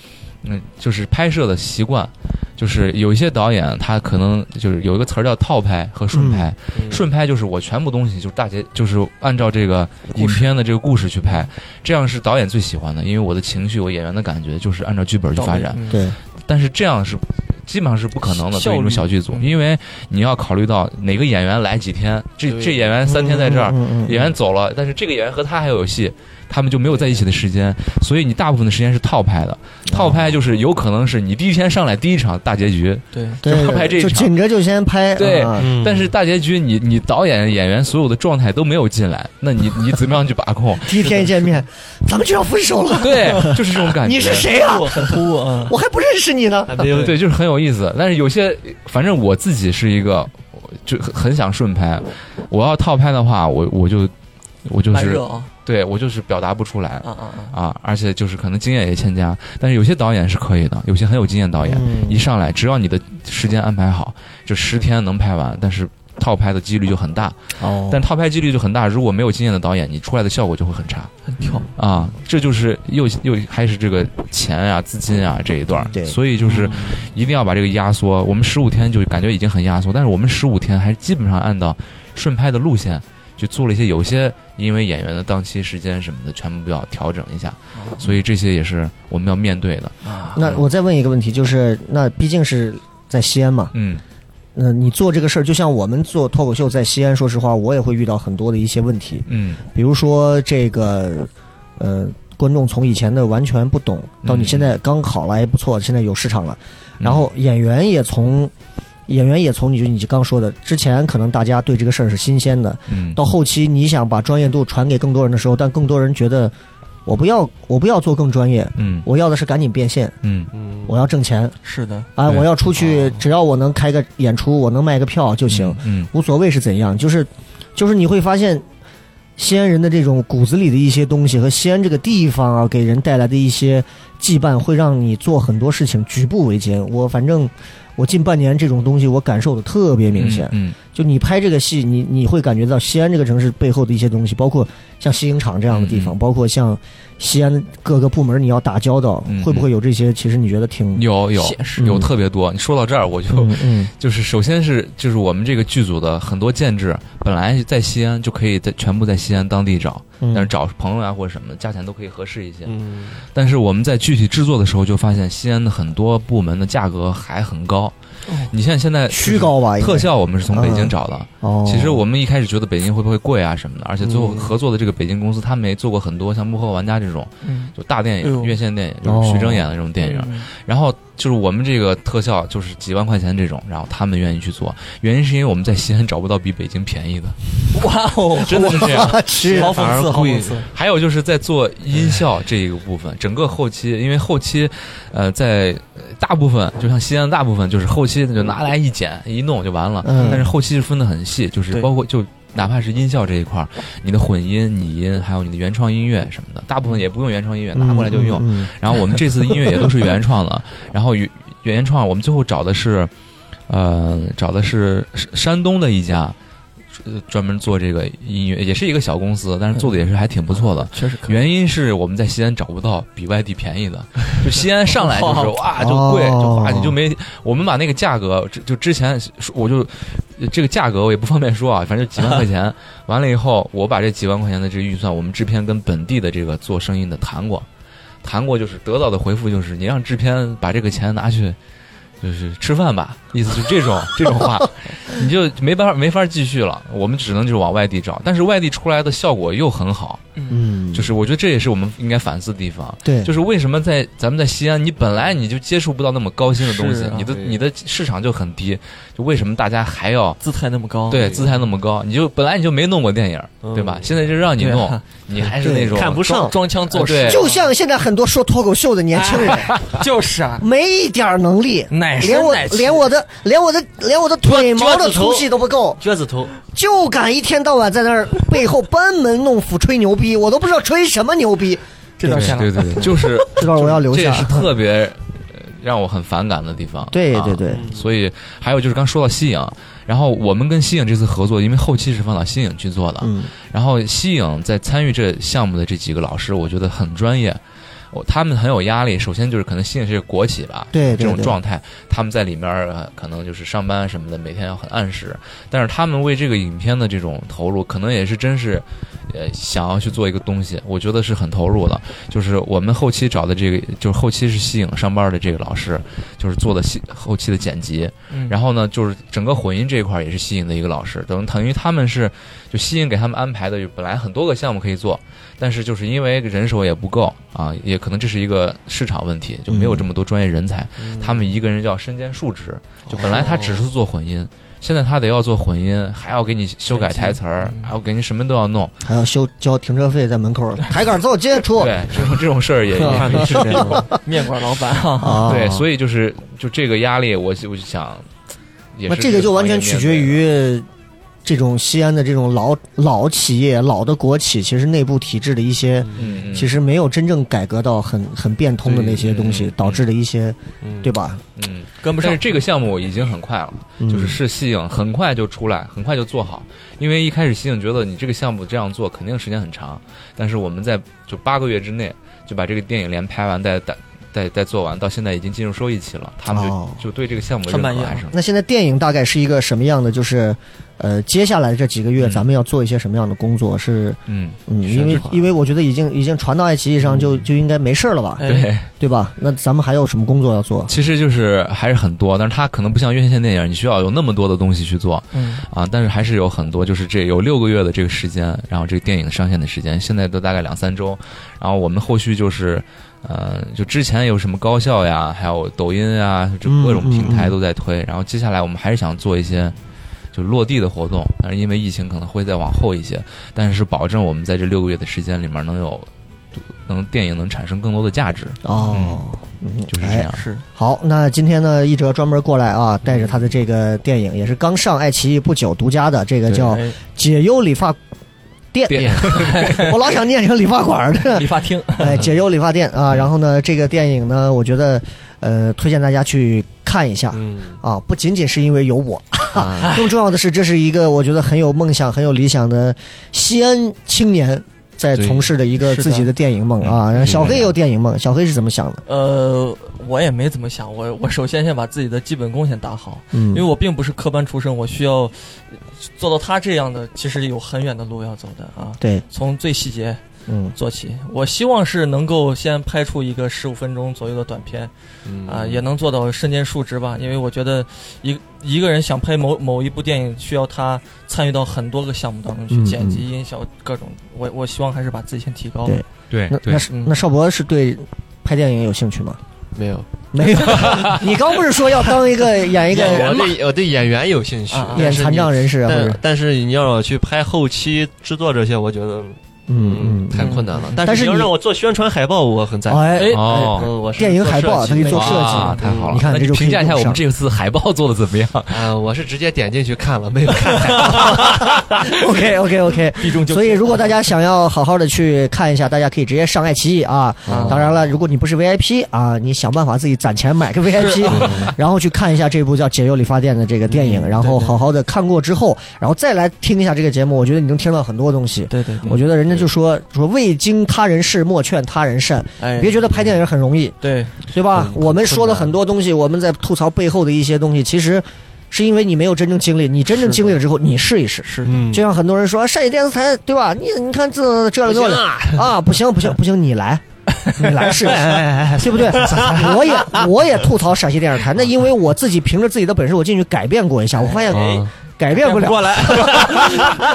[SPEAKER 6] 嗯，就是拍摄的习惯，就是有一些导演他可能就是有一个词儿叫套拍和顺拍。顺拍就是我全部东西就是大节，就是按照这个影片的这个故事去拍，这样是导演最喜欢的，因为我的情绪、我演员的感觉就是按照剧本去发展。
[SPEAKER 2] 对，
[SPEAKER 6] 但是这样是。基本上是不可能的，
[SPEAKER 4] 效
[SPEAKER 6] 对
[SPEAKER 4] 率
[SPEAKER 6] 于一种小剧组，
[SPEAKER 4] 嗯
[SPEAKER 6] 因为你要考虑到哪个演员来几天，这
[SPEAKER 4] 对
[SPEAKER 6] 这演员三天在这儿，
[SPEAKER 2] 嗯嗯嗯
[SPEAKER 6] 演员走了，但是这个演员和他还有戏，他们就没有在一起的时间，所以你大部分的时间是套拍
[SPEAKER 2] 哦
[SPEAKER 6] 的。套拍就是有可能是你第一天上来第一场大结局，
[SPEAKER 4] 对
[SPEAKER 6] 就
[SPEAKER 2] 对，
[SPEAKER 6] 拍这一
[SPEAKER 2] 就
[SPEAKER 6] 场
[SPEAKER 2] 紧着就先拍，
[SPEAKER 6] 对
[SPEAKER 2] 啊
[SPEAKER 7] 嗯
[SPEAKER 6] 但是大结局你你导演演员所有的状态都没有进来，那你你怎么样去把控？
[SPEAKER 2] 第一天一见面，咱们就要分手了，
[SPEAKER 6] 对，就是这种感觉。
[SPEAKER 2] 你是谁啊？
[SPEAKER 4] 很突兀啊，
[SPEAKER 2] 我还不认识你呢。
[SPEAKER 7] 还没有
[SPEAKER 6] 对，就是很有意思。但是有些，反正我自己是一个，我就很很想顺拍。我要套拍的话，我我就我就
[SPEAKER 4] 慢
[SPEAKER 6] 是
[SPEAKER 4] 热啊
[SPEAKER 6] 对我就是表达不出来
[SPEAKER 4] 啊。啊啊！
[SPEAKER 6] 啊，而且就是可能经验也欠佳，但是有些导演是可以的，有些很有经验导演，一上来只要你的时间安排好，就十天能拍完，但是套拍的几率就很大，
[SPEAKER 2] 哦
[SPEAKER 6] 但套拍几率就很大，如果没有经验的导演，你出来的效果就会很差
[SPEAKER 4] 很跳，
[SPEAKER 6] 啊，这就是又又还是这个钱啊、资金啊这一段儿，
[SPEAKER 2] 对
[SPEAKER 6] 所以就是一定要把这个压缩，我们十五天就感觉已经很压缩，但是我们十五天还基本上按照顺拍的路线。就做了一些，有些因为演员的档期时间什么的，全部要调整一下。所以这些也是我们要面对的。
[SPEAKER 2] 那
[SPEAKER 6] 嗯
[SPEAKER 2] 我再问一个问题，就是那毕竟是在西安嘛，
[SPEAKER 6] 嗯，
[SPEAKER 2] 那你做这个事儿，就像我们做脱口秀在西安，说实话，我也会遇到很多的一些问题，
[SPEAKER 6] 嗯，
[SPEAKER 2] 比如说这个，呃，观众从以前的完全不懂，
[SPEAKER 6] 嗯
[SPEAKER 2] 到你现在刚考了还不错，现在有市场了，然后演员也从。演员也从你就你刚说的，之前可能大家对这个事儿是新鲜的，
[SPEAKER 6] 嗯，
[SPEAKER 2] 到后期你想把专业度传给更多人的时候，但更多人觉得我不要我不要做更专业，
[SPEAKER 6] 嗯
[SPEAKER 2] 我要的是赶紧变现，
[SPEAKER 6] 嗯
[SPEAKER 2] 我要挣钱
[SPEAKER 4] 是的，
[SPEAKER 2] 啊！
[SPEAKER 6] 对哦
[SPEAKER 2] 我要出去，只要我能开个演出，我能卖个票就行，
[SPEAKER 6] 嗯
[SPEAKER 2] 无所谓是怎样。就是，就是你会发现，西安人的这种骨子里的一些东西和西安这个地方啊，给人带来的一些羁绊会让你做很多事情举步维艰。我反正我近半年这种东西我感受的特别明显。
[SPEAKER 6] 嗯，
[SPEAKER 2] 就你拍这个戏，你你会感觉到西安这个城市背后的一些东西，包括像西影厂这样的地方，
[SPEAKER 6] 嗯嗯
[SPEAKER 2] 包括像西安各个部门你要打交道，
[SPEAKER 6] 嗯嗯
[SPEAKER 2] 会不会有这些？其实你觉得挺
[SPEAKER 6] 嗯有有
[SPEAKER 4] 现
[SPEAKER 2] 嗯
[SPEAKER 6] 有特别多。你说到这儿，我就、
[SPEAKER 2] 嗯嗯
[SPEAKER 6] 就是首先是就是我们这个剧组的很多建制，本来在西安就可以在全部在西安当地找，但是
[SPEAKER 2] 嗯
[SPEAKER 6] 找朋友啊或者什么的，价钱都可以合适一些。
[SPEAKER 7] 嗯，
[SPEAKER 6] 但是我们在具体制作的时候就发现，西安的很多部门的价格还很高。你像现在
[SPEAKER 2] 虚高吧？应该
[SPEAKER 6] 特效，我们是从北京
[SPEAKER 2] 嗯
[SPEAKER 6] 找的。
[SPEAKER 2] 哦，
[SPEAKER 6] 其实 我们一开始觉得北京会不会贵啊什么的，而且最后
[SPEAKER 7] 嗯
[SPEAKER 6] 合作的这个北京公司，他们也做过很多像幕后玩家这种
[SPEAKER 4] 嗯，
[SPEAKER 6] 就大电
[SPEAKER 4] 哎
[SPEAKER 6] 影、
[SPEAKER 4] 呦
[SPEAKER 6] 院线电影，
[SPEAKER 2] 哦
[SPEAKER 6] 就是徐峥演的这种电影。然后就是我们这个特效就是几万块钱这种，然后他们愿意去做，原因是因为我们在西安找不到比北京便宜的，
[SPEAKER 4] 哇哦，
[SPEAKER 6] 真的是这样。
[SPEAKER 2] 是
[SPEAKER 4] 好讽刺，好
[SPEAKER 6] 故意
[SPEAKER 4] 讽刺，
[SPEAKER 6] 还有就是在做音效这一个部分，整个后期，因为后期，呃，在呃大部分就像西安大部分就是后期就拿来一剪一弄就完了，
[SPEAKER 2] 嗯
[SPEAKER 6] 但是后期是分得很细，就是
[SPEAKER 4] 对
[SPEAKER 6] 包括就。哪怕是音效这一块儿，你的混音、拟音，还有你的原创音乐什么的，大部分也不用原创音乐，拿过来就用。
[SPEAKER 2] 嗯
[SPEAKER 6] 然后我们这次的音乐也都是原创的，然后原原创我们最后找的是，呃，找的是山山东的一家。呃专门做这个音乐，也是一个小公司，但是做的也是还挺不错的。
[SPEAKER 4] 确实可以。
[SPEAKER 6] 原因是我们在西安找不到比外地便宜的，就西安上来就是哇就贵，就哇你就没，我们把那个价格就就之前我就这个价格我也不方便说啊，反正就几万块钱。完了以后，我把这几万块钱的这个预算，我们制片跟本地的这个做生意的谈过，谈过就是得到的回复就是你让制片把这个钱拿去。就是吃饭吧，意思就是这种这种话，你就没办法没法继续了。我们只能就是往外地找，但是外地出来的效果又很好，
[SPEAKER 2] 嗯，
[SPEAKER 6] 就是我觉得这也是我们应该反思的地方，
[SPEAKER 2] 对，
[SPEAKER 6] 就是为什么在咱们在西安，你本来你就接触不到那么高薪的东西
[SPEAKER 4] 是啊，
[SPEAKER 6] 你的你的市场就很低，就为什么大家还要
[SPEAKER 4] 姿态那么高，
[SPEAKER 6] 对姿态那么高？你就本来你就没弄过电影，
[SPEAKER 7] 嗯
[SPEAKER 6] 对吧？现在就让你
[SPEAKER 4] 对
[SPEAKER 6] 弄，你还是那种
[SPEAKER 7] 看不上
[SPEAKER 4] 装，装腔作势
[SPEAKER 6] 对，
[SPEAKER 2] 就像现在很多说脱口秀的年轻人，
[SPEAKER 4] 哎
[SPEAKER 6] 哎
[SPEAKER 4] 就是啊，
[SPEAKER 2] 没一点儿能力，
[SPEAKER 4] 奶
[SPEAKER 2] 连
[SPEAKER 4] 声
[SPEAKER 2] 我
[SPEAKER 4] 奶气，
[SPEAKER 2] 连我的连我的连我的腿毛的粗细都不够，
[SPEAKER 7] 撅子头，
[SPEAKER 2] 就敢一天到晚在那儿背后班门弄斧吹牛逼，我都不知道吹什么牛 逼。
[SPEAKER 4] 这段下来
[SPEAKER 6] 对对对，就是
[SPEAKER 2] 这段我要留
[SPEAKER 6] 这也
[SPEAKER 2] 下
[SPEAKER 6] 是。特别呃让我很反感的地方。
[SPEAKER 2] 对对
[SPEAKER 6] 啊
[SPEAKER 2] 对，
[SPEAKER 6] 所以还有就是刚说到西影，然后我们跟西影这次合作，因为后期是放到西影去做的，
[SPEAKER 2] 嗯
[SPEAKER 6] 然后西影在参与这项目的这几个老师，我觉得很专业，我他们很有压力。首先就是可能西影是国企吧，
[SPEAKER 2] 对对
[SPEAKER 6] 这种
[SPEAKER 2] 对
[SPEAKER 6] 状态，他们在里面呃可能就是上班什么的，每天要很按时。但是他们为这个影片的这种投入，可能也是真是，呃，想要去做一个东西，我觉得是很投入的。就是我们后期找的这个，就是后期是西影上班的这个老师，就是做的西后期的剪辑，
[SPEAKER 4] 嗯
[SPEAKER 6] 然后呢，就是整个混音这一块儿也是西影的一个老师，等等于他们是就西影给他们安排的，就本来很多个项目可以做，但是就是因为人手也不够啊，也可能这是一个市场问题，就没有这么多专业人才，
[SPEAKER 2] 嗯
[SPEAKER 6] 他们一个人要身兼数职，
[SPEAKER 2] 哦
[SPEAKER 6] 就本来他只是做混音。现在他得要做混音，还要给你修改台词儿，
[SPEAKER 2] 嗯
[SPEAKER 6] 还要给你什么都要弄，
[SPEAKER 2] 还要修交停车费，在门口抬杆走接触
[SPEAKER 6] 对，这种这种事 儿也也
[SPEAKER 7] 看没是这样，
[SPEAKER 4] 面馆老板啊，
[SPEAKER 2] 啊，
[SPEAKER 6] 对，所以就是就这个压力，我就我就想，也
[SPEAKER 2] 那
[SPEAKER 6] 是
[SPEAKER 2] 这个就完全取决于这种西安的这种老老企业、老的国企，其实内部体制的一些，
[SPEAKER 6] 嗯，嗯
[SPEAKER 2] 其实没有真正改革到很很变通的那些东
[SPEAKER 6] 对
[SPEAKER 2] 西
[SPEAKER 6] 嗯，
[SPEAKER 2] 导致的一些，
[SPEAKER 7] 嗯
[SPEAKER 2] 对吧？
[SPEAKER 6] 嗯，
[SPEAKER 4] 跟不上
[SPEAKER 6] 但是，这个项目已经很快了，就是
[SPEAKER 2] 嗯
[SPEAKER 6] 是西影很快就出来，很快就做好。因为一开始西影觉得你这个项目这样做肯定时间很长，但是我们在就八个月之内就把这个电影连拍完再再再再做完，到现在已经进入收益期了，他们就、
[SPEAKER 2] 哦
[SPEAKER 6] 就对这个项目
[SPEAKER 4] 很满意
[SPEAKER 6] 认可还
[SPEAKER 4] 了
[SPEAKER 6] 是很
[SPEAKER 2] 那现在电影大概是一个什么样的？就是，呃，接下来这几个月
[SPEAKER 6] 嗯
[SPEAKER 2] 咱们要做一些什么样的工作？是，
[SPEAKER 6] 嗯
[SPEAKER 2] 嗯，
[SPEAKER 6] 宣
[SPEAKER 2] 因为
[SPEAKER 6] 传
[SPEAKER 2] 因为我觉得已经已经传到爱奇艺上就
[SPEAKER 6] 嗯
[SPEAKER 2] 就应该没事儿了吧，
[SPEAKER 4] 哎
[SPEAKER 6] 对。
[SPEAKER 2] 对吧？那咱们还有什么工作要做？
[SPEAKER 6] 其实就是还是很多，但是它可能不像院线电影，你需要有那么多的东西去做
[SPEAKER 4] 嗯，
[SPEAKER 6] 啊。但是还是有很多，就是这有六个月的这个时间，然后这个电影上线的时间，现在都大概两三周。然后我们后续就是，呃，就之前有什么高校呀，还有抖音啊，就
[SPEAKER 2] 嗯
[SPEAKER 6] 各种平台都在推。然后接下来我们还是想做一些。就落地的活动，但是因为疫情可能会再往后一些，但是保证我们在这六个月的时间里面能有，能电影能产生更多的价值，
[SPEAKER 2] 哦，嗯
[SPEAKER 6] 就是这
[SPEAKER 2] 哎
[SPEAKER 6] 样。
[SPEAKER 4] 是
[SPEAKER 2] 好，那今天呢，一哲专门过来啊，带着他的这个电影，也是刚上爱奇艺不久独家的，这个叫《
[SPEAKER 4] 哎
[SPEAKER 2] 解忧理发店，
[SPEAKER 6] 店
[SPEAKER 2] 我老想念成理发馆儿的。
[SPEAKER 4] 理发厅，
[SPEAKER 2] 哎，解忧理发店啊，然后呢，这个电影呢，我觉得，呃，推荐大家去看一下。
[SPEAKER 7] 嗯，
[SPEAKER 2] 啊，不仅仅是因为有我， 更重要的是，这是一个我觉得很有梦想、很有理想的西安青年在从事的一个
[SPEAKER 4] 对
[SPEAKER 2] 自己的电影梦啊。然后小黑也有电影梦，小黑是怎么想的？
[SPEAKER 4] 呃，我也没怎么想，我我首先先把自己的基本功先打好，
[SPEAKER 2] 嗯
[SPEAKER 4] 因为我并不是科班出身，我需要做到他这样的，其实有很远的路要走的啊，
[SPEAKER 2] 对，
[SPEAKER 4] 从最细节
[SPEAKER 2] 嗯
[SPEAKER 4] 做起。我希望是能够先拍出一个十五分钟左右的短片，啊、也能做到身兼数职吧。因为我觉得一一个人想拍某某一部电影，需要他参与到很多个项目当中去，
[SPEAKER 2] 嗯
[SPEAKER 4] 剪辑、音效各种。我我希望还是把自己先提高。
[SPEAKER 2] 对
[SPEAKER 6] 对
[SPEAKER 2] 那
[SPEAKER 6] 对
[SPEAKER 2] 那，是那邵博是对拍电影有兴趣吗？
[SPEAKER 7] 没有，
[SPEAKER 2] 没有，你刚不是说要当一个演一个
[SPEAKER 7] 我对我对演员有兴趣
[SPEAKER 4] 啊啊，
[SPEAKER 2] 演
[SPEAKER 7] 但是
[SPEAKER 2] 残
[SPEAKER 7] 你
[SPEAKER 2] 障人士啊？或者
[SPEAKER 7] 但但是你要让我去拍后期制作这些，我觉得
[SPEAKER 2] 嗯嗯
[SPEAKER 7] 太困难了。但
[SPEAKER 2] 但是
[SPEAKER 7] 是你要
[SPEAKER 2] 你
[SPEAKER 7] 让我做宣传海报，我很在
[SPEAKER 2] 嗯，
[SPEAKER 7] 乎。
[SPEAKER 2] 哎，
[SPEAKER 6] 哦
[SPEAKER 4] 呃
[SPEAKER 7] 嗯，我是
[SPEAKER 2] 电影海
[SPEAKER 7] 设
[SPEAKER 2] 报啊
[SPEAKER 7] 计
[SPEAKER 2] 他可以
[SPEAKER 7] 的
[SPEAKER 2] 做设计
[SPEAKER 6] 哇太好了！
[SPEAKER 2] 你看
[SPEAKER 6] 那
[SPEAKER 2] 这就可以
[SPEAKER 6] 评价一下
[SPEAKER 2] 用
[SPEAKER 6] 我
[SPEAKER 2] 上
[SPEAKER 6] 们这次海报做的怎么样？
[SPEAKER 7] 啊，我是直接点进去看了，没有 看 海报。
[SPEAKER 2] OK OK OK，
[SPEAKER 4] 避重就
[SPEAKER 2] 所以
[SPEAKER 4] 轻
[SPEAKER 2] 如果大家想要好好的去看一下，大家可以直接上爱奇艺啊。当然了，如果你不是 VIP 啊，你想办法自己攒钱买个 VIP，然 后去看一下这部叫《解忧理发店》的这个电影，然后好好的看过之后，然后再来听一下这个节目，我觉得你能听到很多东西。
[SPEAKER 4] 对对对，
[SPEAKER 2] 我觉得人家就说说未经他人事，莫劝他人善。
[SPEAKER 4] 哎，
[SPEAKER 2] 别觉得拍电影很容易，
[SPEAKER 4] 对
[SPEAKER 2] 对吧？
[SPEAKER 7] 很
[SPEAKER 2] 我们说了很多东西，我们在吐槽背后的一些东西，其实是因为你没有真正经历。你真正经历了之后，你试一试。
[SPEAKER 4] 是
[SPEAKER 7] 嗯
[SPEAKER 2] 就像很多人说上一电视台，对吧？你你看这这了那了啊，哎不行不 行不行，你来。你来试试，对 不对？我也我也吐槽陕西电视台，那因为我自己凭着自己的本事，我进去改变过一下，我发现
[SPEAKER 7] 哎
[SPEAKER 2] 改变不了，
[SPEAKER 4] 过来，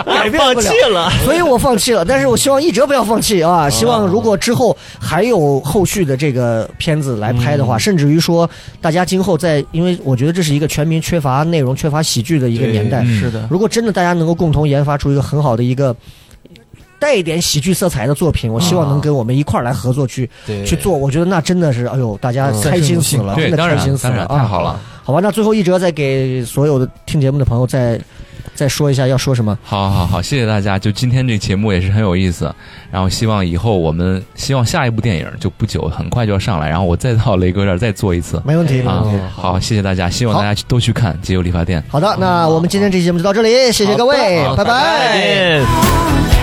[SPEAKER 2] 改变不了，
[SPEAKER 7] 了。
[SPEAKER 2] 所以我放弃了。但是我希望一直不要放弃啊！希望如果之后还有后续的这个片子来拍的话，甚至于说大家今后在，因为我觉得这是一个全民缺乏内容、缺乏喜剧的一个年代，
[SPEAKER 4] 是的，
[SPEAKER 2] 如果真的大家能够共同研发出一个很好的一个带一点喜剧色彩的作品，
[SPEAKER 6] 啊
[SPEAKER 2] 我希望能跟我们一块儿来合作去、
[SPEAKER 7] 对
[SPEAKER 2] 去做。我觉得那真的是，哎呦，大家开心死了，
[SPEAKER 6] 嗯对，
[SPEAKER 2] 真的
[SPEAKER 6] 当
[SPEAKER 2] 开
[SPEAKER 6] 然
[SPEAKER 2] 心死
[SPEAKER 6] 当
[SPEAKER 2] 了
[SPEAKER 6] 然，太好
[SPEAKER 2] 了、
[SPEAKER 6] 了。
[SPEAKER 2] 好吧，那最后一哲再给所有的听节目的朋友再再说一下要说什么。
[SPEAKER 6] 好好好，谢谢大家。就今天这节目也是很有意思，然后希望以后我们希望下一部电影就不久，很快就要上来，然后我再到雷哥这儿再做一次。
[SPEAKER 2] 没问题，没
[SPEAKER 6] 啊
[SPEAKER 2] 问题。，
[SPEAKER 6] 好，谢谢大家，希望大家都去看《解忧理发店》。
[SPEAKER 2] 哎
[SPEAKER 4] 哎
[SPEAKER 2] 好的，那我们今天这期节目就到这里，谢谢各位，拜
[SPEAKER 7] 再见。
[SPEAKER 1] 啊。